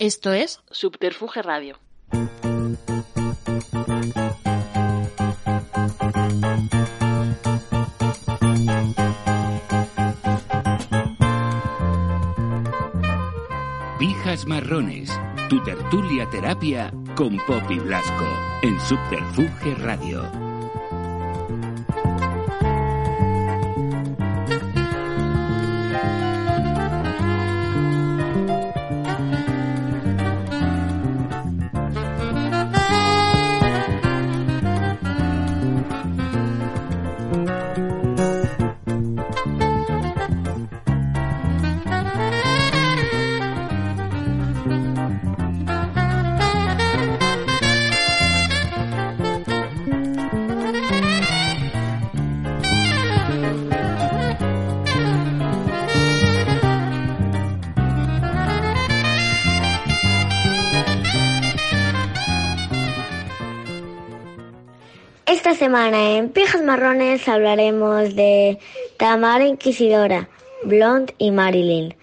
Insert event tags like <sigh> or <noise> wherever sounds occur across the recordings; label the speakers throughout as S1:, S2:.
S1: Esto es Subterfuge Radio.
S2: Pijas Marrones, tu tertulia terapia con Poppy Blasco en Subterfuge Radio.
S3: Esta semana en Pijas Marrones hablaremos de Tamara Inquisidora, Blonde y Marilyn,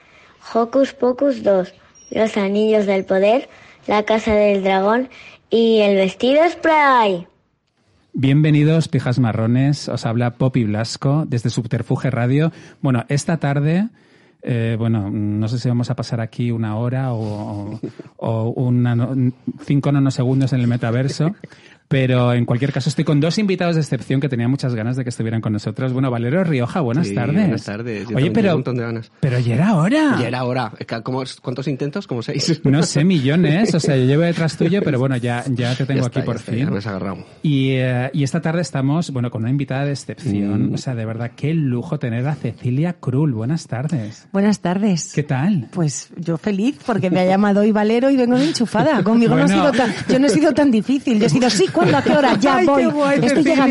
S3: Hocus Pocus 2, Los Anillos del Poder, La Casa del Dragón y El Vestido Spray.
S4: Bienvenidos, pijas marrones. Os habla Poppy Blasco desde Subterfuge Radio. Bueno, esta tarde, eh, bueno, no sé si vamos a pasar aquí una hora o, o- o un nano- cinco nanosegundos en el metaverso, pero en cualquier caso estoy con dos invitados de excepción que tenía muchas ganas de que estuvieran con nosotros. Bueno, Valero Rioja, buenas
S5: Sí,
S4: tardes.
S5: buenas tardes. Yo
S4: Oye,
S5: también tenía
S4: pero,
S5: un montón de ganas.
S4: pero ya era hora.
S5: Ya era hora. Es que, ¿cómo es? ¿Cuántos intentos? Como seis.
S4: No sé, millones. O sea, yo llevo detrás tuyo, pero bueno, ya, ya te tengo
S5: Ya
S4: aquí
S5: está,
S4: por
S5: ya está,
S4: fin.
S5: Ya me has agarrado.
S4: Y, eh, y esta tarde estamos, bueno, con una invitada de excepción. O sea, de verdad, qué lujo tener a Cecilia Krull. Buenas tardes.
S6: Buenas tardes.
S4: ¿Qué tal?
S6: Pues yo feliz porque me ha llamado hoy Valero y
S4: <laughs>
S6: vengo enchufada. Conmigo no ha
S4: Bueno.
S6: sido tan, yo no he sido tan difícil. Yo he sido sí, ¿cuándo? ¿A qué hora? Ya
S4: Ay, qué
S6: voy.
S4: guay,
S6: Estoy
S4: Cecilia.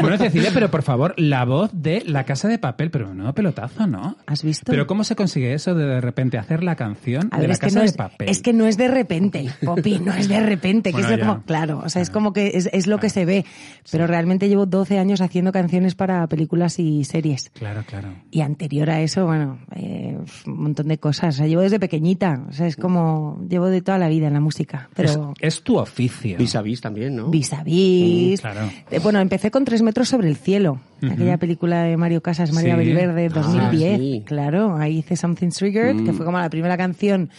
S4: <laughs> Bueno, Cecilia, pero por favor, la voz de La Casa de Papel, pero no pelotazo, ¿no?
S6: ¿Has visto?
S4: Pero ¿cómo se consigue eso de de repente hacer la canción
S6: A
S4: de
S6: ver,
S4: La
S6: es que,
S4: Casa
S6: no
S4: de
S6: es,
S4: Papel?
S6: es que no es de repente, Poppy, no es de repente, que
S4: Bueno,
S6: es
S4: ya.
S6: como, claro, o sea, es como que es, es lo que se ve, pero realmente llevo 12 años haciendo canciones para películas y series.
S4: Claro, claro.
S6: Y anterior a eso, bueno, eh, un montón de cosas, o sea, llevo desde pequeñita, o sea, es como, llevo de toda la vida en la música, pero...
S4: Es, es tu oficio.
S5: Vis a vis también, ¿no?
S6: Vis a vis.
S4: Mm, claro.
S6: Eh, Bueno, empecé con Tres metros sobre el cielo. Aquella película de Mario Casas, María
S4: Sí.
S6: Belverde,
S4: Ah, Mm.
S6: 2010.
S5: sí.
S6: Claro, ahí hice Something Triggered, que fue como la primera canción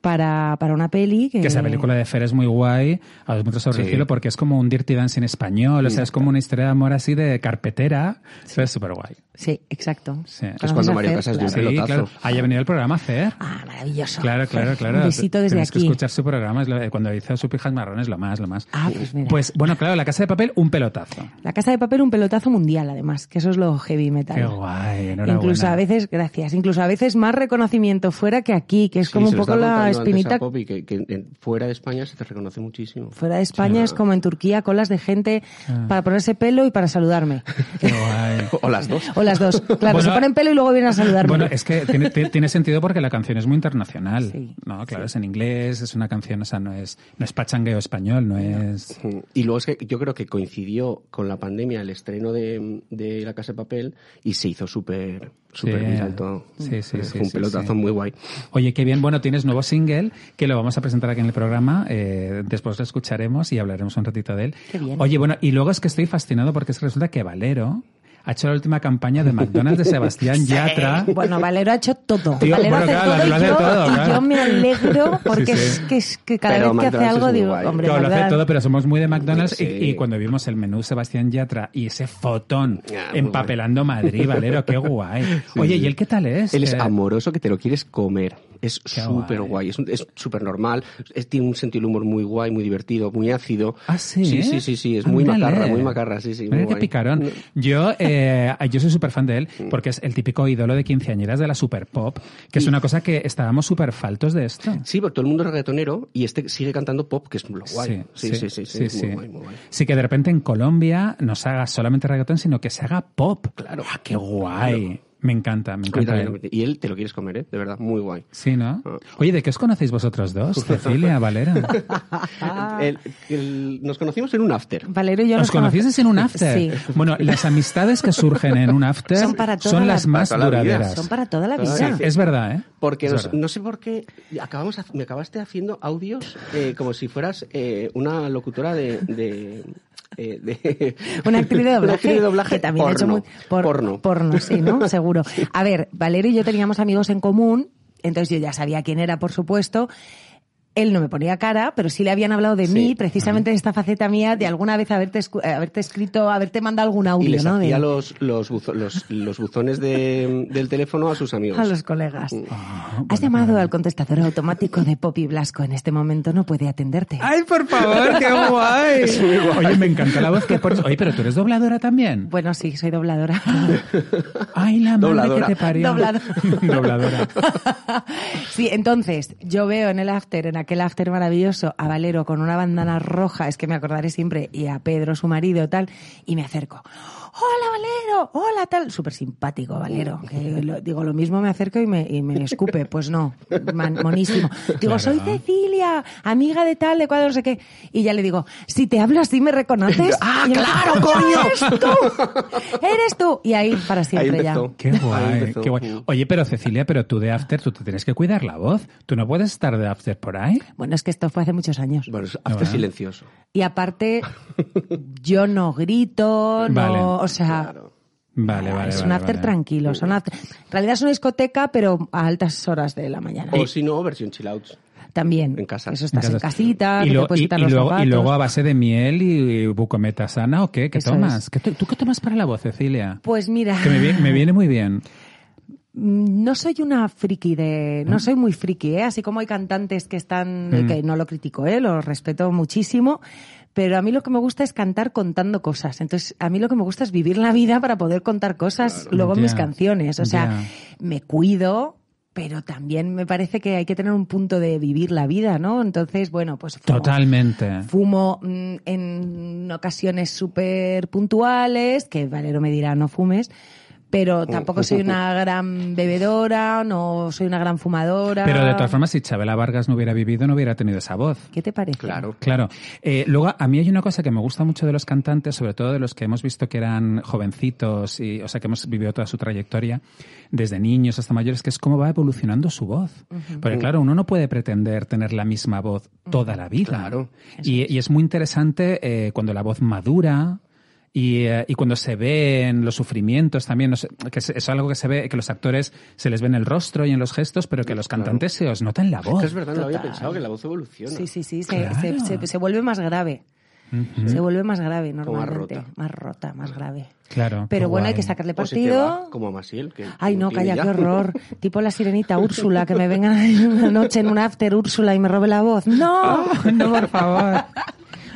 S6: para, para una peli. Que,
S4: Que esa película de Fer es muy guay, a los metros sobre el
S5: Sí.
S4: cielo, porque es como un Dirty Dance en español, o sea, es como una historia de amor así de carpetera, eso es súper guay.
S6: Sí, exacto.
S4: Sí. Es
S6: Conoces
S5: cuando
S6: a
S5: Mario
S6: Fer,
S5: Casas
S6: claro.
S5: dio- pelotazo.
S4: claro. Haya venido el programa a hacer.
S6: Ah, maravilloso.
S4: Claro, claro, claro.
S6: Un besito desde
S4: Tienes que
S6: aquí.
S4: escuchar su programa, es lo- cuando hizo su pijas marrones, lo más, lo más.
S6: Ah, pues mira.
S4: Pues bueno, claro, La Casa de Papel, un pelotazo.
S6: La Casa de Papel, un pelotazo mundial, además, que eso es lo heavy metal.
S4: Qué guay, enhorabuena.
S6: Incluso a veces, gracias, incluso a veces más reconocimiento fuera que aquí, que es
S5: Sí,
S6: como
S5: se
S6: un
S5: lo
S6: poco
S5: estaba
S6: la
S5: contando antes
S6: espinita
S5: a Poppy, que, que en- fuera de España se te reconoce muchísimo.
S6: Fuera de España es como en Turquía, colas de gente
S4: Ah.
S6: para ponerse pelo y para
S4: <laughs>
S6: saludarme.
S4: Qué
S6: <laughs>
S4: guay.
S5: O las dos.
S6: O las dos. Claro,
S4: Bueno,
S6: se ponen pelo y luego vienen a saludarme.
S4: Bueno, es que tiene, ti- tiene sentido porque la canción es muy internacional.
S6: Sí,
S4: no, claro, es en inglés, es una canción, o sea, no es, no es pachangueo español, no es...
S5: Mm, Y luego es que yo creo que coincidió con la pandemia el estreno de, de La Casa de Papel y se hizo súper súper
S4: Sí.
S5: viral todo.
S4: Sí, sí,
S5: Eh,
S4: sí,
S5: Fue un
S4: sí,
S5: pelotazo
S4: sí.
S5: muy guay.
S4: Oye, qué bien. Bueno, tienes nuevo single que lo vamos a presentar aquí en el programa. eh, después lo escucharemos y hablaremos un ratito de él.
S6: Qué bien.
S4: Oye, bueno, y luego es que estoy fascinado porque es que resulta que Valero ha hecho la última campaña de McDonald's de Sebastián Yatra.
S6: Bueno, Valero ha hecho todo.
S4: Tío, bueno,
S6: Valero hace
S4: claro,
S6: todo,
S4: lo hace
S6: y yo,
S4: todo,
S6: y
S4: claro.
S6: yo me alegro
S4: Sí,
S6: porque
S4: sí.
S6: Es, que, es que cada
S5: Pero
S6: vez que hace
S5: McDonald's es
S6: algo
S5: muy
S6: digo,
S5: guay.
S6: hombre,
S4: Claro, lo hace
S6: McDonald's-
S4: todo, pero somos muy de McDonald's
S5: Sí.
S4: y, y cuando vimos el menú Sebastián Yatra y ese fotón
S5: Ah, muy
S4: empapelando Madrid, Valero, qué guay. Oye, ¿y él qué tal es?
S5: Él es
S4: Eh,
S5: amoroso que te lo quieres comer. Es
S4: Qué
S5: súper
S4: guay.
S5: guay, es un- es súper normal. Es- tiene un sentido del humor muy guay, muy divertido, muy ácido.
S4: Ah, sí.
S5: Sí,
S4: ¿eh?
S5: sí, sí, sí, es
S4: Ah,
S5: muy
S4: mírale.
S5: macarra, muy macarra, sí, sí.
S4: Mira
S5: muy
S4: qué
S5: guay. Mm.
S4: picarón. Yo, eh, eh, yo soy súper fan de él porque es el típico ídolo de quinceañeras de la super pop, que es una cosa que estábamos súper faltos de esto.
S5: Sí, porque todo el mundo es reggaetonero y este sigue cantando pop, que es lo guay. Sí, sí, sí. Sí,
S4: sí, sí.
S5: Muy guay, muy guay.
S4: Sí, que de repente en Colombia no se haga solamente reggaetón, sino que se haga pop.
S5: Claro.
S4: Ah, qué guay. Me encanta, me
S5: A mí
S4: encanta.
S5: también
S4: él.
S5: lo metí. Y él te lo quieres comer, ¿eh? De verdad, muy guay.
S4: Sí, ¿no?
S5: Ah.
S4: Oye, ¿de qué os conocéis vosotros dos?
S5: <laughs>
S4: Cecilia, Valera.
S6: <laughs> Ah.
S5: El- el- nos conocimos en un after.
S6: Valero y yo
S4: ¿Os
S6: nos cono-
S4: conocíais en un after?
S6: Sí.
S4: Bueno, las amistades que surgen en un after
S6: Son para toda la-
S4: las más
S5: Para toda la vida.
S4: duraderas.
S6: Son para toda la
S5: Toda
S6: vida.
S5: la
S4: Es verdad, ¿eh?
S5: Porque
S4: Es
S5: nos- <laughs>
S4: verdad.
S5: no sé por qué acabamos, ha- me acabaste haciendo audios eh, como si fueras eh, una locutora de... de, eh, de-
S6: <laughs> Una actriz de doblaje.
S5: <laughs> una actriz de doblaje
S6: que también ha hecho
S5: porno.
S6: muy, por-
S5: porno.
S6: Porno, sí,
S5: <laughs>
S6: ¿no? Seguro. A ver, Valero y yo teníamos amigos en común, entonces yo ya sabía quién era, por supuesto. Él no me ponía cara, pero sí le habían hablado de
S5: Sí.
S6: mí, precisamente de esta faceta mía, de alguna vez haberte, escu- eh, haberte escrito, haberte mandado algún
S5: y
S6: audio,
S5: les
S6: ¿no? De-
S5: hacía los, los, buzo- los, los buzones de- del teléfono a sus amigos.
S6: A los colegas.
S5: Mm.
S4: Ah,
S6: Has llamado al contestador automático de Poppy Blasco. En este momento no puede atenderte.
S4: ¡Ay, por favor, qué guay! Oye, me encanta la voz que pones. Oye, pero tú eres dobladora también.
S6: Bueno, sí,
S4: <laughs>
S6: soy dobladora.
S4: ¡Ay, la madre
S5: Dobladora.
S4: que te parió!
S6: Doblado.
S4: <laughs> Dobladora.
S6: <laughs> sí, entonces, yo veo en el after, en aquel after maravilloso, a Valero con una bandana roja, es que me acordaré siempre, y a Pedro, su marido, tal, y me acerco. ¡Hola, Valero! ¡Hola, tal! Súper simpático, Valero. que lo- digo, lo mismo me acerco y me, y me <laughs> escupe. Pues no, man- monísimo. Digo,
S4: Claro.
S6: soy Cecilia, amiga de tal, de cuadro, no sé qué. Y ya le digo, si te hablo así, ¿me reconoces? <laughs> ¡Ah, claro, coño! ¡Eres tú! ¡Eres tú! Y ahí, para siempre ya.
S5: empezó.
S4: Qué
S5: Ahí
S4: guay,
S5: empezó.
S4: qué guay. Oye, pero Cecilia, pero tú de after, tú te tienes que cuidar la voz. Tú no puedes estar de after por ahí.
S6: Bueno, es que esto fue hace muchos años.
S5: Bueno, es
S4: Ah,
S5: after
S4: bueno.
S5: silencioso.
S6: Y aparte, yo no grito, no,
S4: Vale.
S6: o sea,
S5: Claro.
S4: Vale, vale.
S6: es
S4: vale,
S6: un after
S4: vale.
S6: tranquilo. Son after- en realidad es una discoteca, pero a altas horas de la mañana.
S5: O si no, versión chill out.
S6: También.
S5: Pues, en casa.
S6: Eso
S5: En
S6: estás en,
S4: Entonces,
S6: casita,
S4: y
S6: que
S4: lo-
S6: te puedes
S4: y-
S6: quitar
S4: y
S6: los
S4: luego,
S6: zapatos.
S4: y luego a base de miel y, y bucometasana o qué, ¿qué
S6: Eso
S4: tomas?
S6: es.
S4: ¿Qué te- ¿Tú qué tomas para la voz, Cecilia?
S6: Pues mira,
S4: Que me, vi- me viene muy bien.
S6: mm, no soy una friki de,
S4: Mm.
S6: no soy muy friki, ¿eh? así como hay cantantes que están, que no lo critico, ¿eh? lo respeto muchísimo, pero a mí lo que me gusta es cantar contando cosas. Entonces, a mí lo que me gusta es vivir la vida para poder contar cosas luego en mis
S4: Ya.
S6: canciones. O sea,
S4: Ya.
S6: me cuido. Pero también me parece que hay que tener un punto de vivir la vida, ¿no? Entonces, bueno, pues... fumo.
S4: Totalmente.
S6: Fumo mm, en ocasiones súper puntuales, que Valero me dirá no fumes,
S5: Oh,
S6: pero tampoco soy una gran bebedora, no soy una gran fumadora.
S4: Pero de todas formas, si Chabela Vargas no hubiera vivido, no hubiera tenido esa voz.
S6: ¿Qué te parece?
S5: Claro.
S4: Claro. Eh, luego, a mí hay una cosa que me gusta mucho de los cantantes, sobre todo de los que hemos visto que eran jovencitos y, o sea, que hemos vivido toda su trayectoria, desde niños hasta mayores, que es cómo va evolucionando su voz. Porque, claro, uno no puede pretender tener la misma voz toda la vida.
S5: Claro.
S4: Y, y es muy interesante eh, cuando la voz madura. Y, eh, y cuando se ven los sufrimientos también, no sé, que es, es algo que se ve, que los actores se les ve en el rostro y en los gestos, pero que los cantantes se os nota en la voz.
S5: Es verdad, no lo había
S6: Oh, Total.
S5: pensado, que la voz evoluciona.
S6: Sí, sí, sí, se,
S4: Claro.
S6: se- se- se vuelve más grave. Se vuelve más grave normalmente.
S5: rota.
S6: Más rota, más grave.
S4: Claro. qué
S6: Pero bueno, hay
S4: guay.
S6: que sacarle
S5: O se te va,
S6: partido.
S5: como a Masiel. Que
S6: Ay, no,
S5: tiene
S6: calla,
S5: ya.
S6: qué horror. Tipo la sirenita Úrsula, que me venga una noche en un after Úrsula y me robe la voz.
S5: Ah,
S6: Oh, ¡No!
S4: no, por favor.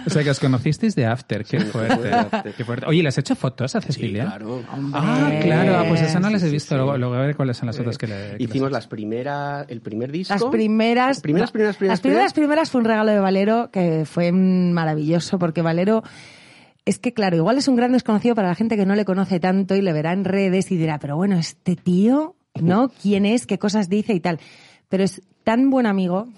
S4: O sea, que os conocisteis de After, qué fuerte. Qué fuerte. Oye, ¿le has hecho fotos a
S5: <laughs> Sí,
S4: Cecilia?
S5: claro.
S4: Ah,
S6: Hombre.
S4: claro, ah, pues esa no
S5: Sí,
S4: las he
S5: sí,
S4: visto.
S5: sí.
S4: Luego, luego veré cuáles son las otras que le. que
S5: Hicimos
S4: les-
S5: las primeras, el primer disco.
S6: Las primeras,
S5: Primeras,
S6: no,
S5: primeras, primeras.
S6: las primeras, primeras fue un regalo de Valero que fue mm, maravilloso porque Valero es que claro, igual es un gran desconocido para la gente que no le conoce tanto y le verá en redes y dirá, pero bueno, este tío,
S5: <laughs>
S6: ¿no? ¿Quién es? ¿Qué cosas dice y tal? Pero es tan buen
S5: <laughs>
S6: amigo,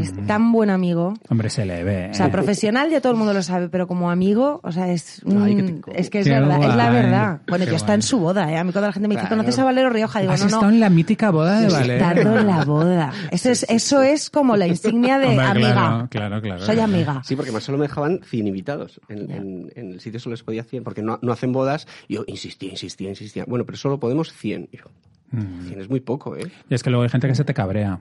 S6: es tan buen amigo.
S4: Hombre, se le ve.
S6: O sea,
S4: ¿eh?
S6: profesional ya todo el mundo lo sabe, pero como amigo, o sea, es, un-
S5: Ay, qué tico.
S6: es que es
S4: Qué
S6: verdad, es la
S4: guay,
S6: verdad. Bueno,
S4: qué
S6: yo está
S4: guay.
S6: en su boda, ¿eh? A mí cuando la gente me dice,
S5: Claro.
S6: ¿conoces a Valero Rioja? Digo,
S4: Has
S6: no, no.
S4: estado en la mítica boda de
S6: Estardo en
S4: <laughs> Valera.
S6: la boda. Eso es, eso es como la insignia de
S4: Hombre,
S6: amiga.
S4: claro, claro, claro,
S6: Soy
S4: claro.
S6: amiga.
S5: Sí, porque más solo me dejaban 100 invitados. En, en- en el sitio solo les podía 100, porque no, no hacen bodas. Y yo insistía, insistía, insistía. Bueno, pero solo podemos 100. Y yo, 100 es muy poco, ¿eh?
S4: Mm. Y es que luego hay gente que se te cabrea.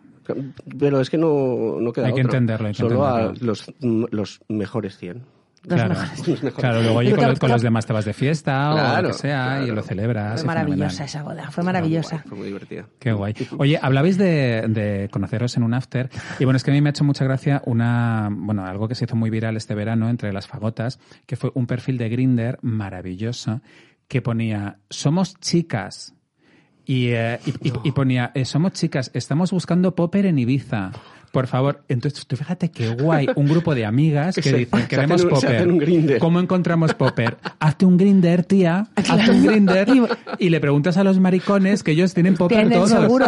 S5: Pero es que no, no queda
S4: Hay que
S5: otro.
S4: entenderlo, hay que
S5: solo
S4: entenderlo.
S5: a los, mm, los mejores 100.
S6: Los
S4: claro.
S6: mejores.
S4: Claro, luego oye, con, los- con los demás te vas de fiesta o lo
S5: Claro,
S4: que sea y
S5: claro.
S4: lo celebras.
S6: Fue
S4: y fenomenal.
S6: maravillosa esa boda, fue maravillosa.
S5: Guay, fue muy divertida.
S4: Qué guay. Oye, hablabais de, de conoceros en un after. Y bueno, es que a mí me ha hecho mucha gracia una, bueno, algo que se hizo muy viral este verano entre las fagotas, que fue un perfil de Grinder maravilloso que ponía, somos chicas. Y, eh, y, y- y ponía, eh, somos chicas, estamos buscando popper en Ibiza. Por favor, entonces tú fíjate qué guay, un grupo de
S5: <laughs>
S4: amigas que,
S5: se-
S4: dicen,
S5: se
S4: queremos
S5: hacen un- se
S4: popper.
S5: hacen un Grindr.
S4: ¿Cómo encontramos popper? Hazte un grinder, tía, hazte un grinder y le preguntas a los maricones que ellos tienen popper
S6: Tienen
S4: todos.
S6: seguro.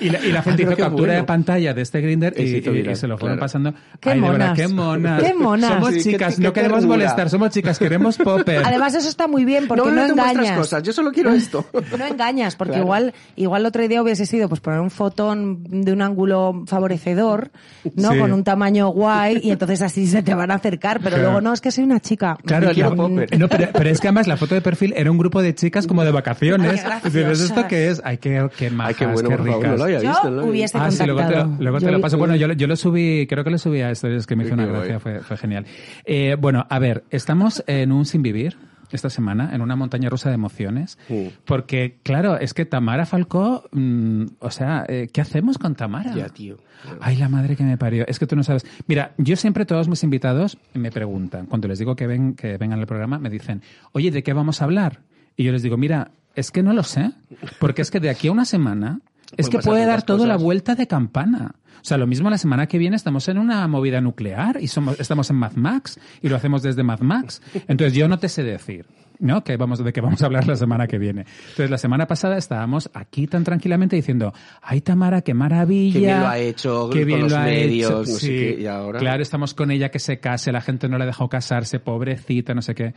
S4: Y la, y la gente
S5: Ah,
S4: hizo
S5: pero qué
S4: captura de
S5: bueno.
S4: pantalla de este grinder y,
S5: Ese hizo
S4: y- y
S5: viral,
S4: se lo fueron
S5: claro.
S4: pasando.
S6: Qué
S4: Ay, de verdad,
S6: monas.
S4: qué monas.
S6: Qué monas.
S4: Somos
S5: Sí, qué-
S4: chicas,
S5: qué-
S4: no
S5: qué
S4: queremos
S5: ternura.
S4: molestar, somos chicas, queremos popper.
S6: Además, eso está muy bien porque no,
S5: me meto en vuestras
S6: engañas.
S5: cosas, yo solo
S4: <laughs>
S5: quiero esto.
S6: No engañas, porque
S5: Claro.
S6: igual, igual otra idea hubiese sido pues poner un fotón de un ángulo favorecedor, ¿no?
S4: Sí.
S6: Con un tamaño guay, y entonces así se te van a acercar, pero
S4: Claro.
S6: luego no, es que soy una chica.
S4: Claro,
S5: Yo quiero
S4: la-
S5: popper.
S4: no, pero, pero es que además la foto de perfil era un grupo de chicas como de vacaciones.
S6: Ay, qué
S4: Dices, ¿esto
S6: graciosas.
S4: qué es? Ay, qué, qué majas,
S5: Ay, qué bueno, por favor,
S4: ricas.
S5: no lo había
S6: Yo
S5: visto. no lo había
S6: hubiese-
S4: Ah, sí, luego te lo,
S6: contactado.
S4: luego te
S6: Yo
S4: lo
S6: vi-
S4: paso. Bueno, yo, lo- yo lo subí, creo que lo subí a historias que me
S5: Sí,
S4: hizo una
S5: qué guay.
S4: gracia, fue, fue genial. Eh, bueno, a ver, estamos en un sin vivir esta semana, en una montaña rusa de emociones,
S5: Sí.
S4: porque, claro, es que Tamara Falcó, mm, o sea, eh, ¿qué hacemos con Tamara?
S5: visto. Ya, tío.
S4: Ay, la madre que me parió. Es que tú no sabes. Mira, yo siempre todos mis invitados me preguntan, cuando les digo que, ven, que vengan al programa, me dicen, oye, ¿de qué vamos a hablar? Y yo les digo, mira, es que no lo sé, porque es que de aquí a una semana es
S5: Pueden
S4: que
S5: pasar
S4: puede dar
S5: tantas
S4: todo la
S5: cosas.
S4: vuelta de campana. O sea, lo mismo la semana que viene estamos en una movida nuclear y somos, estamos en Mad Max y lo hacemos desde Mad Max. Entonces yo no te sé decir. ¿No? Que vamos, de qué vamos a hablar la semana que viene. Entonces, la semana pasada estábamos aquí tan tranquilamente diciendo, ay Tamara, qué maravilla.
S5: Qué bien lo ha hecho
S4: Qué
S5: con
S4: bien
S5: los
S4: lo ha
S5: medios,
S4: hecho,
S5: no sé
S4: sí.
S5: qué, y ahora-
S4: Claro, estamos con ella que se case, la gente no la dejó casarse, pobrecita, no sé qué.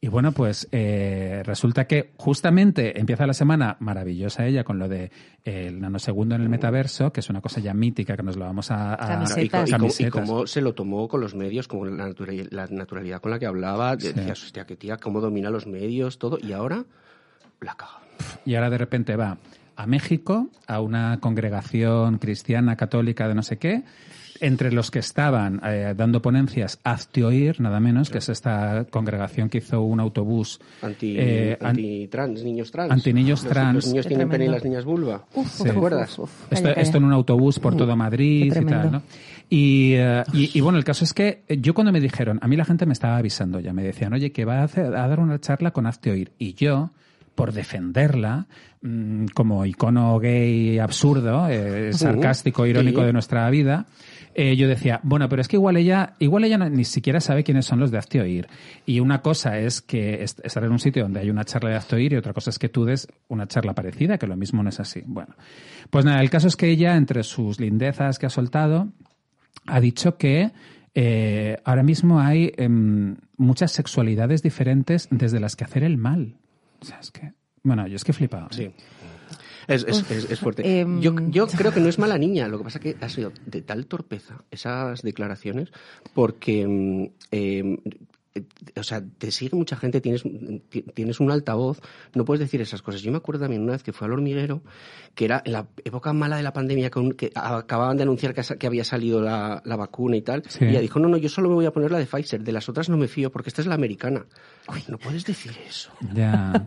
S4: Y bueno, pues eh, resulta que justamente empieza la semana maravillosa ella con lo de eh, el nanosegundo en el metaverso, que es una cosa ya mítica que nos lo vamos a... a-
S5: Claro, y, co- y
S6: Camisetas.
S5: como, y
S4: Camisetas.
S5: cómo se lo tomó con los medios, con la, naturali- la naturalidad con la que hablaba.
S4: Sí.
S5: Decías, hostia, qué tía, cómo domina los medios, todo. Y ahora, la caga.
S4: Y ahora de repente va a México, a una congregación cristiana, católica, de no sé qué, entre los que estaban eh, dando ponencias, Hazte Oír, nada menos, que es esta congregación que hizo un autobús
S5: Anti,
S4: eh, an-
S5: anti-trans, niños trans.
S4: antiniños
S5: Los-
S4: trans.
S5: Los niños
S6: Qué
S5: tienen pene y
S6: tremendo.
S5: las niñas vulva.
S6: Uf,
S4: Sí.
S5: ¿Te acuerdas?
S6: uf, eh. uf.
S4: Esto,
S6: Calla,
S4: esto en
S6: calla.
S4: un autobús por todo Madrid
S6: qué
S4: y tal,
S6: tremendo.
S4: ¿no? Y, eh, y- y bueno, el caso es que yo cuando me dijeron, a mí la gente me estaba avisando ya, me decían, oye, que va a, hacer- a dar una charla con Hazte Oír. Y yo, por defenderla, mm, como icono gay absurdo, eh, sarcástico, irónico
S5: Uh, sí.
S4: de nuestra vida, eh, yo decía, bueno, pero es que igual ella, igual ella no- ni siquiera sabe quiénes son los de Hazte Oír. Y una cosa es que est- estar en un sitio donde hay una charla de Hazte Oír y otra cosa es que tú des una charla parecida, que lo mismo no es así. Bueno, pues nada, el caso es que ella, entre sus lindezas que ha soltado, ha dicho que eh, ahora mismo hay em, muchas sexualidades diferentes desde las que hacer el mal. O sea, es que... Bueno, yo es que he flipado. ¿eh?
S5: Sí. Es, es- es- es fuerte.
S6: em.
S5: yo, yo creo que no es mala niña, lo que pasa que ha sido de tal torpeza esas declaraciones, porque, mm, em, eh, o sea, te sigue mucha gente, tienes, ti- tienes un altavoz, no puedes decir esas cosas. Yo me acuerdo también una vez que fue al hormiguero, que era en la época mala de la pandemia, con- que acababan de anunciar que, sa- que había salido la, la vacuna y tal,
S4: Sí.
S5: y ella dijo, no, no, yo solo me voy a poner la de Pfizer, de las otras no me fío, porque esta es la americana. Uy, no puedes decir eso.
S4: Ya.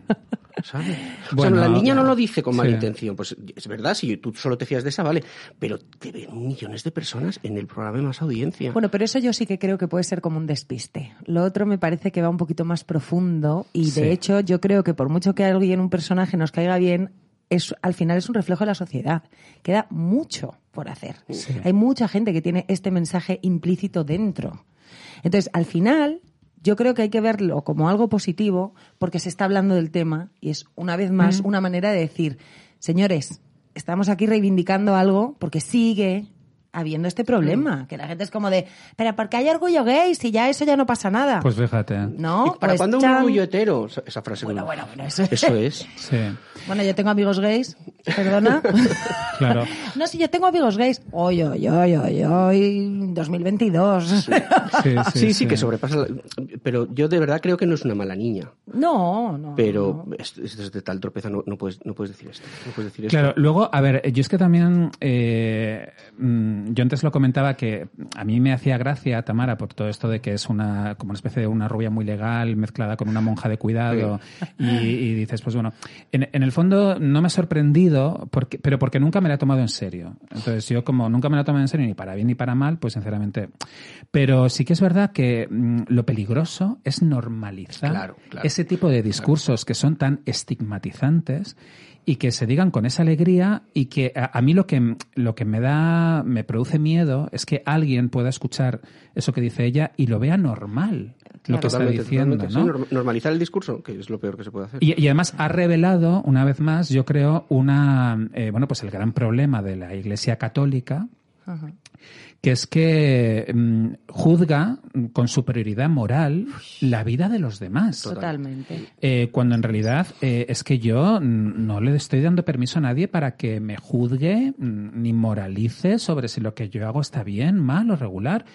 S5: ¿sabes?
S4: Bueno,
S5: o sea, la niña
S4: claro.
S5: no lo dice con mala
S4: Sí.
S5: intención. Pues es verdad, si tú solo te fías de esa, vale. Pero te ven millones de personas en el programa de más audiencia.
S6: Bueno, pero eso yo sí que creo que puede ser como un despiste. Lo otro me parece que va un poquito más profundo y
S4: Sí.
S6: de hecho yo creo que por mucho que alguien, un personaje nos caiga bien, es, al final es un reflejo de la sociedad. Queda mucho por hacer. Hay mucha gente que tiene este mensaje implícito dentro. Entonces, al final, yo creo que hay que verlo como algo positivo porque se está hablando del tema y es una vez más una manera de decir, señores, estamos aquí reivindicando algo porque sigue habiendo este
S5: Mm.
S6: problema, que la gente es como de, pero ¿por qué hay orgullo gay si ya eso ya no pasa nada?
S4: Pues
S5: <laughs>
S4: fíjate.
S6: no,
S5: ¿Y ¿Para
S6: pues,
S5: cuándo un
S6: chan.
S5: orgullo hetero? O sea, Esa frase.
S6: Bueno,
S5: no.
S6: bueno, bueno, eso,
S5: Eso es.
S6: <laughs>
S4: Sí,
S6: Bueno, yo tengo amigos gays,
S5: <laughs>
S6: perdona. <laughs>
S4: claro.
S6: No, si yo tengo amigos gays. Oye, oye, oye, oye, oye, 2022.
S4: Sí, sí,
S5: Sí, sí, que sobrepasa. la- Pero yo de verdad creo que no es una mala niña.
S6: No, no.
S5: Pero es, es de tal torpeza, no, no puedes, no puedes decir esto. No puedes decir esto.
S4: Claro, luego, a ver, yo es que también eh, mm, yo antes lo comentaba que a mí me hacía gracia Tamara por todo esto de que es una como una especie de una rubia muy legal mezclada con una monja de cuidado y, y dices pues bueno en, en el fondo no me ha sorprendido porque pero porque nunca me la he tomado en serio entonces yo como nunca me la he tomado en serio ni para bien ni para mal pues sinceramente pero sí que es verdad que mm, lo peligroso es normalizar
S5: Claro, claro.
S4: ese este tipo de discursos que son tan estigmatizantes y que se digan con esa alegría y que a, a mí lo que, lo que me da, me produce miedo es que alguien pueda escuchar eso que dice ella y lo vea normal, lo que está
S5: Totalmente,
S4: diciendo,
S5: totalmente.
S4: ¿no?
S5: Sí, norm- normalizar el discurso, que es lo peor que se puede hacer.
S4: Y, y además ha revelado, una vez más, yo creo, una eh, bueno, pues el gran problema de la Iglesia Católica, que es que mm, juzga mm, con superioridad moral la vida de los demás.
S6: Totalmente.
S4: Eh, cuando en realidad eh, es que yo n- no le estoy dando permiso a nadie para que me juzgue n- ni moralice sobre si lo que yo hago está bien, mal o regular.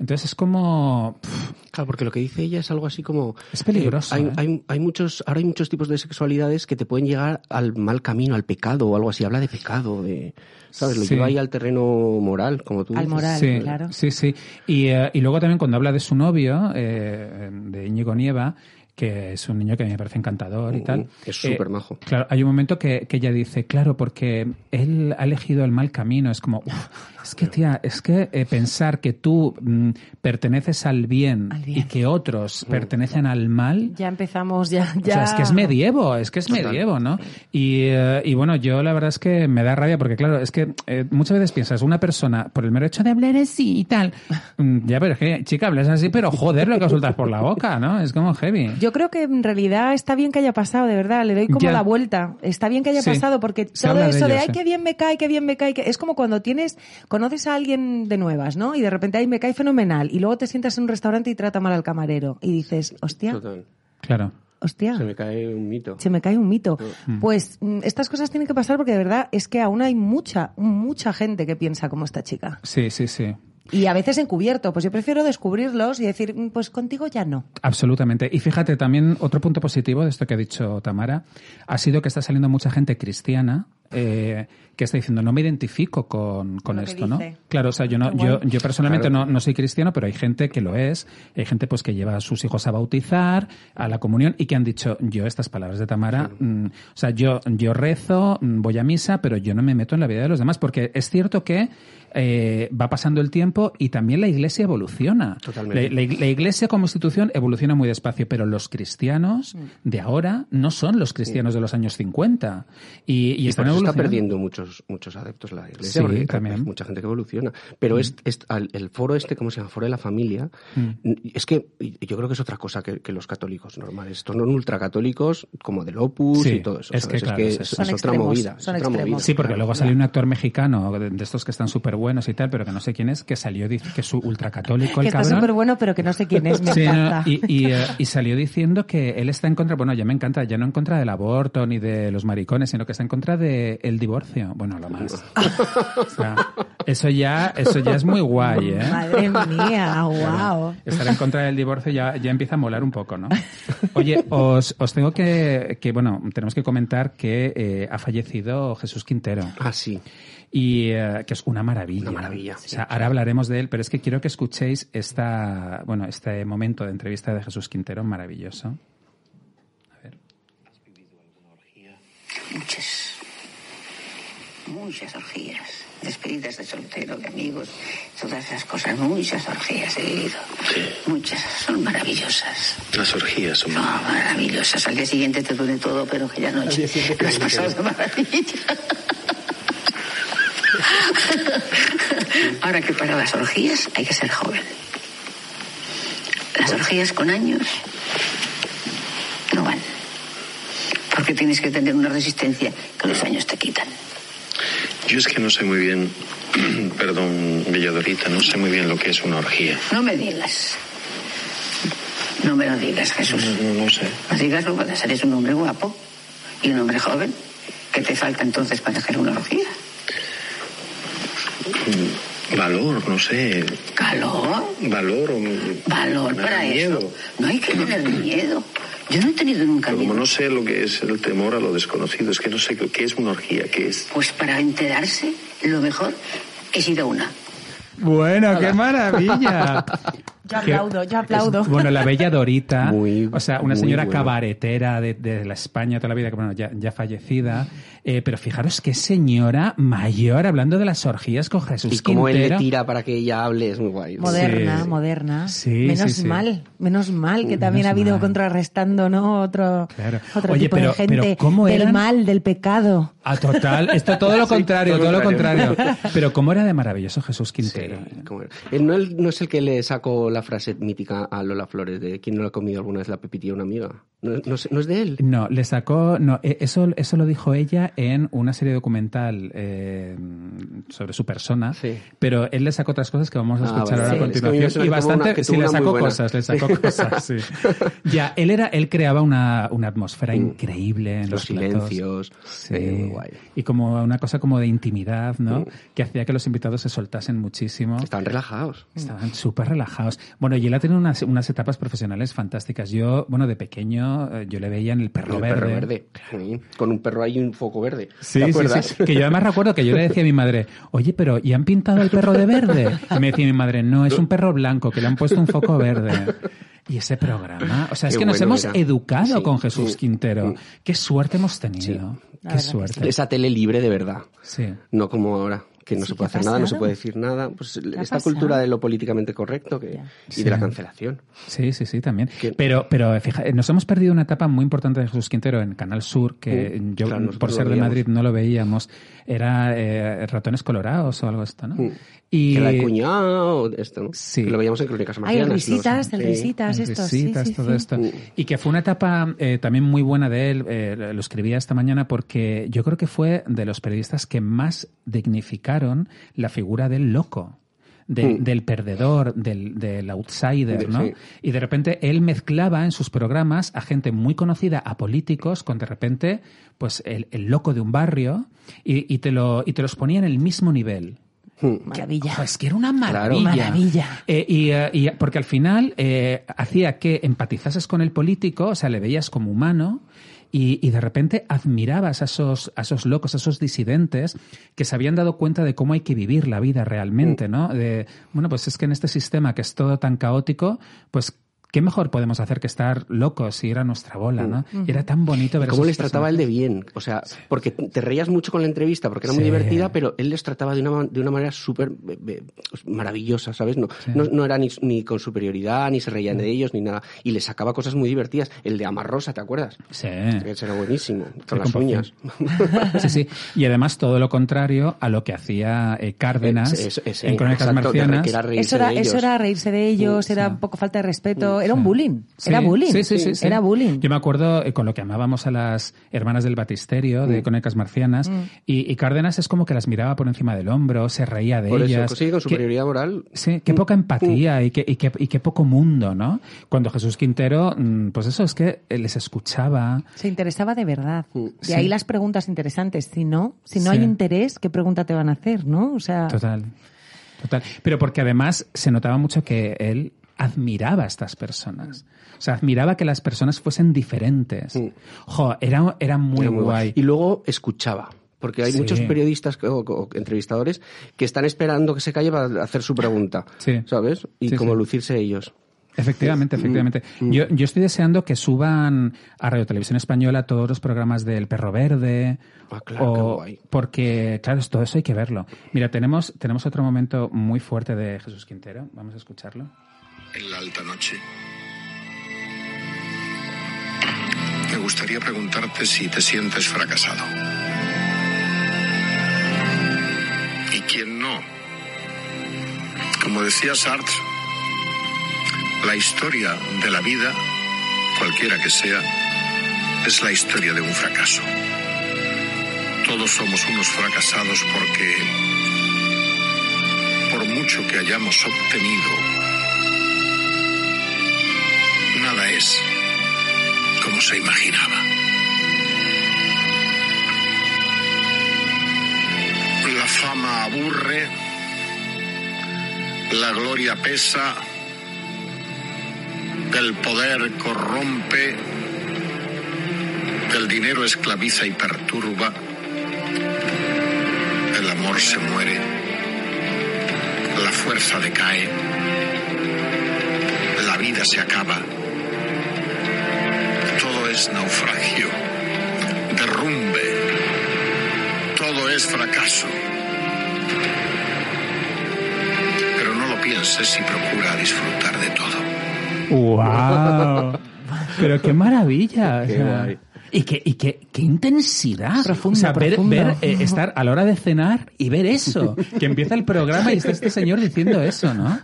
S4: Entonces es como... pf,
S5: Claro, porque lo que dice ella es algo así como...
S4: Es peligroso,
S5: hay,
S4: ¿eh?
S5: hay- hay muchos, ahora hay muchos tipos de sexualidades que te pueden llegar al mal camino, al pecado o algo así. Habla de pecado, de... ¿Sabes? Lo
S4: Sí.
S5: lleva ahí al terreno moral, como tú
S6: Al
S5: dices.
S6: moral.
S4: sí,
S6: claro.
S4: sí, sí. Y, eh, y luego también cuando habla de su novio, eh, de Íñigo Nieva, que es un niño que a mí me parece encantador y tal.
S5: Es
S4: eh,
S5: súper majo.
S4: Claro, hay un momento que, que ella dice, claro, porque él ha elegido el mal camino. Es como, "Uf, es que, tía, es que eh, pensar que tú mm, perteneces al bien,
S6: Al bien.
S4: y que otros pertenecen al mal.
S6: Ya empezamos, ya,
S4: O sea,
S6: ya.
S4: es que es medievo, es que es medievo, ¿no? Y, eh, y bueno, yo la verdad es que me da rabia porque, claro, es que eh, muchas veces piensas, una persona, por el mero hecho de hablar así y
S6: <laughs>
S4: tal, mm, ya, pero es que, chica, hablas así, pero joder lo que sueltas por la boca, ¿no? Es como heavy.
S6: Yo creo que en realidad está bien que haya pasado, de verdad, le doy como
S4: Ya.
S6: la vuelta. Está bien que haya
S4: Sí.
S6: pasado porque
S4: Se
S6: todo
S4: habla de
S6: eso de,
S4: ello,
S6: ay,
S4: sí.
S6: qué bien me cae, qué bien me cae, que... es como cuando tienes, conoces a alguien de nuevas, ¿no? Y de repente, ay, me cae fenomenal. Y luego te sientas en un restaurante y trata mal al camarero. Y dices, hostia,
S5: Total.
S4: Claro.
S6: hostia.
S5: Se me cae un mito.
S6: Se me cae un mito. Pues mm, estas cosas tienen que pasar porque de verdad es que aún hay mucha, mucha gente que piensa como esta chica.
S4: Sí, sí, sí.
S6: Y a veces encubierto. Pues yo prefiero descubrirlos y decir, mm, pues contigo ya no.
S4: Absolutamente. Y fíjate, también otro punto positivo de esto que ha dicho Tamara ha sido que está saliendo mucha gente cristiana eh, que está diciendo, no me identifico con, con
S6: Lo que
S4: esto, ¿no?
S6: dice.
S4: Claro, o sea, yo, no,
S6: Qué guay.
S4: yo, yo personalmente no, no soy cristiano, pero hay gente que lo es. Hay gente pues que lleva a sus hijos a bautizar, a la comunión, y que han dicho, yo estas palabras de Tamara, mm, o sea, yo, yo rezo, mm, voy a misa, pero yo no me meto en la vida de los demás, porque es cierto que eh, va pasando el tiempo y también la iglesia evoluciona.
S5: Totalmente.
S4: La- la, ig- la iglesia como institución evoluciona muy despacio, pero los cristianos
S5: Mm.
S4: de ahora no son los cristianos de los años 50. Y, y
S5: Y
S4: están
S5: por eso está
S4: evolucionando.
S5: perdiendo muchos muchos adeptos la iglesia.
S4: Sí,
S5: porque hay
S4: también. Mm.
S5: Mucha gente que evoluciona. Pero es, es- al- el foro este, ¿cómo se llama? Foro de la familia. Es que y- yo creo que es otra cosa que, que los católicos normales. Estos no ultracatólicos, como del Opus
S4: Sí,
S5: y todo eso.
S4: es
S5: ¿sabes?
S4: que, claro,
S5: es,
S4: sí,
S5: es
S4: sí.
S5: otra
S6: Son extremos,
S5: movida. es
S6: son
S5: otra
S6: extremos.
S5: movida.
S4: Sí, porque luego salió un actor mexicano de, de estos que están súper buenos y tal, pero que no sé quién es, que salió dic- que es un ultracatólico el
S6: que está
S4: cabrón.
S6: súper bueno, pero que no sé quién es. Me
S4: Sí, ¿no?
S6: encanta.
S4: y, y, eh, y salió diciendo que él está en contra, bueno, ya me encanta, ya no en contra del aborto ni de los maricones, sino que está en contra del divorcio. Bueno, lo más. O sea, eso ya, eso ya es muy guay, ¿eh?
S6: Madre
S4: <laughs>
S6: mía, wow.
S4: Estar en contra del divorcio ya, ya empieza a molar un poco, ¿no? Oye, os, os tengo que, que, bueno, tenemos que comentar que eh, ha fallecido Jesús Quintero
S5: Ah, sí.
S4: y eh, que es una maravilla.
S5: Una maravilla,
S4: O sea, ahora hablaremos de él, pero es que quiero que escuchéis esta, bueno, este momento de entrevista de Jesús Quintero maravilloso.
S7: Muchas, muchas orgías. Despedidas de soltero, de amigos, todas esas cosas. Muchas orgías he vivido. Muchas, son maravillosas.
S8: Las orgías son
S7: No, maravillosas. Al día siguiente te duele todo, pero que ya no Lo has pasado de maravilla. Ahora que para las orgías hay que ser joven. Las orgías con años no van. Porque tienes que tener una resistencia que los años te quitan.
S8: Yo es que no sé muy bien, perdón, Villadorita, no sé muy bien lo que es una orgía.
S7: No me digas. No me lo digas, Jesús.
S8: No, no sé.
S7: No digas bobadas, eres un hombre guapo y un hombre joven. ¿Qué te falta entonces para hacer una orgía?
S8: Valor, no sé.
S7: Calor,
S8: Valor o.
S7: valor
S8: me da
S7: para
S8: miedo.
S7: eso. No hay que tener miedo. Yo no he tenido nunca
S8: Como
S7: miedo.
S8: no sé lo que es el temor a lo desconocido, es que no sé qué qué es una orgía, qué es.
S7: Pues para enterarse, lo mejor es ir a una.
S4: Bueno, qué
S5: <laughs>
S4: maravilla.
S6: Yo aplaudo, yo aplaudo.
S4: Es- bueno, la bella Dorita,
S5: Muy-
S4: o sea, una
S5: muy
S4: señora
S5: bueno.
S4: cabaretera de, de la España toda la vida, que bueno, ya, ya fallecida. Eh, pero fijaros qué señora mayor hablando de las orgías con Jesús
S5: Y como él le
S4: Quintero.
S5: tira para que ella hable, es muy guay.
S6: Moderna,
S4: Sí.
S6: moderna.
S4: Sí,
S6: menos
S4: sí, sí.
S6: mal, menos mal que también ha
S4: menos
S6: habido
S4: mal.
S6: contrarrestando, ¿no? Otro,
S4: Claro.
S6: otro
S4: Oye,
S6: tipo
S4: pero-
S6: de gente
S4: pero ¿cómo
S6: del
S4: eran?
S6: mal, del pecado.
S4: A Ah, total, esto todo lo
S5: <laughs> Sí,
S4: contrario,
S5: todo
S4: todo lo
S5: contrario.
S4: contrario. Pero cómo era de maravilloso Jesús
S5: Sí,
S4: Quintero. ¿eh?
S5: cómo era. Él no, él no es el que le sacó la frase mítica a Lola Flores de ¿Quién no le ha comido alguna vez la pepitilla a una amiga? No, no es- no es de él.
S4: No, le sacó. No, e- eso, eso lo dijo ella en una serie documental eh, sobre su persona.
S5: Sí.
S4: Pero él le sacó otras cosas que vamos a
S5: Ah,
S4: escuchar
S5: vale.
S4: ahora a
S5: Sí. Es que a mí
S4: continuación.
S5: me
S4: y
S5: suena que tuvo
S4: bastante.
S5: una- que
S4: sí,
S5: tuvo
S4: le
S5: una muy
S4: sacó
S5: buena.
S4: cosas,
S5: <laughs>
S4: le sacó cosas, sí. Ya, él era, él creaba una, una atmósfera increíble en
S5: Mm. Los
S4: los, platos.
S5: silencios.
S4: Sí.
S5: eh, muy guay. Mm.
S4: Y como una cosa como de intimidad, ¿no? Que hacía que los invitados se soltasen muchísimo.
S5: Estaban relajados.
S4: Estaban súper relajados. Bueno, y él ha tenido unas, unas etapas profesionales fantásticas. Yo, bueno, de pequeño, eh, yo le veía en el perro
S5: El
S4: verde.
S5: perro verde. Sí, Con un perro ahí y un foco verde.
S4: Sí,
S5: ¿Te
S4: sí,
S5: acuerdas?
S4: sí. Que yo además recuerdo que yo le decía a mi madre, oye, pero ¿y han pintado el perro de verde? Y me decía mi madre, no, es un perro blanco, que le han puesto un foco verde. Y ese programa, o sea, es
S5: Qué
S4: que nos
S5: bueno
S4: hemos
S5: era.
S4: educado
S5: Sí.
S4: con Jesús
S5: Sí.
S4: Quintero. Qué suerte hemos tenido.
S6: La
S4: Qué
S6: verdad que
S4: suerte.
S5: Esa tele libre de verdad.
S4: Sí.
S5: No como ahora, que no se
S6: Sí, ¿qué ha
S5: puede hacer nada, no se
S6: pasado?
S5: puede decir nada. Pues esta
S6: ha pasado?
S5: cultura de lo políticamente correcto que,
S6: Ya.
S5: y
S4: Sí.
S5: de la cancelación.
S4: Sí, sí, sí, también.
S5: Que-
S4: Pero, pero eh, fija, eh, nos hemos perdido una etapa muy importante de Jesús Quintero en Canal Sur, que
S5: Mm,
S4: yo,
S5: claro, nosotros
S4: por
S5: lo
S4: ser de
S5: veíamos.
S4: Madrid, no lo veíamos. Era eh, Ratones Colorados o algo esto, ¿no?
S5: Mm.
S4: Y,
S5: Que era el cuñado, esto, ¿no?
S4: Sí.
S5: Que lo veíamos en Crónicas
S6: Ay,
S5: Marcianas.
S6: el
S5: los-
S6: risitas, el
S5: sí.
S6: risitas,
S4: Las
S6: esto. sí,
S4: visitas,
S6: sí,
S4: todo
S6: sí.
S4: esto. Y que fue una etapa eh, también muy buena de él. eh, lo escribía esta mañana porque yo creo que fue de los periodistas que más dignificaron la figura del loco. de-
S5: Mm.
S4: Del perdedor, del, del outsider,
S5: De-
S4: ¿no?
S5: sí.
S4: Y de repente él mezclaba en sus programas a gente muy conocida, a políticos, con de repente, pues el, el loco de un barrio, y, y te lo, y te los ponía en el mismo nivel.
S6: Maravilla.
S4: Ojo, es que era una
S5: Claro.
S4: maravilla.
S6: Maravilla.
S4: Eh, y, eh, y- porque al final eh, hacía que empatizases con el político, o sea, le veías como humano. Y, y de repente admirabas a esos, a esos locos, a esos disidentes que se habían dado cuenta de cómo hay que vivir la vida
S5: Mm.
S4: realmente, ¿no? De, bueno, pues es que en este sistema que es todo tan caótico, pues qué mejor podemos hacer que estar locos y ir a nuestra bola, ¿no? Y era tan bonito ver a
S5: Mm. ¿Cómo
S4: esos
S5: les trataba él de bien? O sea, porque te reías mucho con la entrevista, porque era muy
S4: Sí.
S5: divertida, pero él les trataba de una, ma- de una manera súper eh, eh, maravillosa, ¿sabes? No, no, no era ni, ni con superioridad, ni se reían de ellos, ni nada. Y les sacaba cosas muy divertidas. El de Amarrosa, ¿te acuerdas?
S4: personajes. Sí.
S5: Que ese era buenísimo,
S4: Sí,
S5: con las
S4: con
S5: uñas.
S4: Sí, sí. Y además todo lo contrario a lo que hacía eh, Cárdenas
S5: Eh, <laughs> ese- ese,
S4: en Crónicas
S5: exacto, que re-
S4: Marcianas.
S5: que era reírse
S6: Eso era,
S5: de ellos.
S6: eso era reírse de ellos, era un poco falta de respeto, era un bullying,
S4: Sí,
S6: era bullying,
S4: sí, sí, sí, sí.
S6: era bullying.
S4: Yo me acuerdo eh, con lo que amábamos a las hermanas del batisterio
S5: Mm.
S4: de Crónicas Marcianas
S6: Mm.
S4: y, y Cárdenas es como que las miraba por encima del hombro, se reía de
S5: Por eso,
S4: ellas.
S5: consigue Mm. con
S4: Que-
S5: superioridad moral.
S4: Sí, qué poca empatía y qué, y qué- y qué poco mundo, ¿no? Cuando Jesús Quintero, mm, pues eso, es que eh, les escuchaba.
S6: Se interesaba de verdad.
S5: Mm,
S6: De
S4: Sí.
S6: ahí las preguntas interesantes. Si no, si no
S4: Sí.
S6: hay interés, ¿qué pregunta te van a hacer, no? O sea,
S4: Total, total. Pero porque además se notaba mucho que él admiraba a estas personas. O sea, admiraba que las personas fuesen diferentes. Jo, era, era muy
S5: Era muy
S4: guay.
S5: Y luego escuchaba. Porque hay
S4: Sí.
S5: muchos periodistas que- o, o entrevistadores que están esperando que se calle para hacer su pregunta.
S4: Sí.
S5: ¿Sabes? Y
S4: Sí,
S5: como
S4: sí.
S5: lucirse ellos.
S4: Efectivamente,
S5: Mm.
S4: efectivamente. Yo, yo estoy deseando que suban a Radio Televisión Española todos los programas del Perro Verde.
S5: Ah, claro, qué guay.
S4: Porque, claro, todo eso hay que verlo. Mira, tenemos, tenemos otro momento muy fuerte de Jesús Quintero. Vamos a escucharlo.
S8: en la alta noche. Me gustaría preguntarte si te sientes fracasado. ¿Y quién no? Como decía Sartre, la historia de la vida, cualquiera que sea, es la historia de un fracaso. Todos somos unos fracasados porque, por mucho que hayamos obtenido, nada es como se imaginaba. La fama aburre, la gloria pesa, el poder corrompe, el dinero esclaviza y perturba, el amor se muere, la fuerza fuerza decae, la vida se acaba, todo es naufragio, derrumbe, todo es fracaso. Pero no lo pienses y procura disfrutar de todo.
S4: ¡Wow! Pero qué maravilla. o
S5: Qué
S4: sea.
S5: guay.
S4: Y qué, y qué, qué intensidad.
S6: Profundo,
S4: o sea, ver,
S6: profundo.
S4: ver, eh, estar a la hora de cenar y ver eso. Que empieza el programa y está este señor diciendo eso, ¿no?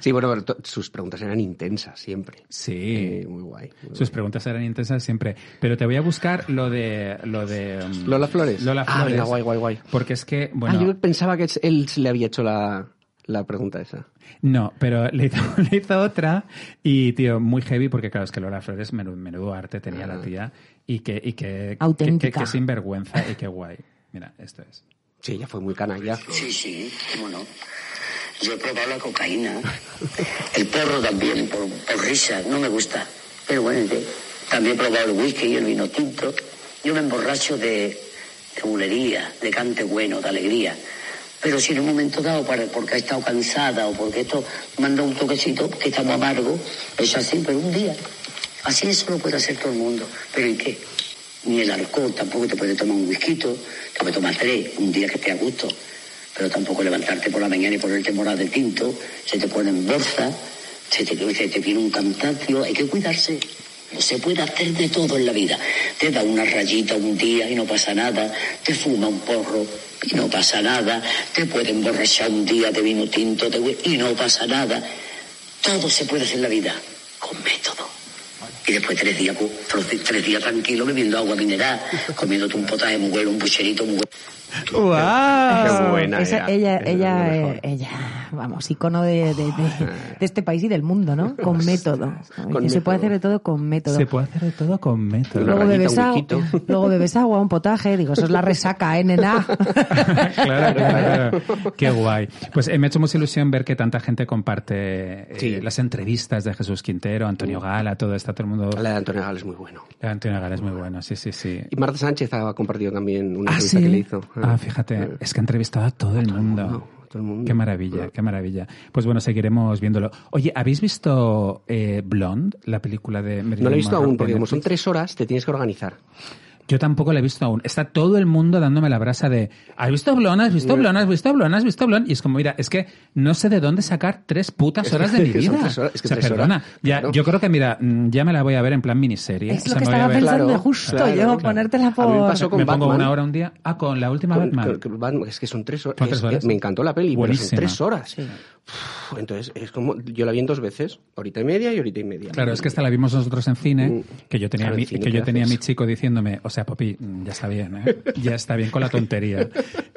S5: Sí, bueno, pero to- sus preguntas eran intensas siempre.
S4: Sí.
S5: Eh, muy guay. muy
S4: Sus
S5: guay.
S4: preguntas eran intensas siempre. Pero te voy a buscar lo de. Lo de um,
S5: Lola Flores.
S4: Lola
S5: Ah,
S4: Flores.
S5: venga, guay, guay, guay.
S4: Porque es que,
S5: Ah,
S4: bueno.
S5: yo pensaba que es- él se le había hecho la, la pregunta esa.
S4: No, pero le hizo, <laughs> le hizo otra y, tío, muy heavy porque, claro, es que Lola Flores, menu- menudo, arte tenía la tía y que, y que,
S6: Auténtica.
S4: que, que- que sinvergüenza y qué guay. Mira, esto
S5: <laughs>
S4: es.
S5: Sí, ya fue muy canalla.
S7: Sí, sí, cómo no. Yo he probado la cocaína. El porro también, por, por risa, no me gusta. Pero bueno, de- también he probado el whisky y el vino tinto. Yo me emborracho de, de bulería, de cante bueno, de alegría. Pero si en un momento dado, para, porque he estado cansada o porque esto manda un toquecito, que estamos amargo, es así, pero un día. Así eso lo puede hacer todo el mundo. ¿Pero en qué? Ni el alcohol, tampoco te puede tomar un whisky, te puede tomar tres, un día que esté a gusto pero tampoco levantarte por la mañana y ponerte morada de tinto, se te pone en bolsa, se te, se te viene un cansancio, hay que cuidarse. Se puede hacer de todo en la vida. Te da una rayita un día y no pasa nada, te fuma un porro y no pasa nada, te puede emborrachar un día de vino tinto te hue- y no pasa nada. Todo se puede hacer en la vida con método. Y después tres días, cu- tres- tres días tranquilo bebiendo agua mineral, comiéndote un potaje muy bueno, un pucherito muy bueno.
S5: Qué buena
S6: Esa-
S5: era.
S6: ella,
S5: Era
S6: ella,
S5: lo
S6: eh,
S5: mejor.
S6: ella, vamos, icono de, de- de- de este país y del mundo,
S5: <laughs>
S6: ¿no? Con método.
S5: Con
S6: Que Se
S5: método.
S6: puede hacer de todo con método.
S4: Se puede hacer de todo con método.
S5: Una
S6: Luego
S5: rayita,
S6: bebes,
S5: un
S6: agua,
S5: quito.
S6: <laughs> luego bebes agua, un potaje, digo, eso es la resaca,
S5: <laughs>
S6: ¿eh, nena?
S4: <laughs> claro, claro, claro. Qué guay. Pues eh, me ha hecho mucha ilusión ver que tanta gente comparte eh,
S5: Sí. Mm.
S4: las entrevistas de Jesús Quintero, Antonio Gala, todo está todo el mundo.
S5: La de Antonio Gala es muy bueno.
S4: La de Antonio Gala es muy bueno, sí, sí, sí.
S5: Y Marta Sánchez ha compartido también una
S4: Ah,
S5: entrevista
S4: sí.
S5: que le hizo.
S4: Ah, fíjate, es que ha entrevistado a todo el mundo.
S5: mundo, todo el mundo.
S4: Qué maravilla, qué maravilla. Pues bueno, seguiremos viéndolo. Oye, ¿habéis visto eh, Blonde, la película de Marilyn
S5: No la he visto
S4: Monroe
S5: aún,
S4: de
S5: porque como son
S4: Netflix?
S5: tres horas, te tienes que organizar.
S4: Yo tampoco la he visto aún. Está todo el mundo dándome la brasa de ¿Has visto Blonde? ¿Has visto Blonde? ¿Has visto Blonde? ¿Has visto Blonde? Y es como, mira, es que no sé de dónde sacar tres putas
S5: Es que-
S4: horas de mi
S5: es que <laughs> son
S4: vida.
S5: tres horas, es
S4: o
S5: que
S4: sea,
S5: tres horas,
S4: perdona. Ya,
S5: claro.
S4: Yo creo que, mira, mm, ya me la voy a ver en plan miniserie.
S6: Es
S4: O
S6: lo
S4: sea,
S6: que
S4: me voy a
S6: estaba
S4: ver-
S6: pensando
S5: Claro,
S6: justo
S5: claro,
S6: yo,
S5: claro.
S6: ponértela
S5: A mí me
S6: por...
S5: pasó con
S4: me pongo
S5: Batman.
S4: una hora un día. Ah, con la última
S5: Con-
S4: Batman.
S5: con- con Batman, es que son tres horas.
S4: Son tres
S5: Es-
S4: horas.
S5: me encantó la peli,
S4: Buenísima.
S5: pero son tres horas. Uf, entonces, es como, yo la vi en dos veces, horita y media y horita y media.
S4: Claro, es que esta la vimos nosotros en cine, que yo tenía,
S5: Mm. Claro,
S4: mi-
S5: en cine,
S4: que yo
S5: ¿qué
S4: tenía a mi
S5: haces?
S4: chico diciéndome, o sea, Popi, mm, ya está bien, ¿eh? ya está bien con la tontería.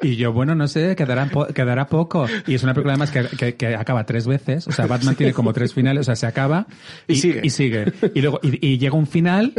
S4: Y yo, bueno, no sé, quedará, po- quedará poco. Y es una película además que, que- que acaba tres veces, o sea, Batman tiene como tres finales, o sea, se acaba
S5: Y sigue.
S4: Y, sigue. Y luego, y, y llega un final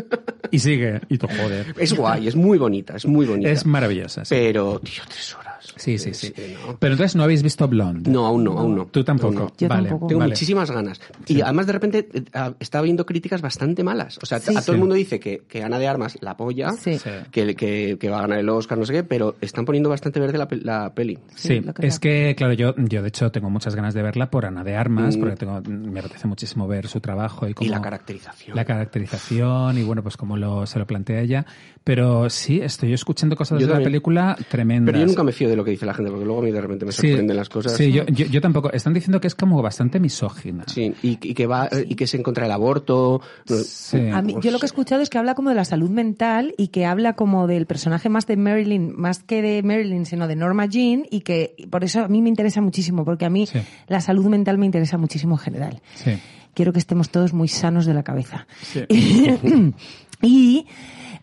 S4: y sigue. Y tú, joder.
S5: Es guay, es muy bonita, es muy bonita.
S4: Es maravillosa. Sí,
S5: Pero, tío, tres horas.
S4: sí, sí. sí.
S5: Eh, no.
S4: Pero entonces no habéis visto Blonde.
S5: No, aún no, aún no.
S4: Tú tampoco.
S5: Aún no.
S6: Yo
S4: Vale,
S6: tampoco.
S5: Tengo
S4: vale.
S5: muchísimas ganas. Y además, de repente, eh, a- estaba viendo críticas bastante malas. O sea,
S6: Sí.
S5: a todo
S4: Sí.
S5: el mundo dice que, que Ana de Armas la apoya,
S6: Sí.
S4: Sí.
S5: que, que- que va a ganar el Oscar, no sé qué, pero están poniendo bastante verde la, pe- la peli.
S6: Sí,
S4: Sí,
S6: lo que
S4: es
S6: sea.
S4: que, claro, yo, yo de hecho tengo muchas ganas de verla por Ana de Armas, porque tengo, me apetece muchísimo ver su trabajo y, cómo,
S5: Mm. Y la caracterización.
S4: la caracterización y bueno, pues cómo lo, se lo plantea ella. Pero sí, estoy escuchando cosas
S5: Yo
S4: de la
S5: también.
S4: película tremendas.
S5: Pero yo nunca me fío de lo que dice la gente, porque luego a mí de repente me
S4: Sí,
S5: sorprenden las cosas.
S4: Sí, yo, yo, yo tampoco. Están diciendo que es como bastante misógina.
S5: Sí, y, y que va y que se encuentra el aborto. No,
S4: Sí.
S6: A mí, yo lo que he escuchado es que habla como de la salud mental y que habla como del personaje más de Marilyn, más que de Marilyn, sino de Norma Jean, y que y por eso a mí me interesa muchísimo, porque a mí
S4: Sí.
S6: la salud mental me interesa muchísimo en general.
S4: Sí.
S6: Quiero que estemos todos muy sanos de la cabeza.
S4: Sí.
S6: <laughs> y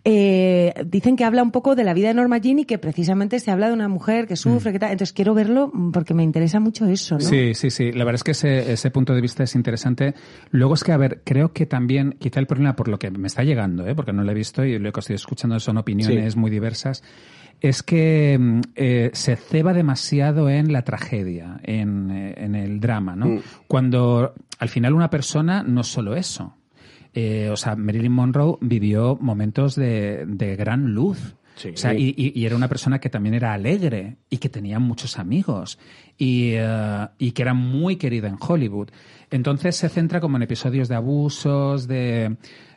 S6: eh, dicen que habla un poco de la vida de Norma Jean y que precisamente se habla de una mujer que sufre, que tal. Entonces quiero verlo mm, porque me interesa mucho eso, ¿no?
S4: Mm. Sí, sí, sí. La verdad es que ese, ese punto de vista es interesante. Luego es que, a ver, creo que también, quizá el problema por lo que me está llegando, ¿eh? porque no lo he visto y lo que estoy escuchando son opiniones muy diversas, es que mm, eh, se ceba demasiado en la tragedia, en, eh, en el drama, ¿no?
S6: Mm.
S4: Cuando al final una persona no es solo eso. Eh, o sea, Marilyn Monroe vivió momentos de, de gran luz.
S5: Sí.
S4: O sea, y, y- y era una persona que también era alegre y que tenía muchos amigos y, eh, y que era muy querida en Hollywood. Entonces se centra como en episodios de abusos, de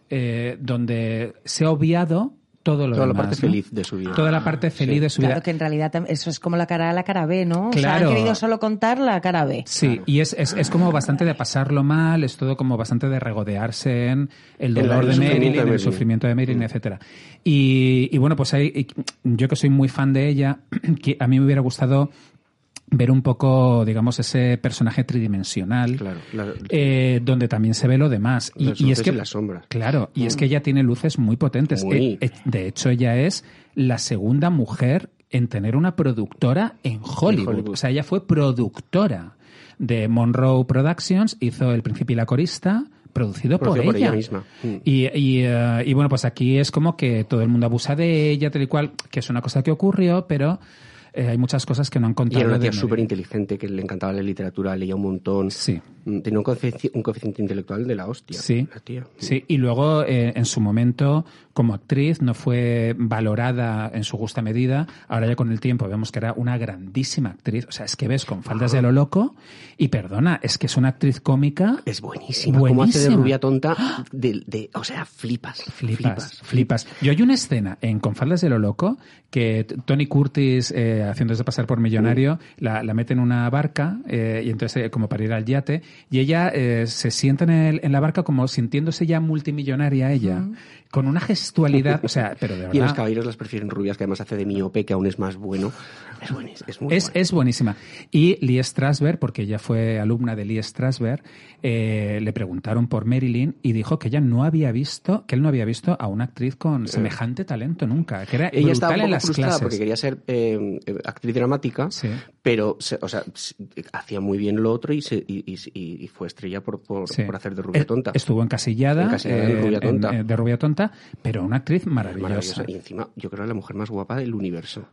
S4: eh, donde se ha obviado todo lo
S5: Toda la
S4: demás,
S5: parte
S4: ¿no?
S5: feliz de su vida. Ah,
S4: Toda la parte feliz de su vida.
S6: Claro que en realidad tam- eso es como la cara A, la cara B, ¿no? O sea, han
S4: Claro.
S6: querido solo contar la cara B.
S4: Sí, y es, es, es como bastante de pasarlo mal, es todo como bastante de regodearse en el
S5: En la-
S4: dolor
S5: el
S4: de
S5: sufrimiento de
S4: Marilyn, en
S5: Marilyn.
S4: el Mm. sufrimiento de Marilyn, etcétera. Y, y bueno, pues hay, y yo que soy muy fan de ella, <clears throat> que a mí me hubiera gustado ver un poco, digamos, ese personaje tridimensional.
S5: Claro, la-
S4: eh, donde también se ve lo demás. Y,
S5: Las
S4: y es
S5: luces
S4: que
S5: y las sombras.
S4: Claro, y
S5: Mm.
S4: es que ella tiene luces muy potentes.
S5: Muy.
S4: Eh, eh, de hecho, ella es la segunda mujer en tener una productora en Hollywood.
S5: Hollywood.
S4: O sea, ella fue productora de Monroe Productions, hizo El Príncipe y la Corista, producido por,
S5: Producido
S4: ella.
S5: por ella misma. Mm.
S4: Y, y, eh, y bueno, pues aquí es como que todo el mundo abusa de ella, tal y cual, que es una cosa que ocurrió, pero eh, hay muchas cosas que no han
S5: Y
S4: contado.
S5: era una
S4: de
S5: tía
S4: Mary.
S5: súper inteligente que le encantaba la literatura, leía un montón.
S4: Sí.
S5: Mm, Tenía un coefici- un coeficiente, intelectual de la hostia.
S4: Sí.
S5: La tía.
S4: Sí, y luego eh, en su momento como actriz no fue valorada en su justa medida. Ahora ya con el tiempo vemos que era una grandísima actriz. O sea, es que ves con faldas de lo loco y perdona, es que es una actriz cómica.
S5: Es buenísima. Como hace de
S4: Buenísima. ¡Ah!
S5: rubia tonta, de, de- o sea, flipas.
S4: Flipas, flipas. Yo hay una escena en Con faldas de lo loco que t- Tony Curtis, eh, haciéndose pasar por millonario, la, la mete en una barca eh, y entonces eh, como para ir al yate y ella eh, se sienta en, el- en la barca como sintiéndose ya multimillonaria ella, con una gestualidad, o sea, pero de
S5: Y a los
S4: verdad...
S5: caballeros las prefieren rubias, que además hace de miope, que aún es más bueno. Es buenísimo. Es muy
S4: Es,
S5: bueno.
S4: es buenísima. Y Lee Strasberg, porque ella fue alumna de Lee Strasberg, eh, le preguntaron por Marilyn y dijo que ella no había visto, que él no había visto a una actriz con semejante talento nunca, que era
S5: Ella
S4: brutal
S5: estaba un
S4: en
S5: poco
S4: las
S5: frustrada
S4: clases.
S5: porque quería ser eh, eh, actriz dramática,
S4: Sí.
S5: pero se- o sea, se- hacía muy bien lo otro y, se- y- y- y fue estrella por, por,
S4: Sí.
S5: por hacer de rubia
S4: Eh,
S5: tonta.
S4: Estuvo encasillada,
S5: Encasillada en rubia tonta.
S4: eh, de rubia tonta, pero una actriz maravillosa.
S5: Maravillosa. Y encima, yo creo que es la mujer más guapa del universo.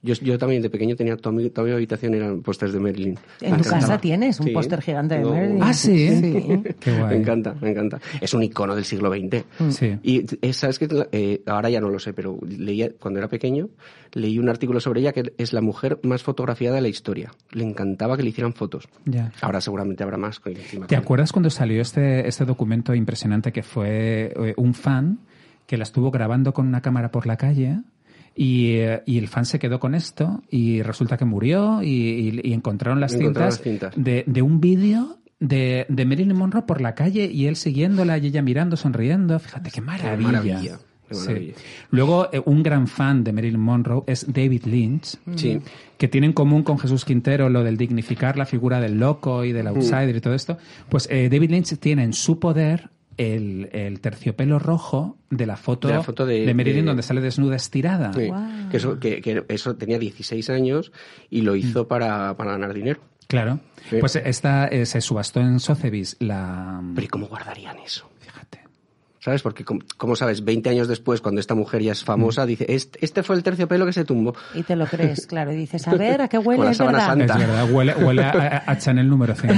S5: Yo, yo también de pequeño tenía toda mi, toda mi habitación eran pósters de Merlin.
S6: En
S5: Me
S6: tu casa
S5: encantaba.
S6: tienes un
S5: Sí.
S6: póster gigante de
S5: Tengo-
S6: Marilyn.
S4: Ah, sí, ¿eh?
S6: Sí.
S4: Qué
S5: Me
S4: guay.
S5: encanta, me encanta. Es un icono del siglo XX.
S4: Sí.
S5: Y eh, sabes que ahora ya no lo sé, pero leía cuando era pequeño leí un artículo sobre ella que es la mujer más fotografiada de la historia. Le encantaba que le hicieran fotos.
S4: Ya.
S5: Ahora seguramente habrá más. con- encima.
S4: ¿Te acuerdas cuando salió este, este documento impresionante que fue eh, un fan que la estuvo grabando con una cámara por la calle? Y, eh, y el fan se quedó con esto y resulta que murió y, y- y encontraron las
S5: Encontraron
S4: cintas,
S5: las cintas.
S4: De, de un vídeo de, de Marilyn Monroe por la calle y él siguiéndola y ella mirando, sonriendo. Fíjate, qué maravilla.
S5: maravilla, qué maravilla.
S4: Sí. Luego, eh, un gran fan de Marilyn Monroe es David Lynch
S5: Mm. Sí.
S4: que tiene en común con Jesús Quintero lo del dignificar la figura del loco y
S5: Mm.
S4: del outsider y todo esto, pues eh, David Lynch tiene en su poder el, el terciopelo rojo de la foto
S5: De la foto de-
S4: Marilyn
S5: de-
S4: donde sale desnuda estirada.
S5: Sí. Que, eso, que, que eso tenía 16 años y lo hizo
S4: Mm.
S5: para, para ganar dinero.
S4: Claro.
S5: Sí.
S4: Pues esta eh, se subastó en Sotheby's la...
S5: Pero ¿y cómo guardarían eso?
S4: Fíjate.
S5: ¿Sabes? Porque, com- como, sabes, 20 años después, cuando esta mujer ya es
S4: Mm.
S5: famosa, dice, este, este fue el terciopelo que se tumbó.
S6: Y te lo crees, claro. Y dices, a ver, ¿a qué
S5: Con
S6: huele?
S5: la
S6: Es
S5: sábana
S6: verdad.
S5: santa.
S4: Es verdad, huele, huele a, a Chanel número 5.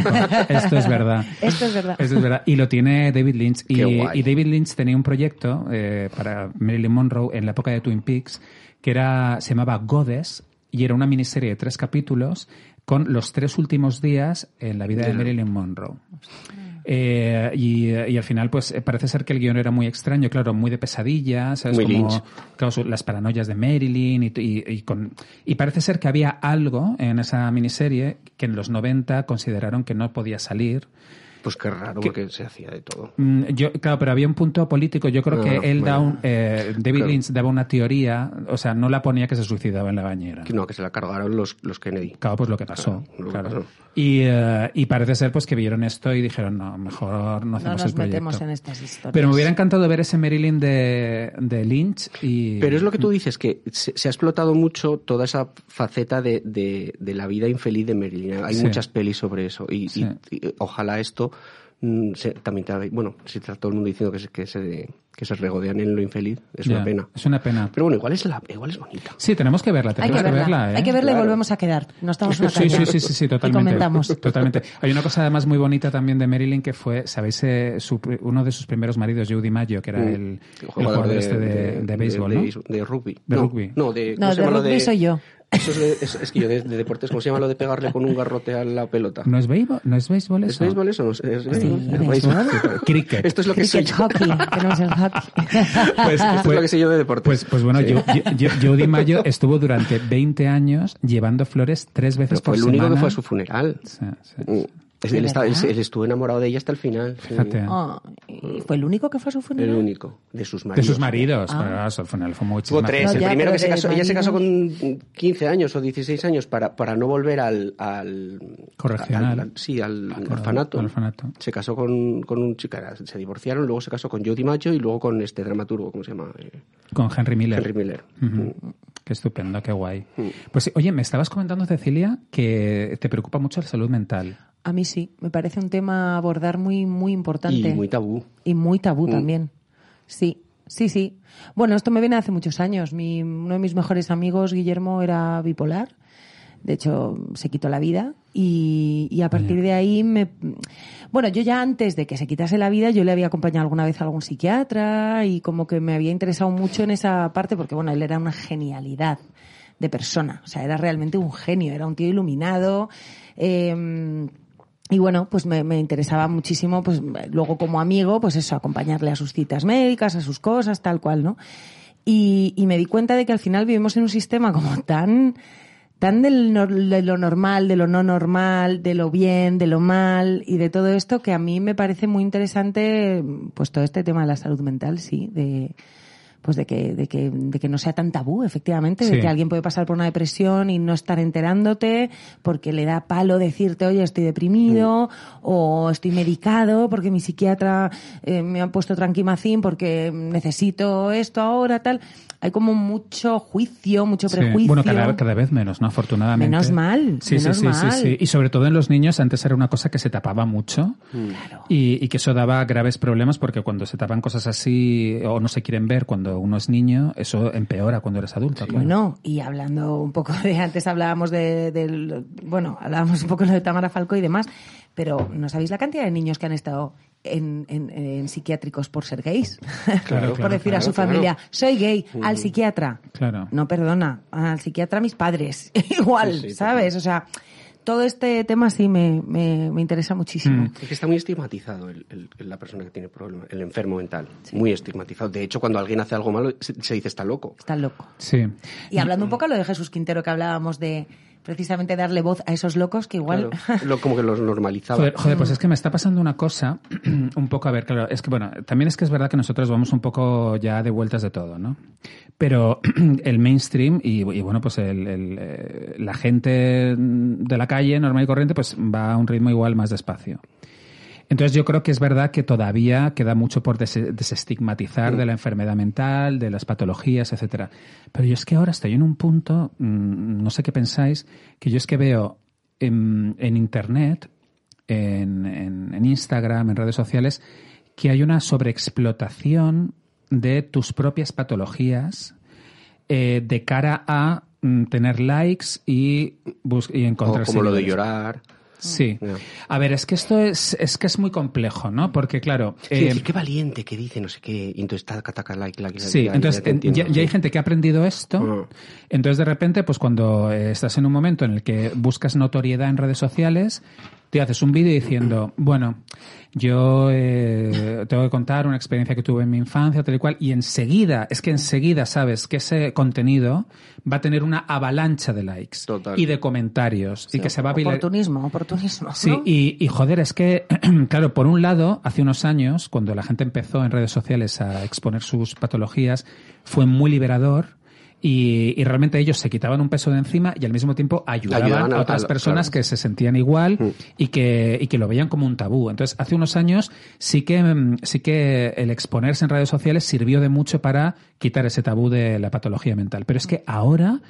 S4: Esto es verdad.
S6: Esto es verdad.
S4: Esto es verdad. Y lo tiene David Lynch. Y,
S5: Qué guay.
S4: y David Lynch tenía un proyecto eh, para Marilyn Monroe en la época de Twin Peaks que era se llamaba Goddess y era una miniserie de tres capítulos con los tres últimos días en la vida de Marilyn Monroe. Eh, y, eh, y al final, pues eh, parece ser que el guión era muy extraño, claro, muy de pesadillas, ¿sabes?
S5: Muy
S4: Como,
S5: Lynch.
S4: claro, su- las paranoias de Marilyn y, t- y- y con, y parece ser que había algo en esa miniserie que en los 90 consideraron que no podía salir.
S5: Pues qué raro, porque se hacía de todo.
S4: Mm, Yo, claro, pero había un punto político. Yo creo
S5: Ah,
S4: que él
S5: bueno.
S4: da un- eh, David
S5: Claro.
S4: Lynch daba una teoría, o sea, no la ponía que se suicidaba en la bañera.
S5: Que No, que se la cargaron los, los Kennedy.
S4: Claro, pues lo que pasó.
S5: Claro, lo que
S4: claro.
S5: pasó.
S4: Y, eh, y parece ser pues que vieron esto y dijeron, no, mejor no
S6: No
S4: hacemos el
S6: nos
S4: proyecto.
S6: metemos en estas historias.
S4: Pero me hubiera encantado ver ese Marilyn de, de Lynch y...
S5: Pero es lo que tú dices, que se, se ha explotado mucho toda esa faceta de, de- de la vida infeliz de Marilyn. Hay
S4: Sí.
S5: muchas pelis sobre eso y, y-
S4: Sí.
S5: y ojalá esto mm, se- también te, bueno, si está todo el mundo diciendo que se, que se, que se regodean en lo infeliz, es
S4: Ya,
S5: una pena.
S4: Es una pena.
S5: Pero bueno, igual es, la, igual es bonita.
S4: Sí, tenemos que verla,
S6: Hay
S4: tenemos
S6: que verla,
S4: ¿eh?
S6: hay que verla y
S9: Claro.
S6: volvemos a quedar. No estamos una
S4: Sí,
S6: caña.
S4: sí, sí, sí, sí,
S6: Y
S4: totalmente.
S6: comentamos.
S4: Totalmente. Hay una cosa además muy bonita también de Marilyn que fue, sabéis, eh, su pr- uno de sus primeros maridos, Judy Mayo, que era
S5: Mm.
S4: el, el jugador este de, de béisbol,
S5: de,
S4: ¿no?
S5: béis- de rugby.
S4: De
S5: no,
S4: rugby.
S5: No, de,
S6: No,
S5: ¿cómo se
S6: de
S5: llama lo
S6: rugby soy yo.
S5: Eso es, de- es- es que yo de, de deportes, ¿cómo se llama lo de pegarle con un garrote a la pelota?
S4: ¿No es béisbol? ¿No es béisbol
S5: ¿Es
S4: eso?
S5: béisbol eso? No, es, es béisbol.
S6: béisbol.
S5: Béisbol.
S4: Cricket.
S5: Esto es lo que soy
S6: Cricket,
S5: yo.
S6: hockey, tenemos el hockey.
S4: <laughs> <laughs> Pues,
S5: Esto es lo que sé yo de deportes.
S4: Pues, pues bueno, yo, yo- yo- Judy Mayo estuvo durante 20 años llevando flores tres veces
S5: Pero fue
S4: Pues por
S5: el
S4: semana.
S5: único que fue a su funeral.
S4: Sí, sí.
S5: Mm. Es- Él,
S6: ¿De
S5: está- él-
S6: verdad?
S5: él estuvo enamorado de ella hasta el final. sí. Ah.
S4: Fíjate.
S6: Oh, ¿y ¿Fue el único que fue a su
S5: El
S6: funeral?
S5: único. De sus
S4: De
S5: maridos.
S4: sus maridos. Bueno, eso, al final fue muchísima
S5: Ah. Tuvo tres.
S6: No,
S5: el
S6: ya,
S5: primero
S6: pero
S5: que se
S6: de
S5: casó, ella se casó con
S6: maridos.
S5: 15 años o 16 años para, para no volver al. al
S4: Correccional.
S5: al- al- sí, al
S4: Claro,
S5: orfanato.
S4: al orfanato.
S5: Se casó con, con un chico, era- se divorciaron, luego se casó con Jody Macho y luego con este dramaturgo, ¿cómo se llama? Eh,
S4: Con Henry Miller.
S5: Henry Miller. Mm.
S4: Ujú. Qué estupendo, qué guay. Pues sí, oye, me estabas comentando, Cecilia, que te preocupa mucho la salud mental.
S6: A mí sí, me parece un tema a abordar muy, muy importante.
S5: Y muy tabú.
S6: Y muy tabú también. Sí, sí, sí. Bueno, esto me viene hace muchos años. Mi, uno de mis mejores amigos, Guillermo, era bipolar. De hecho, se quitó la vida. Y, y a partir de ahí me. Bueno, yo ya antes de que se quitase la vida, yo le había acompañado alguna vez a algún psiquiatra y como que me había interesado mucho en esa parte porque, bueno, él era una genialidad de persona. O sea, era realmente un genio, era un tío iluminado. Eh, y bueno, pues me, me interesaba muchísimo, pues luego como amigo, pues eso, acompañarle a sus citas médicas, a sus cosas, tal cual, ¿no? Y, y me di cuenta de que al final vivimos en un sistema como tan, tan del nor- de lo normal, de lo no normal, de lo bien, de lo mal y de todo esto que a mí me parece muy interesante, pues todo este tema de la salud mental, sí, de, pues de que, de que, de que no sea tan tabú, efectivamente,
S4: Sí.
S6: de que alguien puede pasar por una depresión y no estar enterándote porque le da palo decirte, oye, estoy deprimido o estoy medicado porque mi psiquiatra eh, me ha puesto tranquimacín porque necesito esto ahora, tal. Hay como mucho juicio, mucho
S4: Sí.
S6: prejuicio.
S4: Bueno, cada, cada vez menos, ¿no? Afortunadamente.
S6: Menos mal,
S4: Sí,
S6: menos
S4: sí, sí,
S6: mal.
S4: sí, sí. Y sobre todo en los niños, antes era una cosa que se tapaba mucho
S5: Mm.
S4: y, y que eso daba graves problemas porque cuando se tapan cosas así o no se quieren ver cuando uno es niño, eso empeora cuando eres
S5: Ah,
S4: adulto. claro.
S6: Bueno, y hablando un poco de antes hablábamos de, del- bueno, hablábamos un poco de lo de Tamara Falco y demás, pero ¿no sabéis la cantidad de niños que han estado en, en- en psiquiátricos por ser gays? <laughs>
S4: Claro,
S6: por
S4: claro,
S6: decir a
S5: claro,
S6: su
S5: claro. Mm.
S6: familia, soy gay, al psiquiatra.
S4: Claro.
S6: No, perdona, al psiquiatra mis padres. <laughs> Igual,
S5: Sí, sí,
S6: ¿sabes? O sea, todo este tema sí me, me- me interesa muchísimo.
S4: Mm.
S5: Es que está muy estigmatizado el- el- el- la persona que tiene problema, el enfermo mental. Muy estigmatizado. De hecho, cuando alguien hace algo malo, se, se dice está loco.
S6: Está loco.
S4: Sí.
S5: Mm.
S6: Y hablando un poco de lo de Jesús Quintero que hablábamos de precisamente darle voz a esos locos que igual... <laughs>
S5: Claro. Lo- como que los normalizaba.
S4: Joder, joder, pues es que me está pasando una cosa, <clears throat> un poco, a ver, claro, es que bueno, también es que es verdad que nosotros vamos un poco ya de vueltas de todo, ¿no? Pero <clears throat> el mainstream y, y, bueno, pues el- el, eh, la gente de la calle normal y corriente pues va a un ritmo igual más despacio. Entonces yo creo que es verdad que todavía queda mucho por des- desestigmatizar de la enfermedad mental, de las patologías, etcétera. Pero yo es que ahora estoy en un punto, mm, no sé qué pensáis, que yo es que veo en, en internet, en, en- en Instagram, en redes sociales, que hay una sobreexplotación de tus propias patologías eh, de cara a mm, tener likes y, bus- y
S5: O
S4: encontrar
S5: Oh, como lo de
S4: seguidores.
S5: llorar. Mm.
S4: Sí.
S5: Ya.
S4: A ver, es que esto es, es que es muy complejo, ¿no? Porque claro,
S5: Sí,
S4: eh,
S5: decir, qué valiente que dice, no sé qué. Y entonces taca, taca, like, like,
S4: sí,
S5: like,
S4: entonces
S5: te
S4: en-
S5: entiendo.
S4: ya, ya hay gente que ha aprendido esto,
S5: Mm.
S4: entonces de repente, pues cuando eh, estás en un momento en el que buscas notoriedad en redes sociales, te haces un vídeo
S5: <clears throat>
S4: diciendo, bueno, yo eh, tengo que contar una experiencia que tuve en mi infancia, tal y cual, y enseguida, es que enseguida sabes que ese contenido va a tener una avalancha de likes
S5: Total.
S4: y de comentarios y que se va a virar-
S6: Oportunismo, oportunismo.
S4: Sí,
S6: ¿no?
S4: y, y, joder, es que, <clears throat> claro, por un lado, hace unos años, cuando la gente empezó en redes sociales a exponer sus patologías, fue muy liberador. Y, y realmente ellos se quitaban un peso de encima y al mismo tiempo ayudaban,
S5: Ayudaban
S4: a,
S5: a-
S4: otras
S5: a-
S4: personas
S5: claro.
S4: que se sentían igual y, que, y que lo veían como un tabú. Entonces, hace unos años sí que, mm, sí que el exponerse en redes sociales sirvió de mucho para quitar ese tabú de la patología mental. Pero es que ahora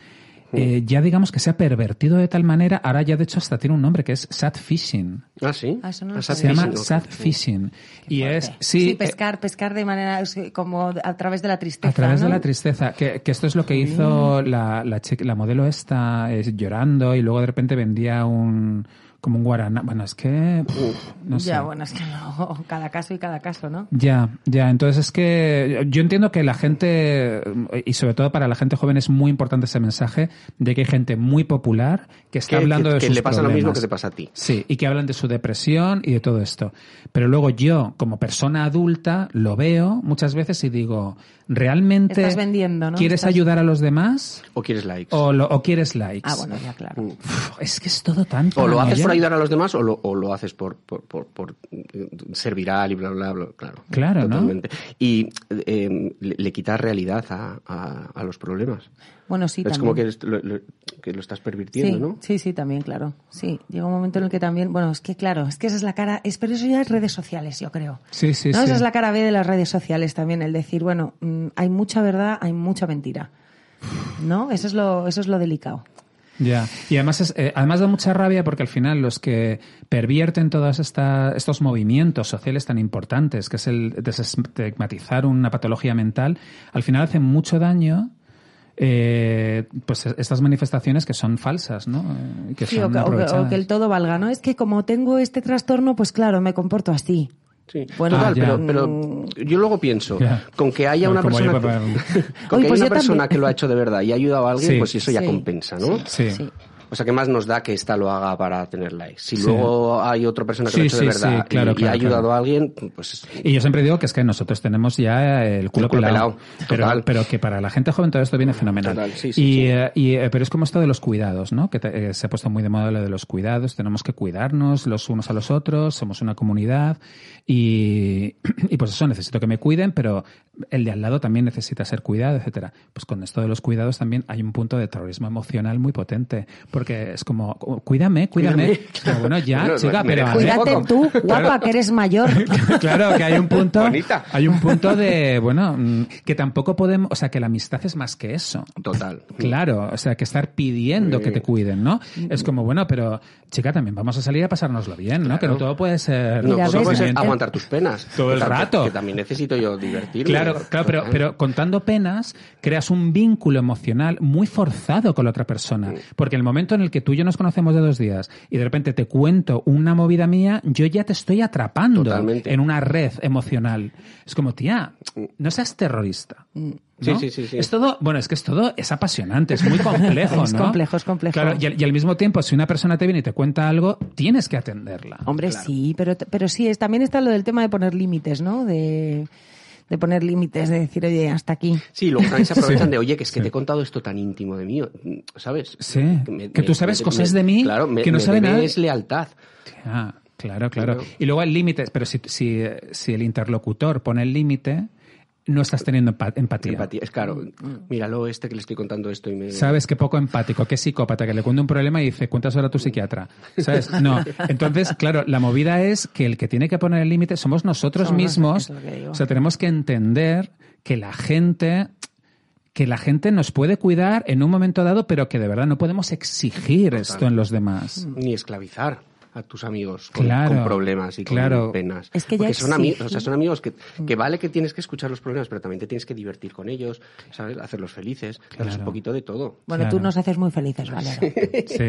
S4: eh, ya digamos que se ha pervertido de tal manera, ahora ya de hecho hasta tiene un nombre que es sad fishing.
S5: Ah, sí.
S6: Ah, eso no lo
S5: Ah,
S6: sabía.
S4: Se llama
S5: fishing, ok.
S4: sad fishing. Y
S6: Fuerte. pues
S4: es, sí, eh,
S6: pescar, pescar de manera, o sea, como a través de la tristeza.
S4: a través de
S6: ¿no?
S4: la tristeza, que, que esto es lo que hizo la, la, chica- la modelo esta eh, llorando y luego de repente vendía un como un guaraná. Bueno, es que pff, no sé.
S6: Ya, bueno, es que no, <laughs> cada caso y cada caso, ¿no?
S4: Ya, ya. Entonces es que yo entiendo que la gente, y sobre todo para la gente joven, es muy importante ese mensaje de que hay gente muy popular que está
S5: Que-
S4: hablando
S5: que-
S4: de
S5: que
S4: sus
S5: le pasa lo mismo
S4: problemas.
S5: que te pasa a ti.
S4: Sí, y que hablan de su depresión y de todo esto. Pero luego yo, como persona adulta, lo veo muchas veces y digo, ¿realmente
S6: Estás vendiendo, ¿no?
S4: quieres
S6: Estás-
S4: ayudar a los demás
S5: O quieres likes.
S4: o, lo- o quieres likes?
S6: Ah, bueno, ya claro.
S5: Mm.
S4: Uf, es que es todo tan
S5: O lo haces
S4: paranoia.
S5: por ayudar a los demás o lo, o lo haces por, por, por, por, eh, ser viral y bla, bla, bla. Claro,
S4: Claro, ¿no?
S5: totalmente. Y eh, le, le quitas realidad a, a- a los problemas.
S6: Bueno, sí,
S5: es
S6: también.
S5: como que, eres- lo, lo- que lo estás pervirtiendo,
S6: sí,
S5: ¿no?
S6: Sí, sí, también, claro. Sí, llega un momento en el que también, bueno, es que claro, es que esa es la cara, es, pero eso ya es redes sociales, yo creo.
S4: Sí, sí,
S6: ¿No?
S4: sí.
S6: Esa es la cara B de las redes sociales también, el decir, bueno, mm, hay mucha verdad, hay mucha mentira. ¿No? Eso es lo, eso es lo delicado.
S4: Ya, y además, es, eh, además da mucha rabia porque al final los que pervierten todos estos movimientos sociales tan importantes, que es el desestigmatizar una patología mental, al final hacen mucho daño eh, pues e- estas manifestaciones que son falsas, ¿no? Eh, que
S6: Sí, o,
S4: son
S6: que, o que- o que
S4: aprovechadas.
S6: el todo valga, ¿no? Es que como tengo este trastorno, pues claro, me comporto así.
S5: Sí.
S6: Bueno, Mm,
S5: Total,
S4: Ah, ya.
S5: pero, pero yo luego pienso,
S4: Ya.
S5: con que haya
S4: Pues
S5: una
S4: como
S5: persona,
S4: yo,
S5: que-
S4: papá.
S5: con
S6: <laughs>
S5: que haya
S6: Oye, pues
S5: una
S6: yo
S5: persona
S6: también.
S5: que lo ha hecho de verdad y ha ayudado a alguien,
S4: Sí.
S5: pues eso ya
S6: Sí.
S5: compensa, ¿no?
S4: Sí.
S6: sí.
S5: O sea, que más nos da que esta lo haga para tener likes? Si
S4: Sí.
S5: luego hay otra persona que
S4: Sí,
S5: lo ha hecho
S4: sí,
S5: de verdad
S4: sí, claro,
S5: y, y
S4: claro,
S5: ha ayudado
S4: claro.
S5: a alguien, pues
S4: Y yo siempre digo que es que nosotros tenemos ya el culo,
S5: El culo
S4: pelado.
S5: pelado,
S4: Pero,
S5: total.
S4: pero que para la gente joven todo esto viene fenomenal.
S5: Total, sí, sí,
S4: y,
S5: sí.
S4: eh, y, eh, pero es como esto de los cuidados, ¿no? Que te- eh, se ha puesto muy de moda lo de los cuidados. Tenemos que cuidarnos los unos a los otros, somos una comunidad. Y, <clears throat> y pues eso, necesito que me cuiden, pero el de al lado también necesita ser cuidado, etcétera. Pues con esto de los cuidados también hay un punto de terrorismo emocional muy potente. Porque es como, cuídame, cuídame.
S5: Cuídame.
S4: Es como, bueno, ya,
S5: Bueno,
S4: chica,
S5: me
S4: pero a
S5: dejo un
S4: ver,
S6: Cuídate
S5: poco.
S6: tú, guapa, que eres mayor.
S4: <laughs> claro, que hay un punto.
S5: Bonita.
S4: Hay un punto
S5: <laughs>
S4: de, bueno, mm, que tampoco podemos, o sea, que la amistad es más que eso.
S5: total.
S4: Claro, o sea, que estar pidiendo que te cuiden, ¿no?
S6: Mm.
S4: Es como, bueno, pero chica, también vamos a salir a pasárnoslo bien, ¿no? Que no todo puede ser.
S5: No,
S6: Mira,
S5: pues no
S6: ves,
S5: puedes
S6: el-
S5: aguantar tus penas.
S4: Todo el
S5: Que también-
S4: rato.
S5: Que también necesito yo divertirme.
S4: Claro, claro, pero, pero contando penas creas un vínculo emocional muy forzado con la otra persona. Porque en el momento en el que tú y yo nos conocemos de dos días y de repente te cuento una movida mía, yo ya te estoy atrapando
S5: Totalmente. Mm.
S4: en una red emocional. Es como, tía, no seas terrorista.
S6: Mm.
S5: Sí,
S4: ¿no?
S5: sí, sí, sí.
S4: Es todo, bueno, es que es todo, es apasionante, es muy complejo,
S6: <laughs> Es
S4: ¿no?
S6: complejo, es complejo.
S4: Claro, y al, y al mismo tiempo, si una persona te viene y te cuenta algo, tienes que atenderla.
S6: Hombre, sí, pero, pero sí, es, también está lo del tema de poner límites, ¿no? De, de poner límites, de decir, oye, hasta aquí.
S5: Sí, luego también se
S4: <laughs>
S5: aprovechan
S4: Sí.
S5: de, oye, que es que
S4: Sí.
S5: te he contado esto tan íntimo de mí, ¿sabes?
S4: Sí, que tú sabes cosas de mí
S5: claro, me-
S4: que no
S5: me
S4: sabe nadie.
S5: Es lealtad.
S4: Ah, claro, claro.
S5: Claro.
S4: Y luego el límite, pero si, si, si el interlocutor pone el límite, no estás teniendo empa- empatía.
S5: Empatía. Es claro,
S6: Mm,
S5: míralo este que le estoy contando esto y me...
S4: ¿Sabes qué poco empático, qué psicópata que le cuenta un problema y dice, cuentas ahora a tu psiquiatra? ¿Sabes? No. Entonces, claro, la movida es que el que tiene que poner el límite somos nosotros
S6: Somos
S4: mismos.
S6: nosotros, es lo que digo.
S4: O sea, tenemos que entender que la gente que la gente nos puede cuidar en un momento dado, pero que de verdad no podemos exigir esto en los
S6: Mm.
S4: demás.
S5: Ni esclavizar a tus amigos con,
S4: Claro,
S5: con problemas y con
S4: claro.
S5: penas.
S6: Es que ya Mm.
S5: Porque son, ami-
S6: exigir-
S5: o sea, son amigos que, que vale que tienes que escuchar los problemas, pero también te tienes que divertir con ellos, ¿sabes? Hacerlos felices, darles
S4: Claro.
S5: un poquito de todo.
S6: Bueno,
S4: Claro.
S6: tú nos haces muy felices, Valero.
S4: Sí,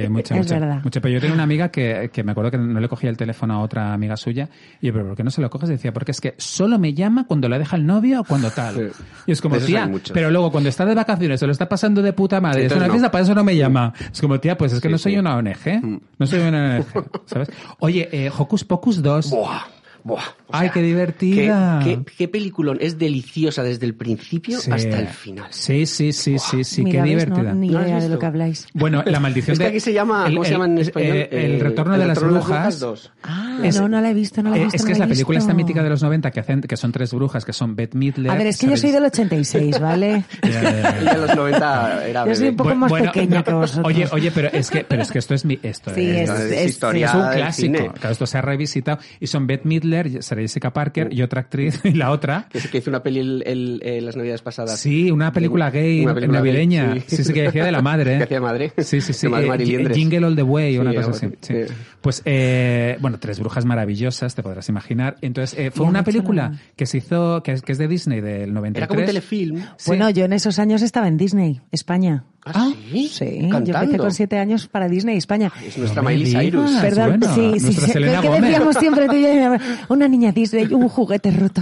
S4: mucho,
S6: <laughs> Es
S4: mucho,
S6: verdad.
S4: mucho. Pero yo tenía una amiga que, que me acuerdo que no le cogía el teléfono a otra amiga suya. Y yo, pero ¿por qué no se lo coges? Y decía, porque es que solo me llama cuando la deja el novio o cuando tal.
S5: Sí.
S4: Y es como,
S5: De esos
S4: tía,
S5: hay muchos.
S4: pero luego cuando está de vacaciones o lo está pasando de puta madre, es
S5: Entonces
S4: una
S5: no.
S4: fiesta, para eso no me llama. Es como, tía, pues es que
S5: Sí,
S4: no soy
S5: sí. Mm.
S4: una ONG. No soy una ONG,
S5: <laughs>
S4: ¿sabes? Oye, eh, Hocus Pocus 2.
S5: ¡Buah! ¡Buah! O
S4: Ay, qué divertida.
S5: Qué, qué- qué peliculón. Es deliciosa desde el principio
S4: Sí.
S5: hasta el final.
S4: Sí, sí, sí, sí, sí,
S6: Mira,
S4: qué
S6: ¿ves? No,
S4: divertida.
S6: ni
S5: ¿No has
S6: idea de
S5: visto?
S6: lo que habláis.
S4: Bueno, la maldición
S5: Es que
S4: de-
S5: aquí se llama, ¿cómo se llama en español?
S4: eh, El,
S5: Eh,
S4: retorno
S5: El
S4: de las
S5: retorno de las
S4: brujas.
S5: brujas dos. <laughs>
S6: Ah,
S4: Es-
S6: no, no la he visto, no la he
S4: Eh,
S6: visto.
S4: es
S6: no
S4: que es
S6: la
S4: la
S6: he
S4: película
S6: visto.
S4: esta mítica de los 90 que hacen que son tres brujas que son Beth Midler.
S6: A ver, es que yo soy del 86, ¿vale?
S4: <laughs> Ya, ya,
S6: <laughs>
S4: ya.
S5: Ya en los 90 era
S6: Yo soy
S5: bebé.
S6: un poco
S4: Bu-
S6: más
S4: bueno,
S6: pequeña
S4: no,
S6: que vosotros.
S4: Oye, oye, pero es que pero es que esto es mi esto
S6: Sí,
S4: es,
S6: es-
S5: Es
S6: es-
S5: historia
S4: es un
S5: del
S4: clásico.
S5: cine.
S4: Claro, esto se ha revisitado y son Beth Midler, será Jessica Parker y otra actriz <laughs> y la otra.
S5: Que, que hizo una peli el- el- eh, las navidades pasadas.
S4: Sí, una película gay
S5: Una película gay,
S4: navideña.
S5: sí.
S4: sí. sí, que decía de la madre.
S5: <laughs>
S4: ¿eh?
S5: Que hacía de madre.
S4: Sí, sí, sí.
S5: De madre
S4: eh,
S5: Mary
S4: Gi-
S5: Liendres.
S4: Jingle all the way,
S5: Sí,
S4: una
S5: algo
S4: cosa así.
S5: así.
S4: sí.
S5: Eh.
S4: Pues, eh, bueno, tres brujas maravillosas, te podrás imaginar. Entonces, eh, fue
S6: Ya
S4: una
S6: me suena.
S4: película que se hizo, que es, que es de Disney del 93.
S5: Era como un telefilm.
S4: Sí.
S6: Bueno, yo en esos años estaba en Disney, España.
S5: Ah,
S6: Sí, yo
S5: Cantando.
S6: empecé con siete años para Disney, España.
S5: Es nuestra
S4: No me
S5: Miley Cyrus.
S4: digas.
S6: ¿Verdad?
S4: bueno,
S6: sí, sí,
S4: nuestra
S6: sí.
S4: Selena
S6: ¿Qué
S4: Gómez.
S6: decíamos siempre tú y yo? Una niña Disney, un
S4: <laughs>
S6: juguete roto.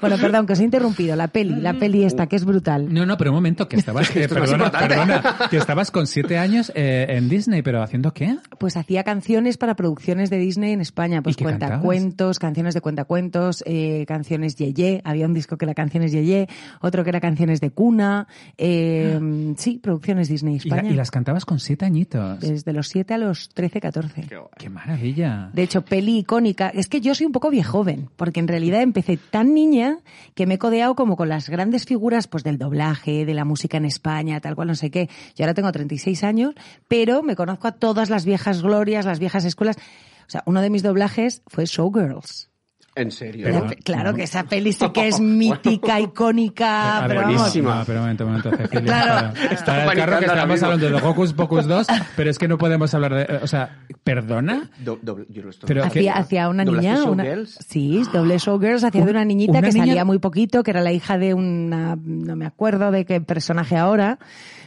S6: bueno, perdón, que os he interrumpido. La peli, la peli
S4: Uh.
S6: esta, que es brutal.
S4: No, no, pero un momento, que
S5: <laughs>
S4: estabas, eh,
S5: más
S4: perdona,
S5: importante. <laughs>
S4: perdona, que estabas con siete años eh, en Disney, pero ¿haciendo qué?
S6: Pues hacía canciones para producciones de Disney en España. Pues
S4: qué cantabas?
S6: cuentacuentos, canciones de cuentacuentos, eh, canciones Yeye. Había un disco que era canciones Yeye, otro que era canciones de cuna. eh, sí, producciones Disney
S4: Ah. Y, la-
S6: España. Eh,
S4: y las cantabas con siete añitos.
S6: Desde los 7 a los 13, 14.
S4: Qué maravilla.
S6: De hecho, peli icónica. Es que yo soy un poco viejoven, porque en realidad empecé tan niña que me he codeado como con las grandes figuras pues del doblaje, de la música en España, tal cual, no sé qué. Yo ahora tengo 36 años, pero me conozco a todas las viejas glorias, las viejas escuelas. O sea, uno de mis doblajes fue Showgirls.
S5: En serio.
S4: Pero-
S6: La pe- claro que esa peli sí que es mítica, icónica,
S5: Ah,
S4: A ver,
S6: Ah, pero vamos,
S5: buenísima.
S4: No, Ah, pero un momento, un momento, Cecilia.
S6: Claro. Ah.
S4: Para- Está en el carro que
S5: Panicando ahora
S4: estamos
S5: mismo.
S4: hablando de los Hocus Pocus 2, pero es que no podemos hablar de... O sea, ¿perdona?
S5: Do- doble- yo lo estoy-
S4: Pero-
S6: Hacia,
S4: ¿Qué?
S6: hacia una
S5: ¿Doblaste
S6: niña. Una,
S5: Showgirls?
S6: sí, doble showgirls, hacia de una niñita
S4: una
S6: que
S4: niña-
S6: salía muy poquito, que era la hija de una, no me acuerdo de qué personaje ahora.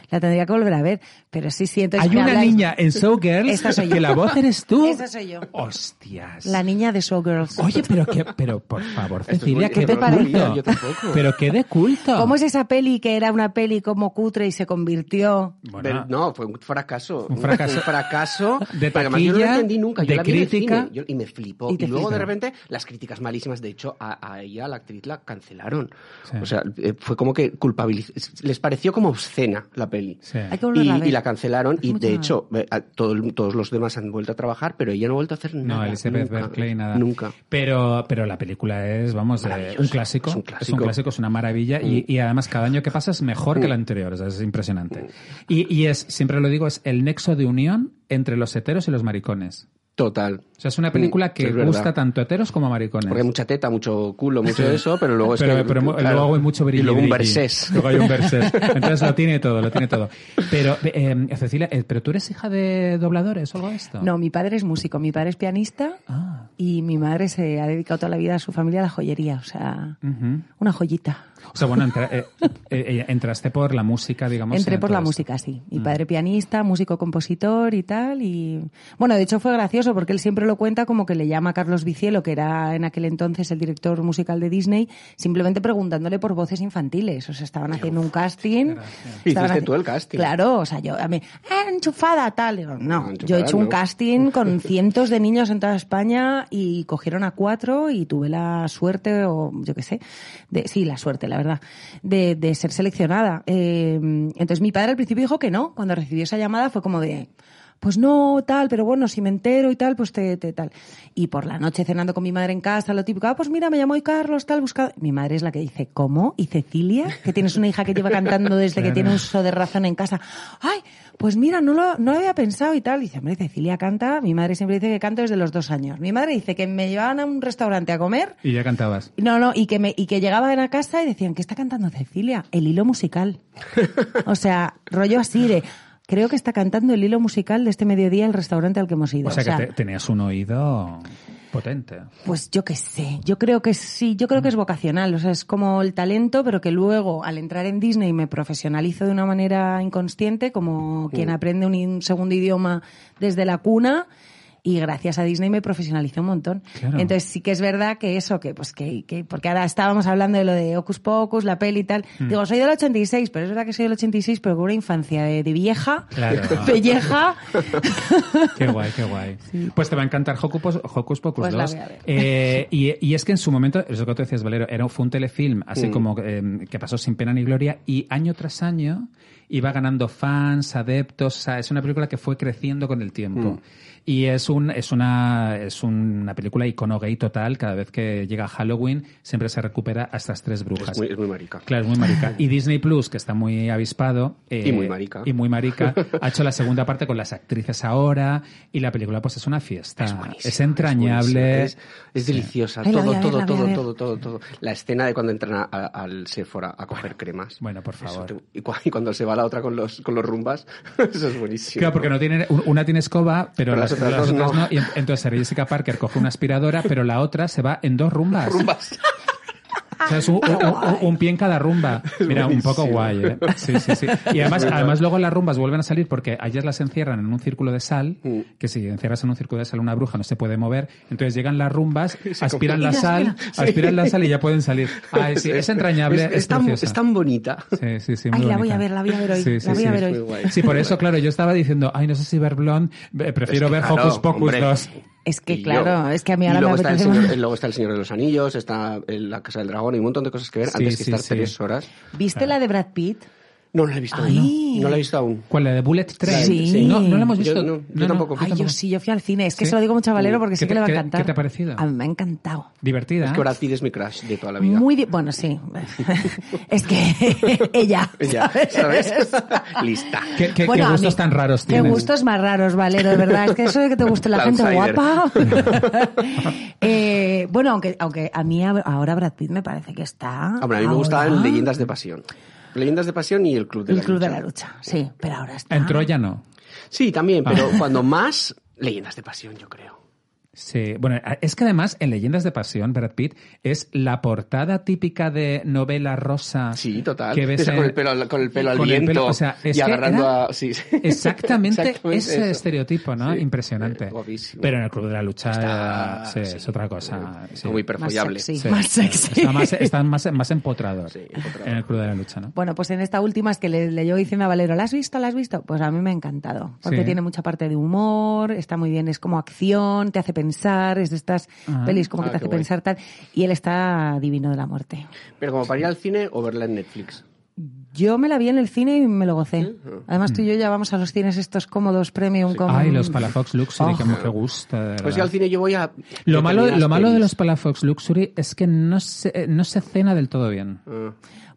S6: La tendría que volver a ver, pero sí siento
S4: Hay una niña en Showgirls
S6: Esa soy yo.
S4: que la voz eres tú.
S6: Esa soy yo.
S4: Hostias.
S6: La niña de showgirls.
S4: Oye, pero qué, pero por favor,
S5: es
S4: Cecilia,
S5: muy-
S4: qué
S5: esto
S4: de
S5: no lo
S4: culto.
S5: sabía, yo tampoco.
S4: Pero qué de culto.
S6: ¿Cómo es esa peli que era una peli como cutre y se convirtió?
S4: Bueno,
S5: Ver- no, fue un fracaso.
S4: Un fracaso.
S5: fracaso.
S4: <laughs> De
S5: Pero además yo no lo
S4: taquilla,
S5: entendí nunca. Yo
S4: de
S5: la vi en el
S4: crítica.
S5: cine, yo- y me flipó.
S6: Y
S5: Y,
S6: te
S5: luego
S6: flipó.
S5: de repente las críticas malísimas. De hecho, a, a ella, a la actriz, la cancelaron.
S4: Sí.
S5: O sea, eh, fue como que culpabiliz... Les pareció como obscena la peli.
S4: Sí.
S6: Hay que
S5: Y,
S6: volverla a ver.
S5: y la cancelaron
S6: Hace
S5: y
S6: mucho
S5: de
S6: no la
S5: hecho eh, a- todo el- todos los demás han vuelto a trabajar pero ella no ha vuelto a hacer nada
S4: No, Elizabeth
S5: nunca,
S4: Berkley, nada.
S5: nunca
S4: Pero, pero la película es, vamos, eh,
S5: Maravillosa.
S4: un clásico.
S5: Es un
S4: Es
S5: clásico.
S4: un clásico, es una maravilla. Y, y además, cada año que pasa es mejor que el
S5: Mm.
S4: anterior. o sea, es impresionante. Y, y es, siempre lo digo, es el nexo de unión entre los heteros y los maricones.
S5: total
S4: O sea, es una película
S5: Mm,
S4: que
S5: es verdad.
S4: gusta tanto a heteros como a maricones.
S5: porque hay mucha teta mucho culo mucho de eso pero luego es
S4: pero,
S5: que,
S4: pero mu-
S5: claro,
S4: luego hay mucho brillo.
S5: y luego un versés
S4: Luego hay un
S5: <laughs>
S4: versés. Entonces lo tiene todo, lo tiene todo. Pero, eh, Cecilia, eh, ¿pero tú eres hija de dobladores o algo de esto?
S6: No, mi padre es músico, mi padre es pianista
S4: Ah.
S6: y mi madre se ha dedicado toda la vida a su familia a la joyería, o sea,
S4: Ujú.
S6: una joyita.
S4: O sea, bueno, entra- eh, eh, entraste por la música, digamos.
S6: Entré
S4: en
S6: por
S4: todo
S6: la
S4: esto. Mm.
S6: música, sí. Mi padre pianista, músico, compositor y tal. Y bueno, de hecho fue gracioso porque él siempre lo cuenta como que le llama a Carlos Vicielo, que era en aquel entonces el director musical de Disney, simplemente preguntándole por voces infantiles. O sea, estaban haciendo un casting. estaban
S5: Hiciste
S6: haci-
S5: tú el casting.
S6: Claro, o sea, yo a mí, "Ah, enchufada, tal. Digo, no,
S5: No,
S6: yo he
S5: enchufada,
S6: hecho un
S5: no.
S6: casting con cientos de niños en toda España y cogieron a cuatro y tuve la suerte, o yo qué sé, de, sí, la suerte, la verdad, de, de ser seleccionada. Eh, entonces mi padre al principio dijo que no, cuando recibió esa llamada fue como de, pues no, tal, pero bueno, si me entero y tal, pues te, te tal. Y por la noche cenando con mi madre en casa, lo típico, ah, pues mira, me llamó hoy Carlos, tal, buscado. Mi madre es la que dice, ¿cómo? ¿Y Cecilia? Que tienes una hija que lleva cantando desde que tiene uso de razón en casa. Ay, pues mira, no lo, no lo había pensado y tal. Y dice, hombre, Cecilia canta. Mi madre siempre dice que canta desde los dos años. Mi madre dice que me llevaban a un restaurante a comer.
S4: Y ya cantabas.
S6: No, no, y que, me, y que llegaban a casa y decían, ¿qué está cantando Cecilia? El hilo musical.
S4: <laughs>
S6: O sea, rollo así de, creo que está cantando el hilo musical de este mediodía el restaurante al que hemos ido.
S4: O sea, que te- tenías un oído potente.
S6: Pues yo qué sé, yo creo que sí, yo
S5: Mm.
S6: creo que es vocacional, o sea, es como el talento, pero que luego al entrar en Disney me profesionalizo de una manera inconsciente, como quien aprende un, in- segundo idioma desde la cuna. Y gracias a Disney me profesionalicé un montón.
S4: Claro.
S6: Entonces sí que es verdad que eso, que pues que, que- porque ahora estábamos hablando de lo de Hocus Pocus, la peli y tal.
S5: Mm.
S6: Digo, soy del 86, pero es verdad que soy del 86, pero con una infancia de, de vieja,
S4: Claro.
S5: <laughs>
S6: pelleja.
S4: Qué guay, qué guay. Pues te va a encantar Hocus, Pocus- Hocus Pocus
S6: Pues la
S4: 2.
S6: voy a ver.
S4: Eh, y, y es que en su momento, es lo que tú decías, Valero, era, fue un telefilm, así como eh, que pasó sin pena ni gloria, y año tras año y va ganando fans, adeptos. O sea, es una película que fue creciendo con el
S6: Mm.
S4: tiempo. Y es, un, es, una, es una película icono gay total. Cada vez que llega Halloween, siempre se recupera a estas tres brujas.
S5: Es muy, es muy marica.
S4: Claro, es muy
S5: <laughs>
S4: marica. Y Disney Plus, que está muy avispado. eh,
S5: Y muy marica.
S4: Y muy
S5: <laughs>
S4: marica. ha hecho la segunda parte con las actrices ahora. Y la película, pues, es una fiesta.
S5: Es buenísima,
S4: entrañable.
S5: Es, es deliciosa.
S6: Ay, la voy
S5: todo,
S6: a ver,
S5: todo,
S6: la voy a
S5: todo,
S6: ver.
S5: todo, todo, todo. La escena de cuando entran a- a- al Sephora a coger cremas.
S4: Bueno, por
S5: Eso
S4: favor.
S5: te- y, cua- y cuando se va la otra con los, con los rumbas, <laughs> eso es buenísimo.
S4: Claro, porque
S5: <laughs>
S4: no tiene, un- una tiene escoba, pero, las, las otras, no. Y en- entonces Sarah Jessica Parker coge una aspiradora, pero la otra se va en dos rumbas.
S5: <laughs> Rumbas.
S4: O sea, es un, un- un- un pie en cada
S5: <laughs>
S4: rumba. Mira, un poco guay, ¿eh? Sí, sí, sí. Y además, además luego las rumbas vuelven a salir porque a ellas las encierran en un círculo de sal,
S5: Mm.
S4: que si encierras en un círculo de sal una bruja no se puede mover, entonces llegan las
S5: <laughs>
S4: rumbas, aspiran la
S6: Y las
S4: sal,
S6: <laughs>
S4: aspiran la sal y ya pueden salir. Ah, sí, es entrañable,
S5: Es,
S4: es,
S5: es tan,
S4: preciosa.
S5: es tan bonita.
S4: Sí, sí, sí,
S6: Ay,
S4: muy
S6: la voy
S4: bonita.
S6: a ver, la voy a ver hoy.
S4: Sí, sí,
S6: la voy a
S4: sí.
S6: ver
S5: Muy
S6: hoy.
S5: guay.
S4: Sí, por eso, claro, yo estaba diciendo, ay, no sé si ver Blonde, eh, prefiero
S5: Es que
S4: ver
S5: claro,
S4: Hocus Pocus
S5: hombre.
S4: 2.
S6: Es que
S5: Y
S6: claro,
S5: yo-
S6: es que a mí
S5: y
S6: ahora me
S5: luego está, el
S6: apetece
S5: señor,
S6: más.
S5: eh, luego está El Señor de los Anillos, está el- La Casa del Dragón y un montón de cosas que ver
S4: Sí,
S5: antes que
S4: sí,
S5: estar
S4: sí.
S5: tres horas.
S6: ¿Viste la de Brad Pitt?
S5: No la he visto
S6: Ay.
S5: aún. No la he visto aún.
S4: ¿Cuál? ¿La de Bullet Train?
S6: Sí.
S4: No, no la hemos
S5: Yo
S4: visto.
S5: no, yo tampoco.
S4: yo
S6: Ay, yo sí, yo fui al cine. Es que
S4: ¿Sí?
S6: se lo digo mucho a Valero porque
S4: ¿Qué
S6: sé
S4: te-
S6: que le va a
S4: qué-
S6: encantar.
S4: qué te ha parecido?
S6: A mí me ha encantado.
S4: Divertida.
S5: Es
S4: ¿eh?
S5: que Brad Pitt es mi crush de toda la vida.
S6: Muy di- bueno, sí.
S5: <laughs>
S6: es que <laughs> ella.
S5: Ya, ¿sabes? <laughs> Lista.
S4: ¿Qué, qué- qué
S6: Bueno, a
S4: gustos
S6: mí-
S4: tan raros
S6: Qué
S4: tienes?
S6: gustos más raros, Valero, de verdad. Es que eso de que te guste la gente
S5: Outsider. <laughs>
S6: guapa. <laughs> Eh, bueno, aunque, aunque a mí ab- ahora Brad Pitt me parece que está.
S5: Hombre, a mí me gustaban
S6: ahora
S5: Leyendas de Pasión. Leyendas de Pasión y El Club de
S6: El
S5: la
S6: Club
S5: Lucha.
S6: de la Lucha, sí, pero ahora está.
S4: En Troya no.
S5: Sí, también, pero
S4: Ah.
S5: cuando más, Leyendas de Pasión, yo creo.
S4: Sí, bueno, es que además en Leyendas de Pasión, Brad Pitt es la portada típica de novela rosa.
S5: Sí, total.
S4: Que ves
S5: Esa <laughs> con
S4: en-
S5: el pelo, al- con el pelo al
S4: con el
S5: viento
S4: pelo, o sea, es
S5: y
S4: que
S5: agarrando
S4: era
S5: a... <laughs> Sí, sí.
S4: <laughs> Exactamente, ese
S5: eso.
S4: estereotipo, ¿no?
S5: Sí,
S4: Impresionante.
S5: eh, guapísimo.
S4: Pero en el Club de la Lucha
S5: Está-
S4: eh, sí,
S5: sí,
S4: es otra cosa.
S5: eh,
S4: sí.
S5: Muy
S6: más
S5: perfollable.
S6: sexy.
S4: Sí.
S6: Más sexy.
S4: Está más, está más, más empotrador,
S5: Sí, empotrador.
S4: en el Club de la Lucha, ¿no?
S6: Bueno, pues en esta última es que le, le yo diciendo a Valero, ¿la has visto? ¿La has visto? Pues a mí me ha encantado, porque
S4: Sí.
S6: tiene mucha parte de humor, está muy bien, es como acción, te hace pensar, es de estas
S4: Ajá.
S6: pelis como que
S5: Ah,
S6: te
S5: qué
S6: hace
S5: guay.
S6: pensar tal, y él está divino de la muerte.
S5: Pero como para ir al cine o verla en Netflix.
S6: Yo me la vi en el cine y me lo gocé. Además tú y yo ya vamos a los cines estos cómodos premium con...
S4: Ay, los Palafox Luxury,
S6: Oh.
S4: que me gusta. de
S5: Pues yo
S4: verdad.
S5: al cine yo voy a...
S4: Lo malo,
S5: determinadas
S4: lo malo de
S5: pelis.
S4: los Palafox Luxury es que no se, eh, no se cena del todo bien.
S5: Ah.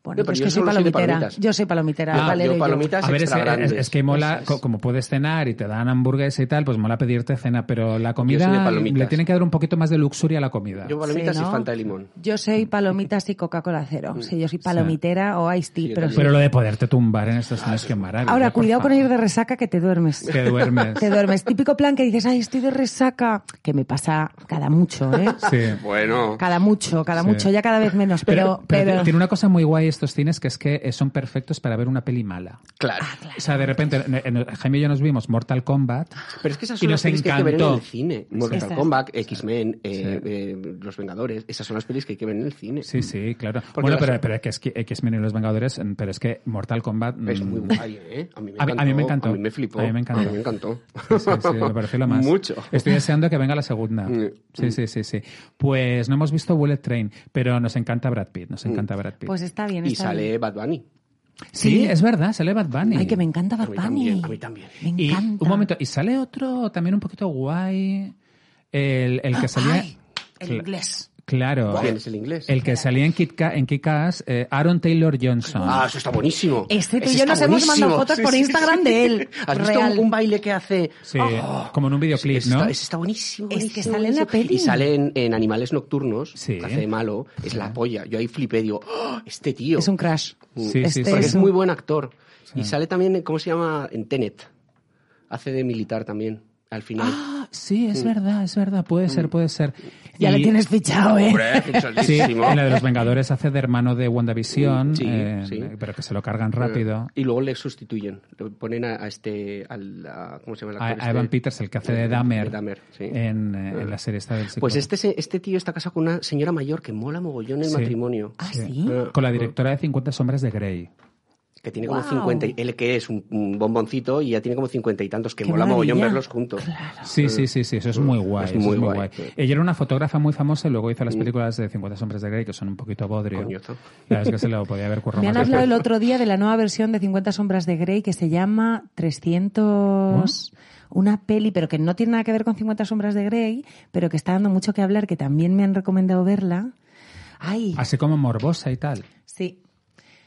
S6: Bueno,
S5: No, pero
S6: yo es
S5: yo
S6: que soy
S5: solo soy de
S6: palomitera.
S5: palomitas.
S6: Yo soy palomitera,
S5: Ah,
S6: Valero
S5: yo
S6: y
S5: palomita- Las
S4: A ver, es,
S5: extra
S4: que-
S5: grandes,
S4: es- es que mola,
S5: esas.
S4: co- como puedes cenar y te dan hamburguesa y tal, pues mola pedirte cena, pero la
S5: soy de
S4: comida
S5: palomitas.
S4: le tiene que dar un poquito más de luxuria a la comida.
S5: Yo palomitas
S6: Sí, ¿no?
S5: y Fanta de limón. Mm. <laughs>
S6: Yo soy palomitas y Coca-Cola cero. Sí, yo soy palomitera o Ice Tea,
S5: yo
S6: pero
S5: también.
S4: Pero lo de poderte tumbar en estos cines, qué maravilla.
S6: Ahora,
S4: por
S6: cuidado con
S4: favor.
S6: ir de resaca que
S5: <laughs>
S6: te duermes.
S4: Que duermes.
S6: Te duermes. Típico plan que dices, ay, estoy de resaca. Que me pasa cada mucho, ¿eh?
S4: Sí.
S5: Bueno.
S6: Cada mucho, cada
S4: Sí.
S6: mucho, ya cada vez menos. Pero, pero,
S4: tiene una cosa muy guay estos cines que es que eh, son perfectos para ver una peli mala.
S5: Claro.
S6: Ah,
S4: O sea, de repente, en- en- Jaime y yo nos vimos Mortal Kombat.
S5: Pero es que esas
S4: Y
S5: son las
S4: nos
S5: pelis que hay que ver en
S4: encantó.
S5: el cine. Mortal
S6: Esas.
S5: Kombat, X-Men, eh,
S4: Sí.
S5: eh, Los Vengadores. Esas son las pelis que hay que ver en el cine.
S4: Sí, sí, claro.
S5: Porque
S4: bueno,
S5: las-
S4: pero, pero es que es que X-Men y los Vengadores, mm, pero es que Mortal Kombat.
S5: Es
S4: <laughs>
S5: muy
S4: mm,
S5: guay, ¿eh? A mí me
S4: A mí-
S5: encantó.
S4: a mí me encantó.
S5: A mí me flipó.
S4: A mí me encantó.
S5: encantó.
S4: Sí, sí, sí, me pareció lo más.
S5: Mucho.
S4: Estoy deseando que venga la segunda.
S5: Mm.
S4: Sí, sí, sí, sí. Pues no hemos visto Bullet Train, pero nos encanta Brad Pitt, nos
S5: Mm.
S4: encanta Brad Pitt.
S6: pues está bien.
S5: Y
S6: está
S5: sale
S6: bien.
S5: Bad Bunny.
S4: sí,
S6: sí.
S4: es verdad, sale Bad Bunny.
S6: Ay, que me encanta Bad
S5: A mí
S6: Bunny.
S5: también, a mí también.
S6: Me
S4: Y
S6: encanta.
S4: un momento, y sale otro también un poquito guay, el, el que salía...
S6: Ah, Ay, el
S4: Cla-
S6: inglés.
S4: Claro.
S5: ¿Quién es el inglés?
S4: El que salía en Kit Ka- en Kick-Ass, eh, Aaron Taylor Johnson.
S5: Ah, eso está buenísimo.
S6: Este tú y
S5: Ese
S6: yo
S5: está
S6: nos hemos mandado
S5: buenísimo.
S6: fotos por Instagram de él.
S5: <laughs> ¿Has visto
S6: Real.
S5: un, un baile que hace?
S4: Sí,
S5: Oh.
S4: como en un videoclip,
S5: Ese
S4: ¿no?
S5: Está, ese está buenísimo.
S6: Es que
S5: buenísimo,
S6: sale en la
S5: buenísimo.
S6: peli.
S5: Y sale en, en Animales Nocturnos,
S4: Sí.
S5: que hace de malo. Es la polla. Yo ahí flipé, digo, ¡Oh, este tío.
S6: Es un crash.
S4: Sí, sí,
S6: Este
S4: sí.
S5: Porque es
S6: un-
S5: muy buen actor. Y sale también, ¿cómo se llama? En Tenet. Hace de militar también, al final.
S4: Ah, sí, es verdad, es verdad, puede
S5: Mm.
S4: ser, puede ser.
S6: Ya le
S4: Y-
S6: tienes fichado, ¿eh?
S4: Sí, en la de los Vengadores hace de hermano de WandaVision,
S5: Sí,
S4: eh,
S5: sí.
S4: pero que se lo cargan rápido.
S5: Eh, Y luego le sustituyen. Le ponen a, a este. Al, a- ¿Cómo se llama el
S4: A,
S5: actor?
S4: a
S5: este?
S4: Evan Peters, el que hace de Dahmer,
S5: De Dahmer, sí.
S4: en, eh, en la serie esta del
S5: Pues
S4: psicópata.
S5: este, se- este tío está casado con una señora mayor que mola mogollón el
S4: Ah, Sí.
S5: matrimonio.
S6: Ah, sí.
S5: eh,
S4: Con la directora de 50 sombras de Grey.
S5: que tiene como
S6: Guau.
S5: 50. y- Él que es un, un bomboncito y ya tiene como 50 y tantos, que
S6: Qué
S5: mola mogollón
S6: maravilla.
S5: verlos juntos.
S4: Sí, sí, sí, sí, eso es muy guay.
S5: Ah. Eh, Es
S4: eso es
S5: muy
S4: muy
S5: guay,
S4: guay.
S5: sí. Mm.
S4: Ella era una fotógrafa muy famosa y luego hizo las películas de 50 sombras de Grey, que son un poquito bodrio.
S5: Coñazo.
S4: La verdad es que se lo podía haber currado
S6: Me
S4: más
S6: han hablado
S4: después.
S6: el otro día de la nueva versión de 50 sombras de Grey que se llama 300... Una peli, pero que no tiene nada que ver con 50 sombras de Grey, pero que está dando mucho que hablar, que también me han recomendado verla. Ay,
S4: Así como morbosa y tal.
S6: sí.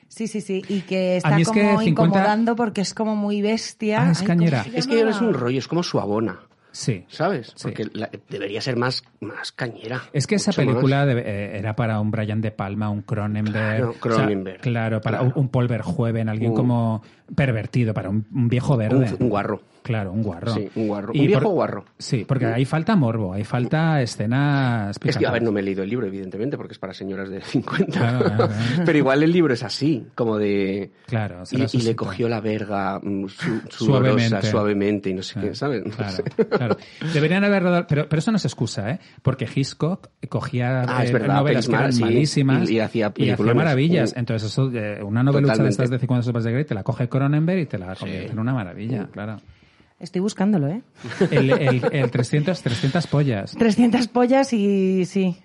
S6: Sí, sí, sí. Y que está
S4: mí es
S6: como
S4: que 50
S6: incomodando porque es como muy bestia.
S4: Ah, es
S6: Ay, ¿cómo
S4: cañera.
S6: se
S5: Es que no es
S6: llamaba?
S5: un rollo, es como su abona,
S4: Sí.
S5: ¿sabes?
S4: Sí.
S5: Porque la- debería ser más, más cañera.
S4: Es que esa
S5: mucho más.
S4: película de- eh, era para un Brian De Palma, un Cronenberg.
S5: Claro,
S4: o sea,
S5: Cronenberg.
S4: claro, para
S5: Claro.
S4: un Paul Verhoeven, alguien
S5: Un-
S4: como pervertido, para un, un viejo verde.
S5: Un- un guarro.
S4: Claro, un guarro.
S5: Sí, un guarro. Un viejo guarro.
S4: Sí, porque ahí falta morbo, ahí falta escenas
S5: Es que, a ver, no
S4: picantes.
S5: me he leído el libro, evidentemente, porque es para señoras de 50.
S4: Claro, claro, claro.
S5: <laughs> Pero igual el libro es así, como de...
S4: Claro, se
S5: y,
S4: la
S5: y le
S4: suscita.
S5: cogió la verga
S4: <laughs>
S5: mm, su-
S4: Suavemente. Ah,
S5: sudorosa, suavemente y no sé qué, ¿sabes? No
S4: Claro,
S5: sé. <laughs>
S4: claro. Deberían haber dado- pero, pero eso no es excusa, ¿eh? Porque Hitchcock cogía
S5: Ah, es
S4: eh,
S5: verdad,
S4: novelas que
S5: pelis
S4: eran
S5: malas, sí,
S4: malísimas
S5: y- y hacía peliculones.
S4: maravillas.
S5: Mm.
S4: Entonces, eso, eh, una novelucha
S5: Totalmente.
S4: de estas de 50 sopas de Grey te la coge Cronenberg y te la convierte en una maravilla,
S5: Uh.
S4: claro.
S6: Estoy buscándolo, ¿eh?
S4: El, el- el 300, 300 pollas.
S6: 300 pollas y sí.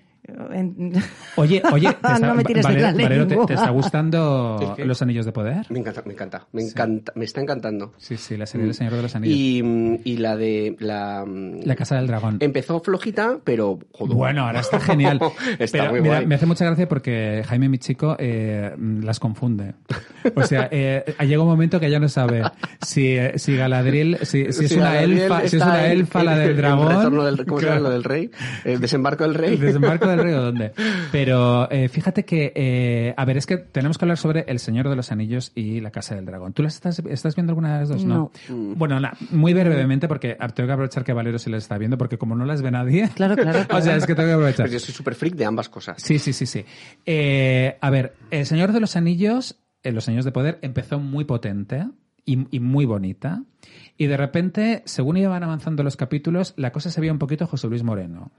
S6: En-
S4: Oye, oye, te está,
S6: <laughs> No me tires de la
S4: Valero- Valero, ¿te-
S6: lengua. <laughs>
S4: ¿te, está gustando
S5: Es que-
S4: Los Anillos de Poder?
S5: Me encanta, me encanta, me encanta, me está encantando.
S4: Sí, sí, la serie del Señor de los Anillos.
S5: Y, mm, y la de la, mm,
S4: La Casa del Dragón.
S5: empezó flojita, pero joder.
S4: Bueno, ahora está genial.
S5: <laughs> está
S4: Pero,
S5: muy
S4: mira,
S5: guay.
S4: me hace mucha gracia porque Jaime, mi chico, eh, las confunde. O sea, eh, llega un momento que ya no sabe si, eh, si Galadriel, si, si es
S5: Sí,
S4: una
S5: Galadriel
S4: elfa, si es
S5: está
S4: una
S5: en-
S4: elfa la
S5: <laughs> en-
S4: del
S5: en
S4: dragón.
S5: retorno del- ¿Cómo se llama
S4: Claro.
S5: lo del rey? El desembarco del rey.
S4: El desembarco del río,
S5: <laughs>
S4: ¿dónde? Pero eh, fíjate que, eh, a ver, es que tenemos que hablar sobre El Señor de los Anillos y La Casa del Dragón. ¿Tú las estás, estás viendo alguna de las dos? No.
S5: Mm.
S4: Bueno, na- muy brevemente, porque tengo que aprovechar que Valero se las está viendo, porque como no las ve nadie.
S6: Claro, claro,
S4: <laughs> o sea,
S6: claro.
S4: es que tengo que aprovechar.
S5: Pero yo soy súper freak de ambas cosas.
S4: Sí, sí, sí, sí. Eh, a ver, El Señor de los Anillos, eh, Los Anillos de Poder, empezó muy potente y, y muy bonita. Y de repente, según iban avanzando los capítulos, la cosa se veía un poquito José Luis Moreno.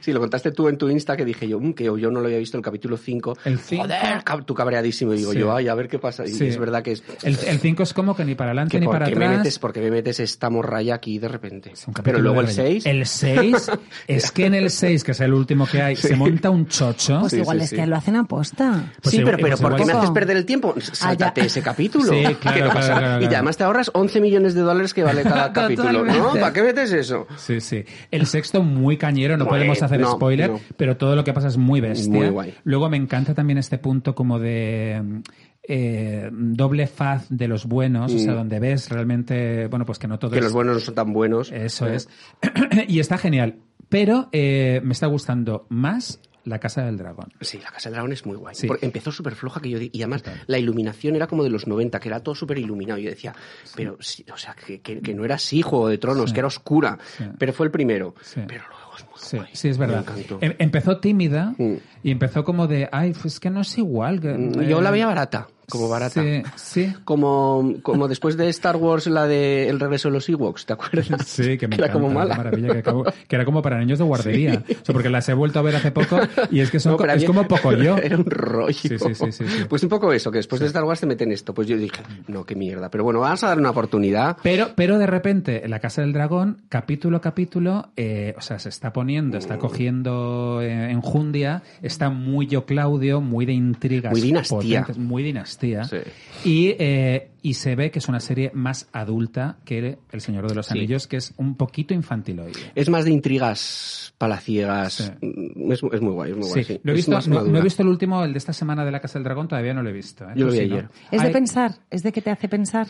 S5: Sí, lo contaste tú en tu Insta que dije yo, "Mm, que yo no lo había visto el capítulo 5.
S4: El cinco.
S5: Joder, cab- tú cabreadísimo. Y digo
S4: Sí.
S5: yo, ay, a ver qué pasa. Y
S4: Sí.
S5: es verdad que es...
S4: El 5 es como que ni para adelante
S5: que
S4: ni
S5: por
S4: para
S5: qué
S4: atrás.
S5: me metes, porque me metes esta morralla aquí de repente.
S4: Es un capítulo
S5: Pero luego
S4: de
S5: el
S4: relleno.
S5: 6...
S4: El
S5: <laughs>
S4: 6 es que en el 6, que es el último que hay, se monta un chocho.
S6: Pues
S5: Sí,
S6: igual
S5: sí,
S6: es
S5: sí.
S6: que lo hacen aposta.
S4: Pues
S5: sí,
S4: igual-
S5: pero, pero
S4: pues
S5: ¿por qué me
S4: igual-
S5: haces perder el tiempo? Sáltate ese capítulo.
S4: Ah,
S5: <laughs>
S4: Sí,
S5: ¿Qué
S4: claro,
S5: no
S4: claro,
S5: pasa?
S4: claro, claro.
S5: Y te- además te ahorras 11 millones de dólares que
S4: <laughs>
S5: vale cada capítulo. ¿No?
S4: Totalmente.
S5: ¿Para qué metes eso?
S4: Sí, sí. El sexto, muy cañero, no
S5: Joder,
S4: podemos hacer
S5: no,
S4: spoiler,
S5: no.
S4: pero todo lo que pasa es muy bestia.
S5: Muy guay.
S4: Luego me encanta también este punto como de mm, eh, doble faz de los buenos, o sea, donde ves realmente, bueno, pues que no todo
S5: Mm. Que
S4: es...
S5: los buenos no son tan buenos.
S4: Eso es. <clears throat> y está genial. Pero eh, me está gustando más La Casa del Dragón.
S5: Sí, la Casa del Dragón es muy guay.
S4: Sí.
S5: Porque empezó súper floja que yo di- y además la iluminación era como de los 90, que era todo súper iluminado. Yo decía, pero sí, o sea, que, que- que no era así Juego de Tronos, que era oscura. Pero fue el primero.
S4: Sí.
S5: Pero luego es muy
S4: Sí,
S5: guay.
S4: sí, es
S5: Me
S4: verdad.
S5: encantó.
S4: Em- empezó tímida
S5: Mm.
S4: y empezó como de, ay, pues es que no es igual. que-
S5: Yo la
S4: eh,
S5: veía barata, como barata.
S4: Sí, sí.
S5: Como, como después de Star Wars, la de El regreso de los Ewoks, ¿te acuerdas?
S4: <laughs> Sí, que me
S5: era
S4: encanta,
S5: como
S4: una
S5: mala.
S4: maravilla, que, acabo- que era como para niños de guardería. O sea, porque las he vuelto a ver hace poco y es que son
S5: No,
S4: co-
S5: pero
S4: es
S5: había-
S4: como poco yo.
S5: <laughs> Era un rollo.
S4: Sí, sí, sí, sí, sí.
S5: Pues un poco eso, que después de Star Wars te meten esto. Pues yo dije, no, qué mierda. Pero bueno, vamos a dar una oportunidad.
S4: Pero, pero de repente, en la Casa del Dragón, capítulo a capítulo, eh, o sea, se está poniendo,
S5: Mm.
S4: está cogiendo eh, enjundia, está muy yo Claudio, muy de intrigas.
S5: Muy dinastía.
S4: potentes, muy dinastía.
S5: Sí.
S4: Y, eh, y se ve que es una serie más adulta que El Señor de los
S5: Sí.
S4: Anillos, que es un poquito infantiloide.
S5: Es más de intrigas palaciegas.
S4: Sí.
S5: Mm, Es, es muy guay, es muy
S4: Sí,
S5: guay. sí.
S4: lo he
S5: Es
S4: visto,
S5: más
S4: no,
S5: madura.
S4: no he visto el último, el de esta semana de la Casa del Dragón, todavía no lo he visto. ¿eh?
S5: Yo lo
S4: Tú
S5: vi
S4: sí, ¿no?
S5: ayer.
S6: Es
S4: Ay,
S6: de pensar, es de que te hace pensar.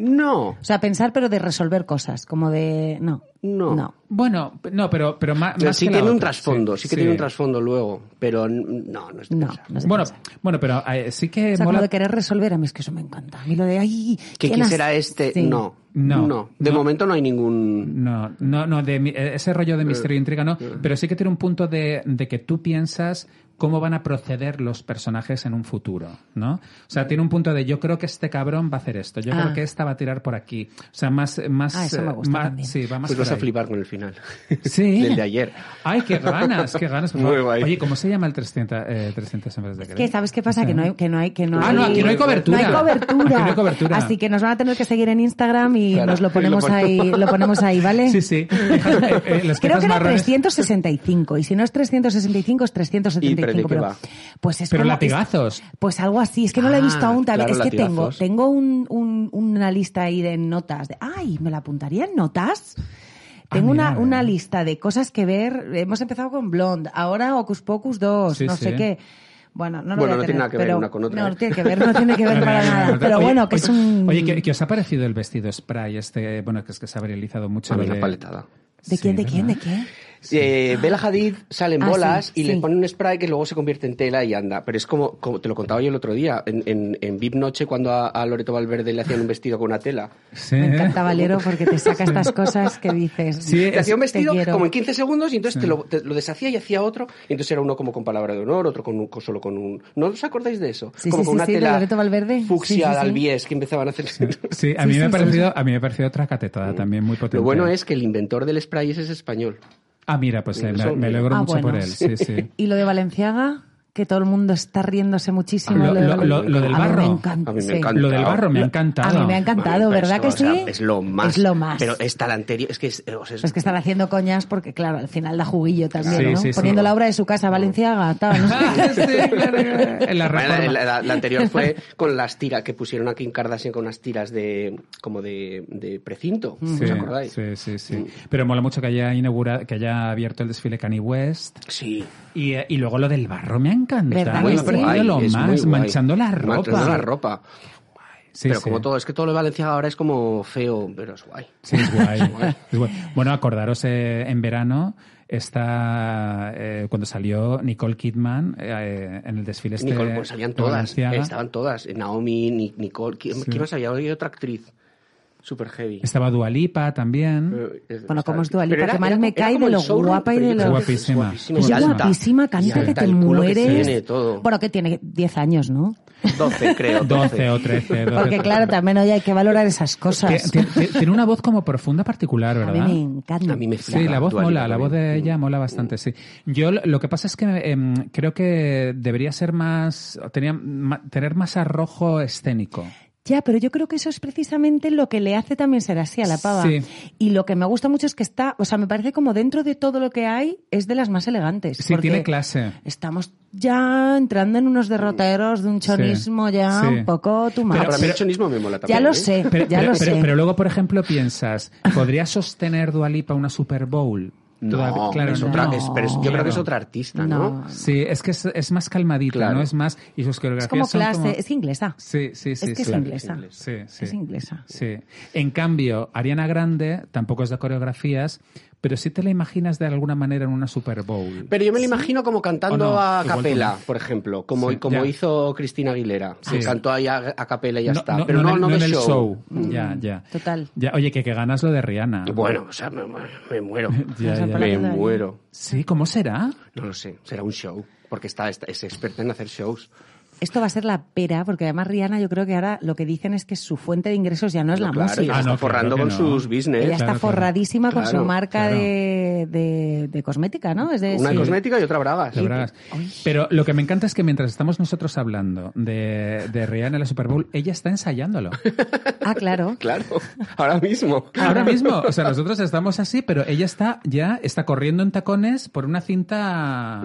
S5: No,
S6: O sea, pensar pero de resolver cosas, como de... No,
S5: No.
S6: no.
S4: Bueno, no, pero, pero ma- más,
S5: sí
S4: que la
S5: tiene un
S4: otra,
S5: trasfondo, sí, que
S4: sí.
S5: tiene un trasfondo luego, pero n- no, no es de
S6: No,
S5: pensar.
S6: no sé
S4: Bueno,
S6: qué pensar.
S4: bueno, pero eh, sí que
S6: O sea,
S4: mola-
S6: como de querer resolver, a mí es que eso me encanta. A mí lo de, ay,
S5: ¿Que
S6: ¿quién
S5: quién
S6: has-
S5: será este?
S6: Sí.
S5: No, no,
S4: No,
S5: De
S4: no.
S5: momento no hay ningún...
S4: No, no, no, de mi- eh, ese rollo de misterio e intriga no,
S5: eh.
S4: pero sí que tiene un punto de, de que tú piensas cómo van a proceder los personajes en un futuro, ¿no? O sea, tiene un punto de yo creo que este cabrón va a hacer esto, yo
S6: Ah.
S4: creo que esta va a tirar por aquí. O sea, más... más
S6: Ah, eso me
S4: eh,
S6: gusta
S4: más-
S6: también.
S4: sí, va más
S5: Pues los vas a
S4: ahí.
S5: flipar con el
S4: <laughs>
S5: final.
S4: Sí.
S5: Del de ayer.
S4: Ay, qué ganas, qué ganas. por favor.
S5: Muy guay.
S4: Oye, ¿cómo se llama el 300, eh, 300 hombres de Grey?
S6: Que sabes qué pasa que no hay que no hay que no
S4: Ah, no, aquí no hay cobertura.
S6: No hay cobertura.
S4: Aquí no hay cobertura.
S6: Así que nos van a tener que seguir en Instagram y
S5: Claro,
S6: nos lo
S5: y lo
S6: ponemos
S5: ponemos.
S6: ahí, lo ponemos ahí,
S4: <laughs>
S6: ¿vale?
S4: Sí,
S6: <laughs>
S4: sí. Eh, eh, los quejas
S6: Creo que era
S4: marrones.
S6: 365 y si no es 365 es
S5: ¿Y pero
S6: 375,
S5: de qué
S6: pero
S5: va?
S6: pues es
S4: Pero
S6: como-
S4: latigazos.
S6: es- pues algo así, es que no lo he
S5: Ah,
S6: visto aún también,
S5: claro,
S6: es que tengo
S5: latigazos.
S6: tengo un, un- una lista ahí de notas, de, ay, me la apuntaría en notas.
S4: Ah,
S6: Tengo
S4: mira,
S6: una,
S4: eh.
S6: una lista de cosas que ver. Hemos empezado con Blonde, ahora Hocus Pocus 2,
S4: Sí,
S6: no
S4: sí.
S6: sé qué. Bueno, no
S5: Bueno,
S6: lo voy a
S5: no tiene
S6: tener,
S5: nada que ver
S6: pero-
S5: una con otra,
S6: No,
S5: ¿eh?
S6: no tiene que ver, no tiene que ver para
S4: No, no, no,
S6: nada.
S4: no.
S6: Pero
S4: Oye,
S6: bueno, que es
S4: oye,
S6: un...
S4: Oye, ¿qué, qué os ha parecido el vestido spray este? Bueno, que es que se ha virilizado mucho.
S5: A mí
S4: lo
S5: una paletada.
S6: ¿De quién,
S4: Sí,
S6: de quién, de
S4: ¿verdad?
S6: quién?
S5: Eh, Bella Hadid sale en
S6: Ah,
S5: bolas
S6: sí,
S5: y le
S6: sí.
S5: pone un spray que luego se convierte en tela y anda. Pero es como, como te lo contaba yo el otro día, en, en, en VIP Noche cuando a, a Loreto Valverde le hacían un vestido con una tela.
S4: Sí,
S6: Me
S4: ¿eh?
S6: encanta Valero porque te saca estas cosas que dices.
S4: Sí,
S5: Te hacía un
S6: te
S5: vestido
S6: quiero.
S5: como en 15 segundos y entonces te, lo, te lo deshacía y hacía otro. Y entonces era uno como con palabra de honor, otro con un, con- solo con un... ¿No os acordáis de eso?
S6: Sí,
S5: como
S6: sí,
S5: con
S6: sí,
S5: una
S6: sí, de
S5: tela
S6: Loreto Valverde.
S5: fucsia
S6: Sí, sí, sí.
S5: al bies que empezaban a hacer...
S4: <laughs> Sí, a
S6: Sí,
S4: mí
S6: sí,
S4: me ha
S6: sí,
S4: parecido, a mí me ha parecido otra catetada también muy potente.
S5: Lo bueno es que el inventor del spray ese es español.
S4: Ah, mira, pues eh, me,
S5: Eso-
S4: me alegro
S6: Ah,
S4: mucho
S6: bueno.
S4: por él. Sí, sí.
S6: <laughs> Y lo de Valenciaga, que todo el mundo está riéndose muchísimo.
S4: Ah, Lo-
S6: de
S4: lo-
S6: Valen-
S4: lo- lo del
S6: A mí
S4: barro.
S6: me encanta,
S5: A mí me
S6: sí.
S5: encanta.
S4: Lo del barro me ha encantado.
S6: A mí me ha encantado,
S5: Vale, pero
S6: ¿verdad que
S5: es o
S6: sí?
S5: sea, es lo más.
S6: Es lo más.
S5: Pero está la anterior. Es que es, o sea, es-
S6: Pero es que están
S5: <laughs>
S6: haciendo coñas porque, claro, al final da juguillo también,
S4: Sí,
S6: ¿no?
S4: sí, sí.
S6: Poniendo la obra de su
S4: <laughs>
S6: casa, Valenciaga, tal, no sé.
S5: <laughs>
S4: Sí, claro, en la
S5: Bueno,
S4: reforma.
S5: la, la- la anterior fue con las tiras que pusieron a Kim Kardashian con unas tiras de como de, de precinto.
S4: Sí,
S5: ¿Os acordáis? Mm.
S4: sí, sí, sí. Pero mola mucho que haya inaugurado, que haya abierto el desfile Kanye West.
S5: Sí.
S4: Y, eh, y luego lo del barro me ha
S6: ¿Verdad?
S4: encantado. Me
S6: Muy
S4: ha parecido lo
S5: es muy
S4: más,
S5: guay.
S4: manchando la ropa.
S5: Manchando la ropa.
S4: Sí,
S5: pero
S4: sí.
S5: como todo, es que todo lo de Valencia ahora es como feo, pero es guay.
S4: Sí,
S5: <laughs>
S4: es guay. es guay. Bueno, acordaros eh, en verano está eh, cuando salió Nicole Kidman eh, en el desfile este
S5: Nicole, pues salían
S4: de
S5: todas.
S4: Balenciaga.
S5: Estaban todas. Naomi, Ni- Nicole. ¿Quién, quién más había? Había otra actriz. Super heavy.
S4: Estaba Dualipa también.
S5: Eh,
S6: Bueno, como es Dua
S5: Dua
S6: Lipa, que mal me cae de lo guapa y de lo-
S4: Guapísima.
S6: Es
S4: Y alta.
S6: guapísima, canta que te
S5: Que
S6: mueres.
S5: tiene todo.
S6: Bueno, que tiene 10 años, ¿no?
S5: 12,
S6: <laughs>
S5: creo.
S4: 12 o 13. 12,
S6: Porque, claro, también hoy hay que valorar esas
S4: Tie-
S6: cosas.
S4: tie- tie- Tiene una voz como profunda particular,
S6: A
S4: ¿verdad?
S6: mí me encanta.
S5: A mí me flipa.
S4: Sí, la voz
S5: Dua Lipa
S4: mola, la voz de
S5: también.
S4: ella mola bastante, sí. Yo lo- lo que pasa es que em, creo que debería ser más, tenía, ma- tener más arrojo escénico.
S6: Ya, pero yo creo que eso es precisamente lo que le hace también ser así a la pava.
S4: Sí.
S6: Y lo que me gusta mucho es que está, o sea, me parece como dentro de todo lo que hay, es de las más elegantes.
S4: Sí,
S6: porque
S4: tiene
S6: <laughs>
S4: clase.
S6: Estamos ya entrando en unos derroteros de un chonismo ya
S4: sí.
S6: un poco tu
S5: Pero,
S6: madre.
S5: para mí el chonismo me mola también.
S6: ya lo
S5: ¿eh?
S6: sé,
S4: Pero,
S6: ya
S4: pero-
S6: lo
S4: pero-
S6: sé.
S4: pero luego, por ejemplo, piensas, ¿podría sostener Dualipa una Super Bowl?
S5: No,
S4: Todavía- claro,
S5: es
S4: no.
S5: otra,
S6: no.
S5: es- pero es- yo creo que es otra artista, ¿no?
S6: No.
S4: Sí, es que es, es más calmadita,
S5: Claro.
S4: ¿no? Es más. Y sus
S6: es
S4: coreografías
S6: como
S4: son
S6: clase,
S4: como-
S6: es inglesa.
S4: Sí, sí, sí.
S6: es que
S4: sí.
S6: es inglesa.
S4: Sí, sí.
S6: Es inglesa.
S4: Sí. En cambio, Ariana Grande tampoco es de coreografías, pero sí te la imaginas de alguna manera en una Super Bowl.
S5: Pero yo me lo imagino como cantando
S4: O no,
S5: a
S4: igual
S5: capela,
S4: tú no.
S5: por ejemplo, como,
S4: Sí,
S5: como
S4: ya.
S5: hizo Cristina Aguilera.
S4: Sí.
S5: Cantó ahí a, a capela y ya
S4: No-
S5: está. Pero no,
S4: en-
S5: no,
S4: en
S5: de
S4: el
S5: show. Mm.
S4: show. Ya, ya.
S6: Total.
S4: Ya, oye, que, que ganas lo de Rihanna.
S5: Bueno, o sea, me,
S4: <laughs>
S5: me muero.
S4: Ya,
S6: Nos
S4: ya.
S6: han
S5: me
S6: Hablando de-
S5: muero.
S4: Sí, ¿cómo será?
S5: No lo sé, será un show. Porque está, está- es experta en hacer shows.
S6: Esto va a ser la pera, porque además Rihanna, yo creo que ahora lo que dicen es que su fuente de ingresos ya no es la
S5: claro,
S6: música.
S5: ya
S4: Ah,
S5: está
S4: no, claro
S5: forrando
S4: que
S5: con
S4: no.
S5: sus
S6: Ella
S5: business.
S4: Claro,
S6: está
S4: claro.
S6: forradísima con
S5: Claro,
S6: su marca
S4: claro.
S6: de, de- de cosmética, ¿no? Es de,
S5: Una
S6: sí.
S5: cosmética y otra bragas.
S4: Te bragas. Pero lo que me encanta es que mientras estamos nosotros hablando de, de Rihanna en la Super Bowl, ella está
S5: <laughs>
S4: ensayándolo.
S6: Ah, claro.
S5: Claro, ahora mismo.
S4: Ahora mismo, o sea, nosotros estamos así, pero ella está ya está corriendo en tacones por una cinta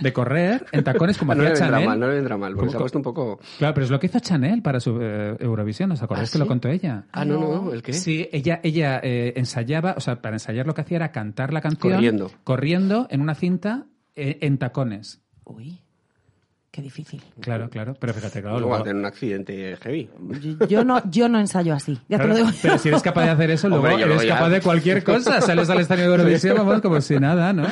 S4: de correr en tacones como
S5: Ah, no
S4: hacía
S5: le vendrá
S4: Chanel.
S5: mal, no le vendrá mal, porque
S4: Como-
S5: se ha puesto un poco...
S4: Claro, pero es lo que hizo Chanel para su eh, Eurovisión, ¿os acordáis
S5: ¿Ah,
S4: que lo
S5: sí?
S4: contó ella?
S5: Ah, no, no, no, ¿el qué?
S4: Sí, ella, ella eh, ensayaba, o sea, para ensayar lo que hacía era cantar la canción
S5: Corriendo.
S4: corriendo en una cinta eh, en tacones.
S6: Uy, qué difícil.
S4: Claro, claro, pero fíjate, claro,
S5: Luego
S4: luego-
S5: va a tener un accidente heavy.
S6: Yo, yo no, yo no ensayo así. Ya te lo
S4: Claro,
S6: digo.
S4: Pero si eres capaz de hacer eso, luego
S5: Hombre, yo
S4: eres
S5: luego ya-
S4: capaz de cualquier cosa. Sales al estadio de Eurovisión, vamos, como si nada, ¿no?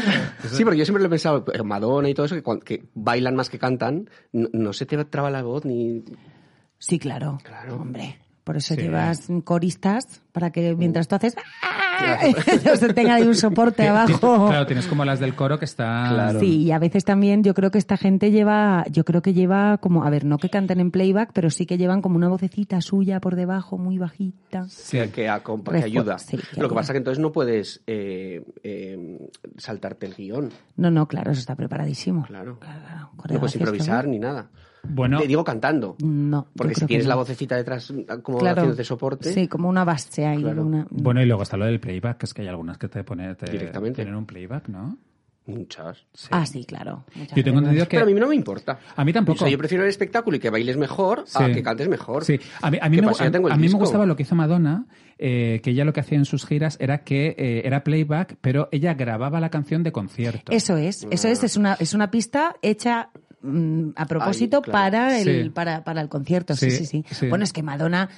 S5: Sí, porque yo siempre lo he pensado, eh, Madonna y todo eso, que, cuan- que bailan más que cantan, no, no se te traba la voz ni...
S6: Sí, claro.
S5: Claro. Uh.
S6: Hombre. Por eso
S4: Sí.
S6: llevas coristas para que mientras tú haces ¡ah! <laughs> ellos tengan ahí un soporte abajo.
S4: Claro, tienes como las del coro que está...
S6: Sí, y a veces también yo creo que esta gente lleva, yo creo que lleva como, a ver, no que canten en playback, pero sí que llevan como una vocecita suya por debajo, muy bajita.
S4: Sí.
S5: que, que acompa- que
S6: Respo-
S5: ayuda.
S6: Pues, sí, que
S5: Lo que
S6: ayuda.
S5: pasa es que entonces no puedes eh, eh, saltarte el guión,
S6: No, no, claro, eso está preparadísimo.
S5: claro.
S6: Claro,
S5: No puedes
S6: coreografías,
S5: improvisar ni nada.
S4: Bueno,
S5: Te digo cantando.
S6: No, yo
S5: Porque si
S6: creo que
S5: tienes la
S6: no.
S5: vocecita detrás como
S6: Claro.
S5: haciendo de soporte,
S6: Sí, como una base ahí.
S5: Claro.
S6: una-
S4: bueno, y luego está lo del playback, que es que hay algunas que te ponen... te-
S5: Directamente.
S4: Tienen un playback, ¿no?
S5: muchas.
S6: Ah, sí, claro. Mucha
S4: Yo tengo
S6: gente
S4: entendido que...
S5: Pero a mí no me importa.
S4: A mí tampoco.
S5: O sea, yo prefiero el espectáculo y que bailes mejor a
S4: Sí.
S5: que cantes mejor.
S4: Sí, a mí, a mí
S5: ¿Qué
S4: me,
S5: pasa? Yo
S4: a-
S5: tengo el
S4: a mí me
S5: disco.
S4: gustaba lo que hizo Madonna, eh, que ella lo que hacía en sus giras era que eh, era playback, pero ella grababa la canción de concierto.
S6: Eso es, eso es, es una, es una pista hecha mm, a propósito
S5: Ahí, claro.
S6: para, el,
S4: Sí.
S6: para, para el concierto. Sí
S4: Sí,
S6: sí, sí,
S4: sí.
S6: Bueno, es que Madonna,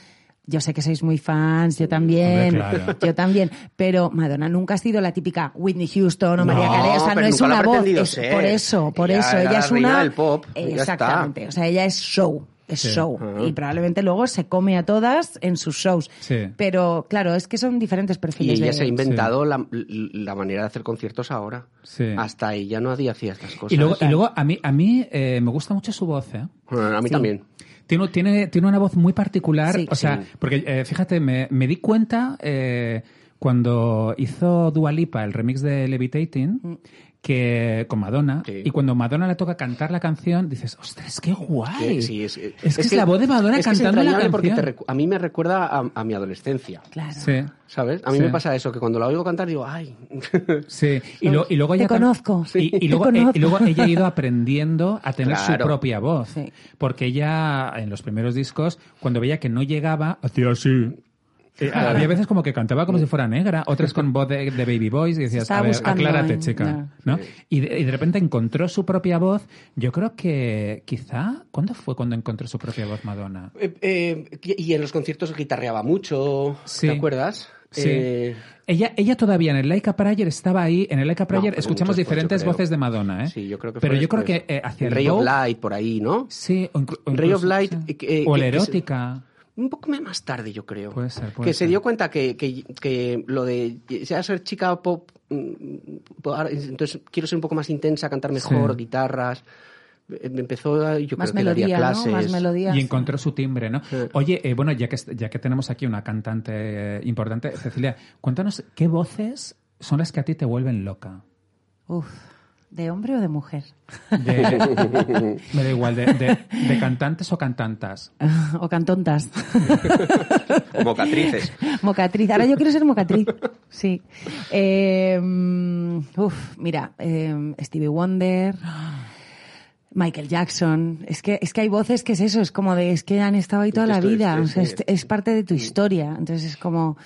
S6: yo sé que sois muy fans, yo también,
S4: Hombre, claro.
S6: yo también, pero Madonna nunca ha sido la típica Whitney Houston o
S4: No,
S6: María Carey, o sea, no
S5: pero nunca
S6: es
S5: lo
S6: una
S5: ha
S6: voz,
S5: pretendido
S6: es-
S5: ser.
S6: por eso, por
S5: Ella
S6: eso,
S5: era
S6: ella
S5: la
S6: es
S5: reina
S6: una...
S5: del pop, y ya está.
S6: Exactamente, o sea, ella es show. Es
S4: Sí.
S6: show. Y probablemente luego se come a todas en sus shows.
S4: Sí.
S6: Pero claro, es que son diferentes
S5: Y
S6: perfiles.
S5: ella
S6: de-
S5: se ha inventado la, la manera de hacer conciertos ahora.
S4: Sí.
S5: Hasta ella no hacía hacía estas cosas.
S4: y luego, y luego a mí, a mí eh, me gusta mucho su voz, ¿eh?
S5: a mí también.
S4: Tiene, tiene, tiene una voz muy particular.
S6: Sí.
S4: o sea, porque eh, fíjate, me, me di cuenta eh, cuando hizo Dualipa el remix de Levitating que con Madonna
S5: Mm. Sí.
S4: y cuando Madonna le toca cantar la canción dices ostras qué guay
S5: Que sí, es,
S4: es que es, la voz de Madonna
S5: es que es
S4: cantando la
S5: entrañable porque
S4: canción
S5: te recu- a mí me recuerda a, a mi adolescencia.
S6: Claro.
S4: sí
S5: ¿Sabes? A mí
S4: Sí.
S5: me pasa eso, que cuando la oigo cantar digo, ay.
S4: Sí, y, lo- y luego
S6: Te
S4: ella tam-
S6: conozco.
S4: Y, y
S6: <laughs> Te
S4: luego,
S6: conozco.
S4: eh, y luego ella ha ido aprendiendo a tener su
S5: Claro.
S4: propia voz.
S6: Sí.
S4: Porque ella, en los primeros discos, cuando veía que no llegaba, hacía así. Eh, había veces como que cantaba como si fuera negra, otras con voz de, de Baby Boys, y decías,
S6: Estaba
S4: a ver,
S6: buscando
S4: aclárate,
S6: ahí,
S4: chica.
S6: ya.
S4: ¿no? Y, de, y de repente encontró su propia voz. Yo creo que quizá, ¿cuándo fue cuando encontró su propia voz Madonna?
S5: Eh, eh, y en los conciertos guitarreaba mucho,
S4: Sí.
S5: ¿te acuerdas?
S4: Sí.
S5: Eh,
S4: Ella, ella todavía en el Laika Prayer estaba ahí. En el Laika Prayer
S5: pero
S4: escuchamos
S5: mucho después,
S4: diferentes
S5: yo creo.
S4: voces de Madonna, ¿eh?
S5: Sí, yo creo que
S4: Pero
S5: fue
S4: yo creo que
S5: después.
S4: eh, hacia el
S5: Ray of
S4: Vogue-
S5: Light, por ahí, ¿no?
S4: Sí, o inclu- o
S5: Ray
S4: incluso-
S5: of Light,
S4: sí.
S5: eh,
S4: o la
S5: que- que se-
S4: erótica.
S5: Un poco más tarde, yo creo.
S4: Puede ser, puede
S5: que
S4: ser.
S5: se dio cuenta que, que, que lo de ya ser chica pop, mm, po- ahora, entonces quiero ser un poco más intensa, cantar mejor,
S4: Sí.
S5: guitarras. Eh, Empezó, a- yo
S6: Más
S5: creo que
S6: melodía,
S5: daría
S6: ¿no?
S5: clases.
S6: Más melodía.
S4: Y encontró su timbre, ¿no?
S5: eh. Sí.
S4: Oye, eh, bueno, ya que, est- ya que tenemos aquí una cantante eh, importante, Cecilia, cuéntanos qué voces son las que a ti te vuelven loca.
S6: Uf, ¿de hombre o de mujer?
S5: <laughs>
S6: <laughs>
S4: De- me da igual, de, de- de cantantes o cantantas.
S6: o cantontas. <laughs>
S5: Como catrices.
S6: mocatriz. Ahora yo quiero ser mocatriz. Sí. Eh, mm, uf, mira, eh, Stevie Wonder. Michael Jackson, es que, es que hay voces que es eso, es como de, es que han estado ahí toda la
S5: Esto es-
S6: vida,
S5: es-
S6: o sea, es,
S5: es-
S6: es parte de tu historia, entonces es como,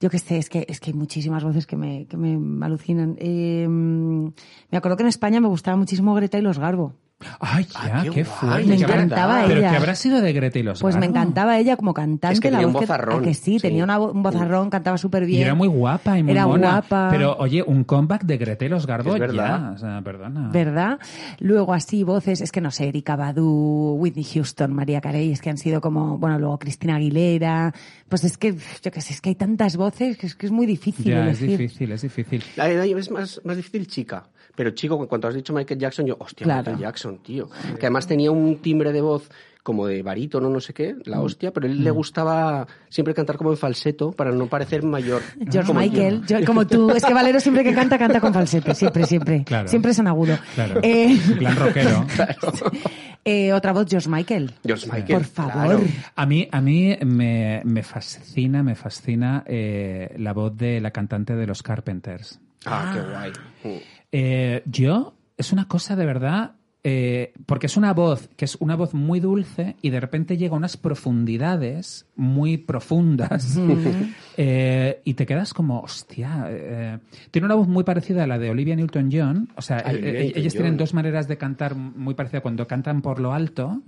S6: yo qué sé, es que, es que hay muchísimas voces que me, que me alucinan. Eh, mm, me acuerdo que en España me gustaba muchísimo Greta y los Garbo.
S4: Ay, ya,
S5: Ah, qué
S4: qué,
S5: guay,
S4: fuerte.
S6: me
S4: ¿Qué habrá-
S6: encantaba
S4: Pero
S6: ella.
S4: que habrá sido de Greta y los
S6: Pues me
S4: Garbo?
S6: encantaba ella como cantante.
S5: Es que
S6: la
S5: tenía un
S6: voz que-
S5: vozarrón,
S6: ¿a que sí,
S5: sí.
S6: tenía una vo- un vozarrón, cantaba súper bien.
S4: Y era muy guapa y muy
S6: Era
S4: mona.
S6: guapa.
S4: Pero oye, un comeback de Greta y los Garbo
S5: Es verdad.
S4: ya, o sea, perdona.
S6: ¿Verdad? Luego así voces, es que no sé, Erika Badu, Whitney Houston, María Carey, es que han sido como, bueno, luego Cristina Aguilera, pues es que, yo qué sé, es que hay tantas voces que es que es muy difícil
S4: Ya, es
S6: elegir.
S4: difícil, es difícil.
S5: La edad es más, más difícil chica. Pero chico, cuando has dicho Michael Jackson, yo, hostia,
S6: Claro.
S5: Michael Jackson, tío. Que además tenía un timbre de voz como de barítono, no sé qué,
S4: Mm.
S5: la hostia, pero a él le gustaba siempre cantar como en falseto para no
S4: <laughs>
S5: parecer mayor.
S6: George
S5: Como yo.
S6: Michael, yo- como tú, es que Valero siempre que canta, canta con falsete, siempre, siempre.
S4: Claro.
S6: Siempre es en agudo.
S4: Claro.
S6: Eh,
S4: En plan rockero.
S6: <laughs> eh, otra voz, George Michael.
S5: George Michael.
S6: Por favor.
S5: claro.
S4: A mí, a mí me, me fascina, me fascina eh, la voz de la cantante de los Carpenters.
S5: Ah, qué guay.
S4: Eh, yo, es una cosa de verdad, eh, porque es una voz que es una voz muy dulce y de repente llega a unas profundidades muy profundas <laughs> eh, y te quedas como, hostia. eh, tiene una voz muy parecida a la de Olivia Newton-John. O sea,
S5: Ay,
S4: eh,
S5: Olivia
S4: eh, ellas
S5: Newton-John.
S4: tienen dos maneras de cantar muy parecidas cuando cantan por lo alto,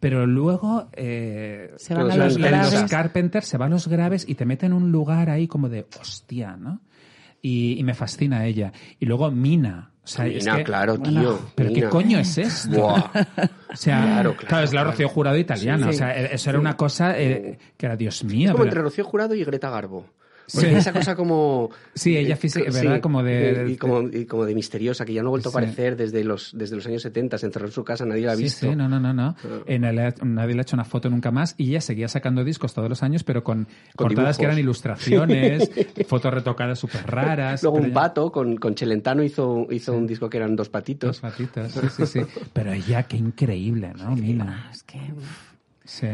S4: pero luego. eh,
S6: Se van
S5: Los
S6: a los
S4: los,
S5: Carpenters.
S4: los
S6: graves.
S4: Carpenter se va a los graves y te mete en un lugar ahí como de hostia, ¿no? y, y me fascina ella. Y luego Mina. O sea, es
S5: Mina,
S4: que-
S5: claro,
S4: bueno,
S5: tío,
S4: Pero
S5: Mina.
S4: ¿qué coño es esto? <laughs>
S5: Buah.
S4: O sea,
S5: Claro,
S4: claro,
S5: claro,
S4: es la
S5: claro.
S4: Rocío Jurado italiana.
S6: Sí, sí.
S4: O sea, eh, eso era una cosa eh, que era Dios mío.
S5: Como
S4: pero-
S5: entre Rocío Jurado y Greta Garbo.
S4: Sí.
S5: Porque esa cosa como...
S4: Sí, ella física- ¿verdad? Como de-
S5: Y, y como, y como de misteriosa, que ya no ha vuelto a
S4: Sí.
S5: aparecer desde los, desde los años 70, se encerró en su casa, nadie la ha
S4: Sí,
S5: visto. Ah.
S4: sí, no, no, no, no. Eh, nadie le- nadie le ha hecho una foto nunca más y ella seguía sacando discos todos los años, pero con,
S5: dibujos.
S4: cortadas que eran
S5: <laughs>
S4: ilustraciones, fotos retocadas súper raras.
S5: Luego
S4: pero
S5: un
S4: ya-
S5: pato, con, con Chelentano hizo, hizo un disco que eran dos
S4: Dos
S5: patitos.
S4: patitos, sí, sí, sí. Pero ella, qué increíble, ¿no? Mina.
S6: Es que...
S4: Sí.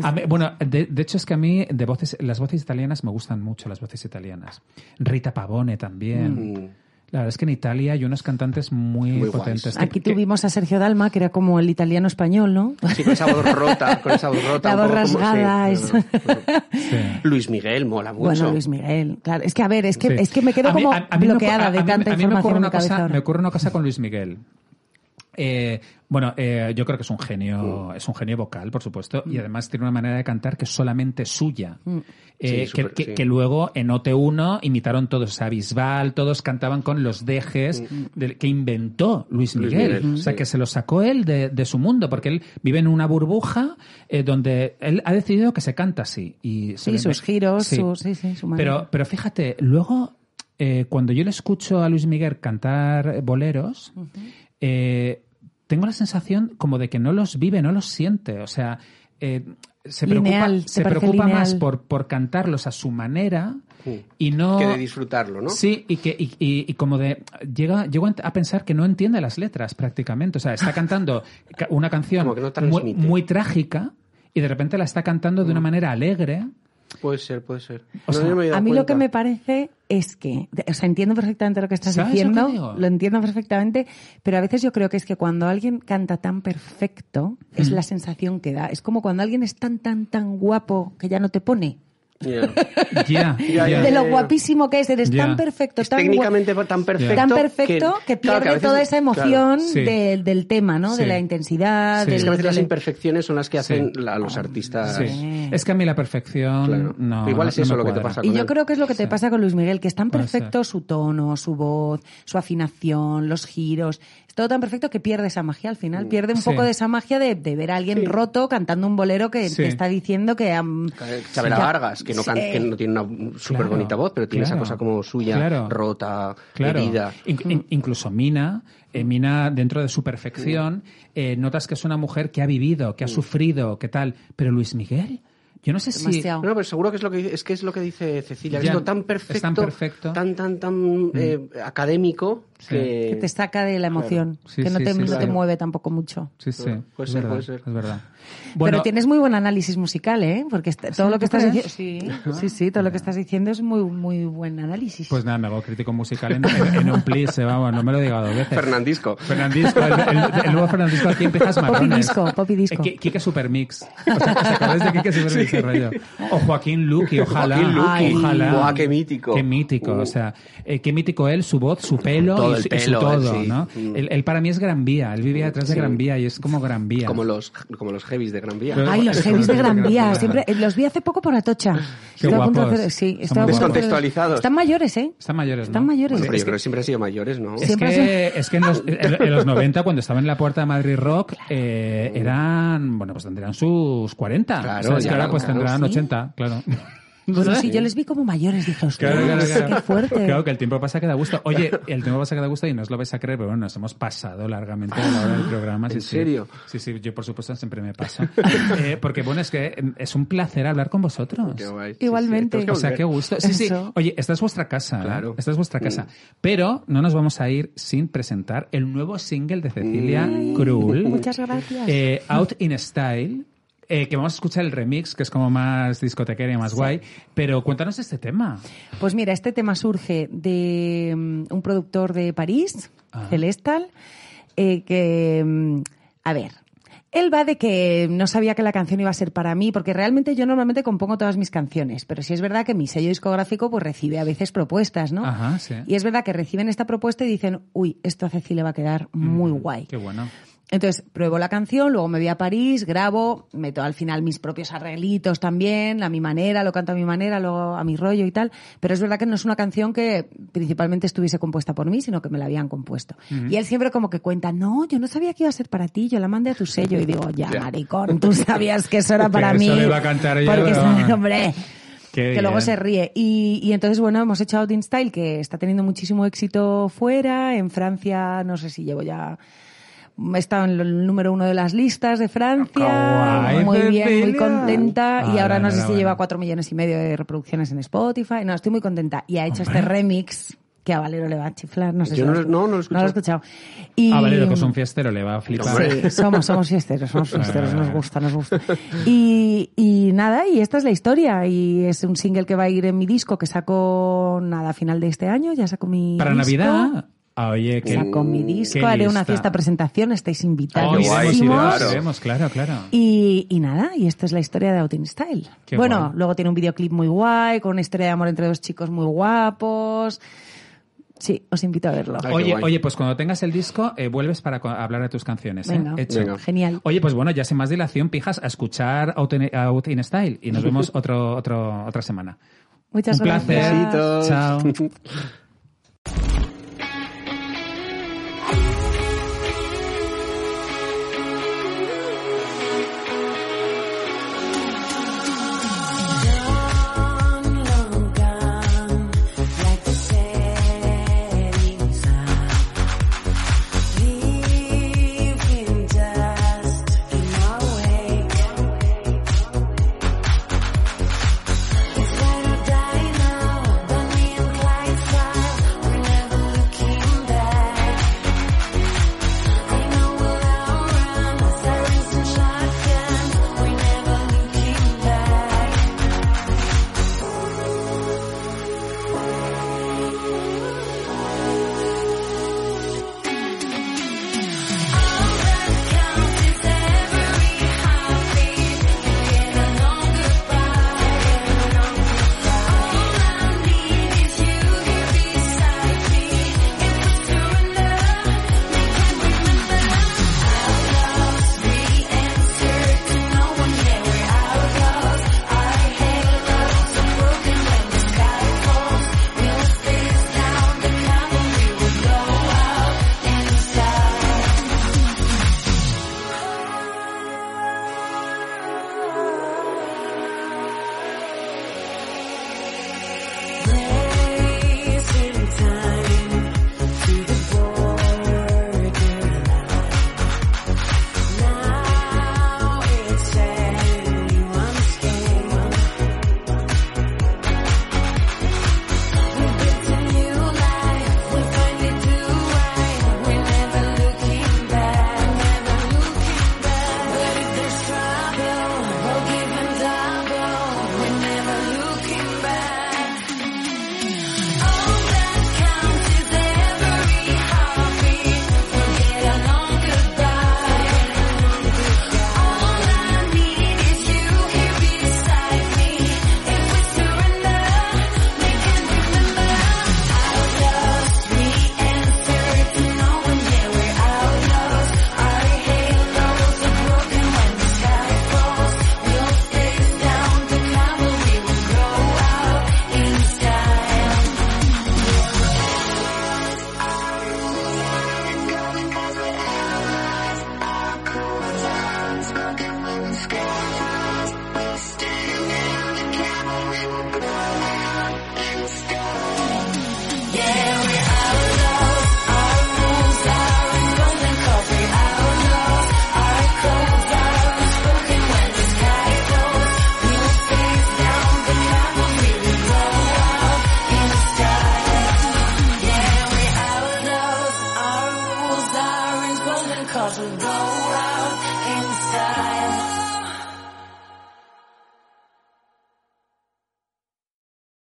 S4: A mí- bueno, de, de hecho es que a mí de voces, las voces italianas me gustan mucho, las voces italianas. Rita Pavone también.
S5: Mm.
S4: La verdad es que en Italia hay unos cantantes muy,
S5: Muy guays.
S4: potentes.
S6: Aquí tuvimos a Sergio Dalma, que era como el italiano español, ¿no?
S5: Sí, con esa
S6: <laughs>
S5: voz rota, con esa voz rota.
S6: La
S5: un
S6: voz
S5: poco como- sí,
S6: rasgada,
S5: no, no, no.
S4: Sí.
S5: Luis Miguel mola mucho.
S6: <laughs> Bueno, Luis Miguel, claro. Es que, a ver, es que,
S4: Sí.
S6: es que me quedo
S4: A mí-
S6: como
S4: a- a mí me
S6: bloqueada
S4: ocurre- a-
S6: de
S4: a mí-
S6: tanta
S4: a mí me
S6: información
S4: ocurre
S6: en mi
S4: una
S6: cabeza
S4: cosa,
S6: ahora.
S4: Me ocurre una cosa con Luis Miguel. Eh, bueno, eh, yo creo que es un genio, es un genio vocal, por supuesto,
S6: Mm.
S4: y además tiene una manera de cantar que es solamente suya. Eh,
S5: Sí,
S4: que,
S5: súper,
S4: que-
S5: sí.
S4: que luego en OT1 imitaron todos a Bisbal, todos cantaban con los dejes del- que inventó Luis
S5: Luis
S4: Miguel.
S5: Miguel,
S4: o sea,
S5: sí.
S4: que se lo sacó él de, de su mundo, porque él vive en una burbuja eh, donde él ha decidido que se canta así. Y se
S6: Sí,
S4: lo
S6: sus
S4: inve-
S6: giros,
S4: Sí.
S6: su- sí, sí, su manera.
S4: Pero, pero fíjate, luego, eh, cuando yo le escucho a Luis Miguel cantar boleros, eh, tengo la sensación como de que no los vive, no los siente. O sea, eh, se preocupa,
S6: Lineal, ¿te
S4: se
S6: parece
S4: preocupa
S6: lineal?
S4: más por, por cantarlos a su manera
S5: Sí.
S4: y no...
S5: Mm. Que de disfrutarlo, ¿no?
S4: Sí, y que y, y- y como de llega llego a pensar que no entiende las letras prácticamente, o sea, está cantando ca- una canción
S5: Como que no
S4: muy,
S5: transmite.
S4: muy trágica y de repente la está cantando de una manera alegre.
S5: Puede ser, puede ser.
S4: O
S5: No,
S4: sea,
S6: <laughs>
S5: yo no me había
S6: A
S5: dado
S6: mí lo que me
S5: cuenta.
S6: parece es que, o sea, entiendo perfectamente lo que estás
S4: ¿Sabes lo que
S6: diciendo,
S4: digo?
S6: lo entiendo perfectamente, pero a veces yo creo que es que cuando alguien canta tan perfecto, es
S4: Mm.
S6: la sensación que da. Es como cuando alguien es tan, tan, tan guapo que ya no te pone.
S5: Ya.
S4: Ya,
S5: <laughs> Ya, ya,
S4: ya.
S6: De
S5: ya.
S6: lo guapísimo que es, eres
S4: Ya.
S6: tan perfecto,
S5: Es
S6: tan guapo.
S5: técnicamente tan perfecto.
S6: tan perfecto que, pierde
S5: claro, a veces-
S6: toda esa
S5: claro.
S6: emoción
S4: Sí.
S6: del, del tema, ¿no? De
S4: Sí.
S6: la intensidad,
S4: Sí.
S6: del,
S5: Es que a veces las
S6: del-
S5: imperfecciones son las que hacen la- a los artistas.
S4: Sí. Es que a mí la perfección
S5: Claro.
S4: no.
S5: Igual
S4: no-
S5: es
S4: no
S5: eso
S4: me
S5: lo que te
S4: cuadra.
S5: pasa.
S6: Y
S5: con
S6: yo
S5: él.
S6: creo que es lo que te pasa con Luis Miguel, que es tan
S4: Puede
S6: perfecto su tono, su voz, su afinación, los giros. Es todo tan perfecto que pierde esa magia al
S5: Mm.
S6: final. Pierde un
S4: Sí.
S6: poco de esa magia de, de ver a alguien roto cantando un bolero que
S4: Sí.
S6: te está diciendo que... am,
S5: Chabela
S6: ya-
S5: Vargas, que no, can-
S6: Sí.
S5: que no tiene una súper bonita
S4: Claro,
S5: voz, pero tiene esa
S4: claro,
S5: cosa como suya,
S4: claro.
S5: rota,
S4: Claro.
S5: herida.
S4: In- in- incluso Mina,
S5: Mm.
S4: eh, Mina dentro de su perfección, eh, notas que es una mujer que ha vivido,
S5: Mm.
S4: que ha sufrido, que tal. Pero Luis Miguel, yo no sé si.
S6: Demasiado.
S5: No, pero seguro que es lo que dice- es que es lo que dice Cecilia, que
S4: Ya,
S5: es lo tan
S4: es
S5: perfecto,
S4: tan perfecto. Mm.
S5: tan tan tan, eh, académico que,
S6: que te saca de la emoción,
S4: Sí,
S6: que no,
S4: sí,
S6: te,
S4: sí,
S6: no te
S4: claro.
S6: mueve tampoco mucho.
S4: Sí, sí.
S5: Claro, puede
S4: es
S5: ser,
S4: verdad,
S5: puede ser.
S4: Es verdad. Bueno,
S6: Pero tienes muy buen análisis musical, ¿eh? Porque est- todo lo que
S4: ¿tú
S6: estás
S4: crees?
S6: diciendo... Sí, sí, sí, todo lo que estás diciendo es muy, muy buen análisis.
S4: pues nada, me hago crítico musical en, en- en un please, vamos, no me lo diga dos
S5: <laughs>
S4: veces.
S5: Fernandisco.
S4: <laughs> Fernandisco, el, el- el nuevo Fernandisco aquí en Pejas Marrones.
S6: disco, popi disco.
S4: Eh, Qui- Quique Supermix. O sea, ¿os acordáis de Quique este Supermix? qué rollo? O Joaquín Luqui, ojalá.
S5: Joaquín Luqui.
S4: Ay, ojalá.
S5: Buah, qué mítico.
S4: Qué mítico,
S5: Uh.
S4: o sea, eh, qué mítico él, su voz, su pelo
S5: Todo
S4: y,
S5: el
S4: su, y su
S5: pelo,
S4: todo,
S5: sí.
S4: ¿no?
S5: Mm.
S4: Él, él para mí es Gran Vía, él vivía detrás de
S5: Sí.
S4: Gran Vía y es como Gran Vía.
S5: como los como los heavies de Gran Vía.
S4: Pero-
S6: Ay, los
S4: Es
S6: heavies de
S4: como-
S6: Gran Vía.
S4: Claro.
S6: Siempre, eh, los vi hace poco por Atocha.
S4: Qué
S6: Estaba a punto de
S4: guapos.
S6: hacer- sí,
S4: Son
S6: estaba a
S4: muy
S6: punto de-
S5: Descontextualizados.
S6: Están mayores, ¿eh?
S4: Están mayores, ¿no?
S6: Están mayores.
S5: Bueno, pero
S6: Es
S5: yo creo que siempre han sido mayores, ¿no?
S4: Es
S6: Siempre
S4: que, es que en los, en- en los 90, cuando estaba en la puerta de Madrid Rock, eh, eran, bueno, pues tendrían sus 40.
S5: Claro,
S4: O sea, es que
S5: ya,
S4: ahora pues
S5: claro,
S4: tendrán
S6: sí.
S4: 80, claro.
S6: Bueno, sí, yo les vi como mayores, dije,
S4: <laughs>
S6: hostia,
S4: Claro, claro, claro.
S6: qué fuerte.
S4: Claro que el tiempo pasa que da gusto. Oye, el tiempo pasa que da gusto y no os lo vais a creer, pero bueno, nos hemos pasado largamente a la hora del programa. sí,
S5: ¿En
S4: sí.
S5: serio?
S4: Sí, sí, yo por supuesto siempre me paso. <laughs> Eh, porque bueno, es que eh, es un placer hablar con vosotros.
S5: Qué guay.
S6: Igualmente.
S4: O
S5: tenemos que
S4: sea,
S5: volver.
S4: qué gusto. Sí, sí.
S6: Eso.
S4: Oye, esta es vuestra casa. ¿eh?
S5: Claro.
S4: Esta es vuestra casa. Pero no nos vamos a ir sin presentar el nuevo single de Cecilia
S6: Mm.
S4: Krull.
S6: Muchas gracias.
S4: Eh, Out in Style. eh, que vamos a escuchar el remix, que es como más discotequera y más guay. Pero cuéntanos este tema.
S6: Pues mira, este tema surge de mm, un productor de París,
S4: Ah.
S6: Celestal, eh, que, mm, a ver, él va de que no sabía que la canción iba a ser para mí, porque realmente yo normalmente compongo todas mis canciones, pero sí es verdad que mi sello discográfico pues recibe a veces propuestas, ¿no?
S4: Ajá, sí.
S6: Y es verdad que reciben esta propuesta y dicen, uy, esto a Ceci le va a quedar muy guay.
S4: Mm, Qué bueno.
S6: Entonces, pruebo la canción, luego me voy a París, grabo, meto al final mis propios arreglitos también, a mi manera, lo canto a mi manera, luego a mi rollo y tal. Pero es verdad que no es una canción que principalmente estuviese compuesta por mí, sino que me la habían compuesto. Y él siempre como que cuenta, no, yo no sabía que iba a ser para ti, yo la mandé a tu sello. Y digo, ya, maricón, tú sabías que
S4: <laughs>
S6: eso era
S4: Pero
S6: para
S4: eso
S6: mí.
S4: le va a cantar ella,
S6: porque
S4: pero-
S6: sabe- hombre
S4: Qué
S6: que luego
S4: bien.
S6: se ríe. Y, y entonces, bueno, hemos hecho Out in Style, que está teniendo muchísimo éxito fuera. En Francia, no sé si llevo ya. He estado en el número uno de las listas de Francia.
S4: Guay, Pues
S6: muy bien, muy
S4: Cecilia.
S6: contenta. y
S4: Ah,
S6: ahora no sé si
S4: enhorabuena.
S6: lleva cuatro millones y medio de reproducciones en Spotify. No, estoy muy contenta. Y ha hecho este remix que a Valero le va a chiflar. No sé
S5: Yo
S6: si
S5: no
S6: lo-
S5: lo- no, no lo he escuchado.
S6: escuchado. Y,
S4: A Valero, Ah, que es un fiestero, le va a flipar.
S6: Sí, somos, somos
S4: <laughs>
S6: fiesteros, somos fiesteros,
S4: Ah.
S6: nos gusta, nos gusta. Y, y nada, y esta es la historia. Y es un single que va a ir en mi disco que saco nada a final de este año, ya saco mi
S4: Para
S6: disco.
S4: Navidad. Ah, oye, que.
S6: Saco mi
S4: qué
S6: disco, haré una
S4: lista.
S6: fiesta presentación, estáis
S4: Oh,
S6: invitados.
S4: iremos,
S10: guay,
S4: iremos,
S10: claro.
S4: iremos, claro, claro.
S6: Y, y nada, y esta es la historia de Out in Style.
S4: Qué
S6: bueno,
S4: guay.
S6: luego tiene un videoclip muy guay, con una historia de amor entre dos chicos muy guapos. Sí, os invito a verlo.
S5: Ay, qué
S4: Oye,
S5: guay.
S4: oye, pues cuando tengas el disco, eh, vuelves para co- hablar de tus canciones. ¿eh?
S6: Venga,
S4: Hecho.
S5: Venga.
S6: genial.
S4: Oye, pues bueno, ya sin más dilación, pijas, a escuchar Out in, Out in Style y nos vemos otro, otro, otra semana.
S6: Muchas
S4: Un placer.
S6: gracias.
S5: <laughs> Besitos.
S4: Chao.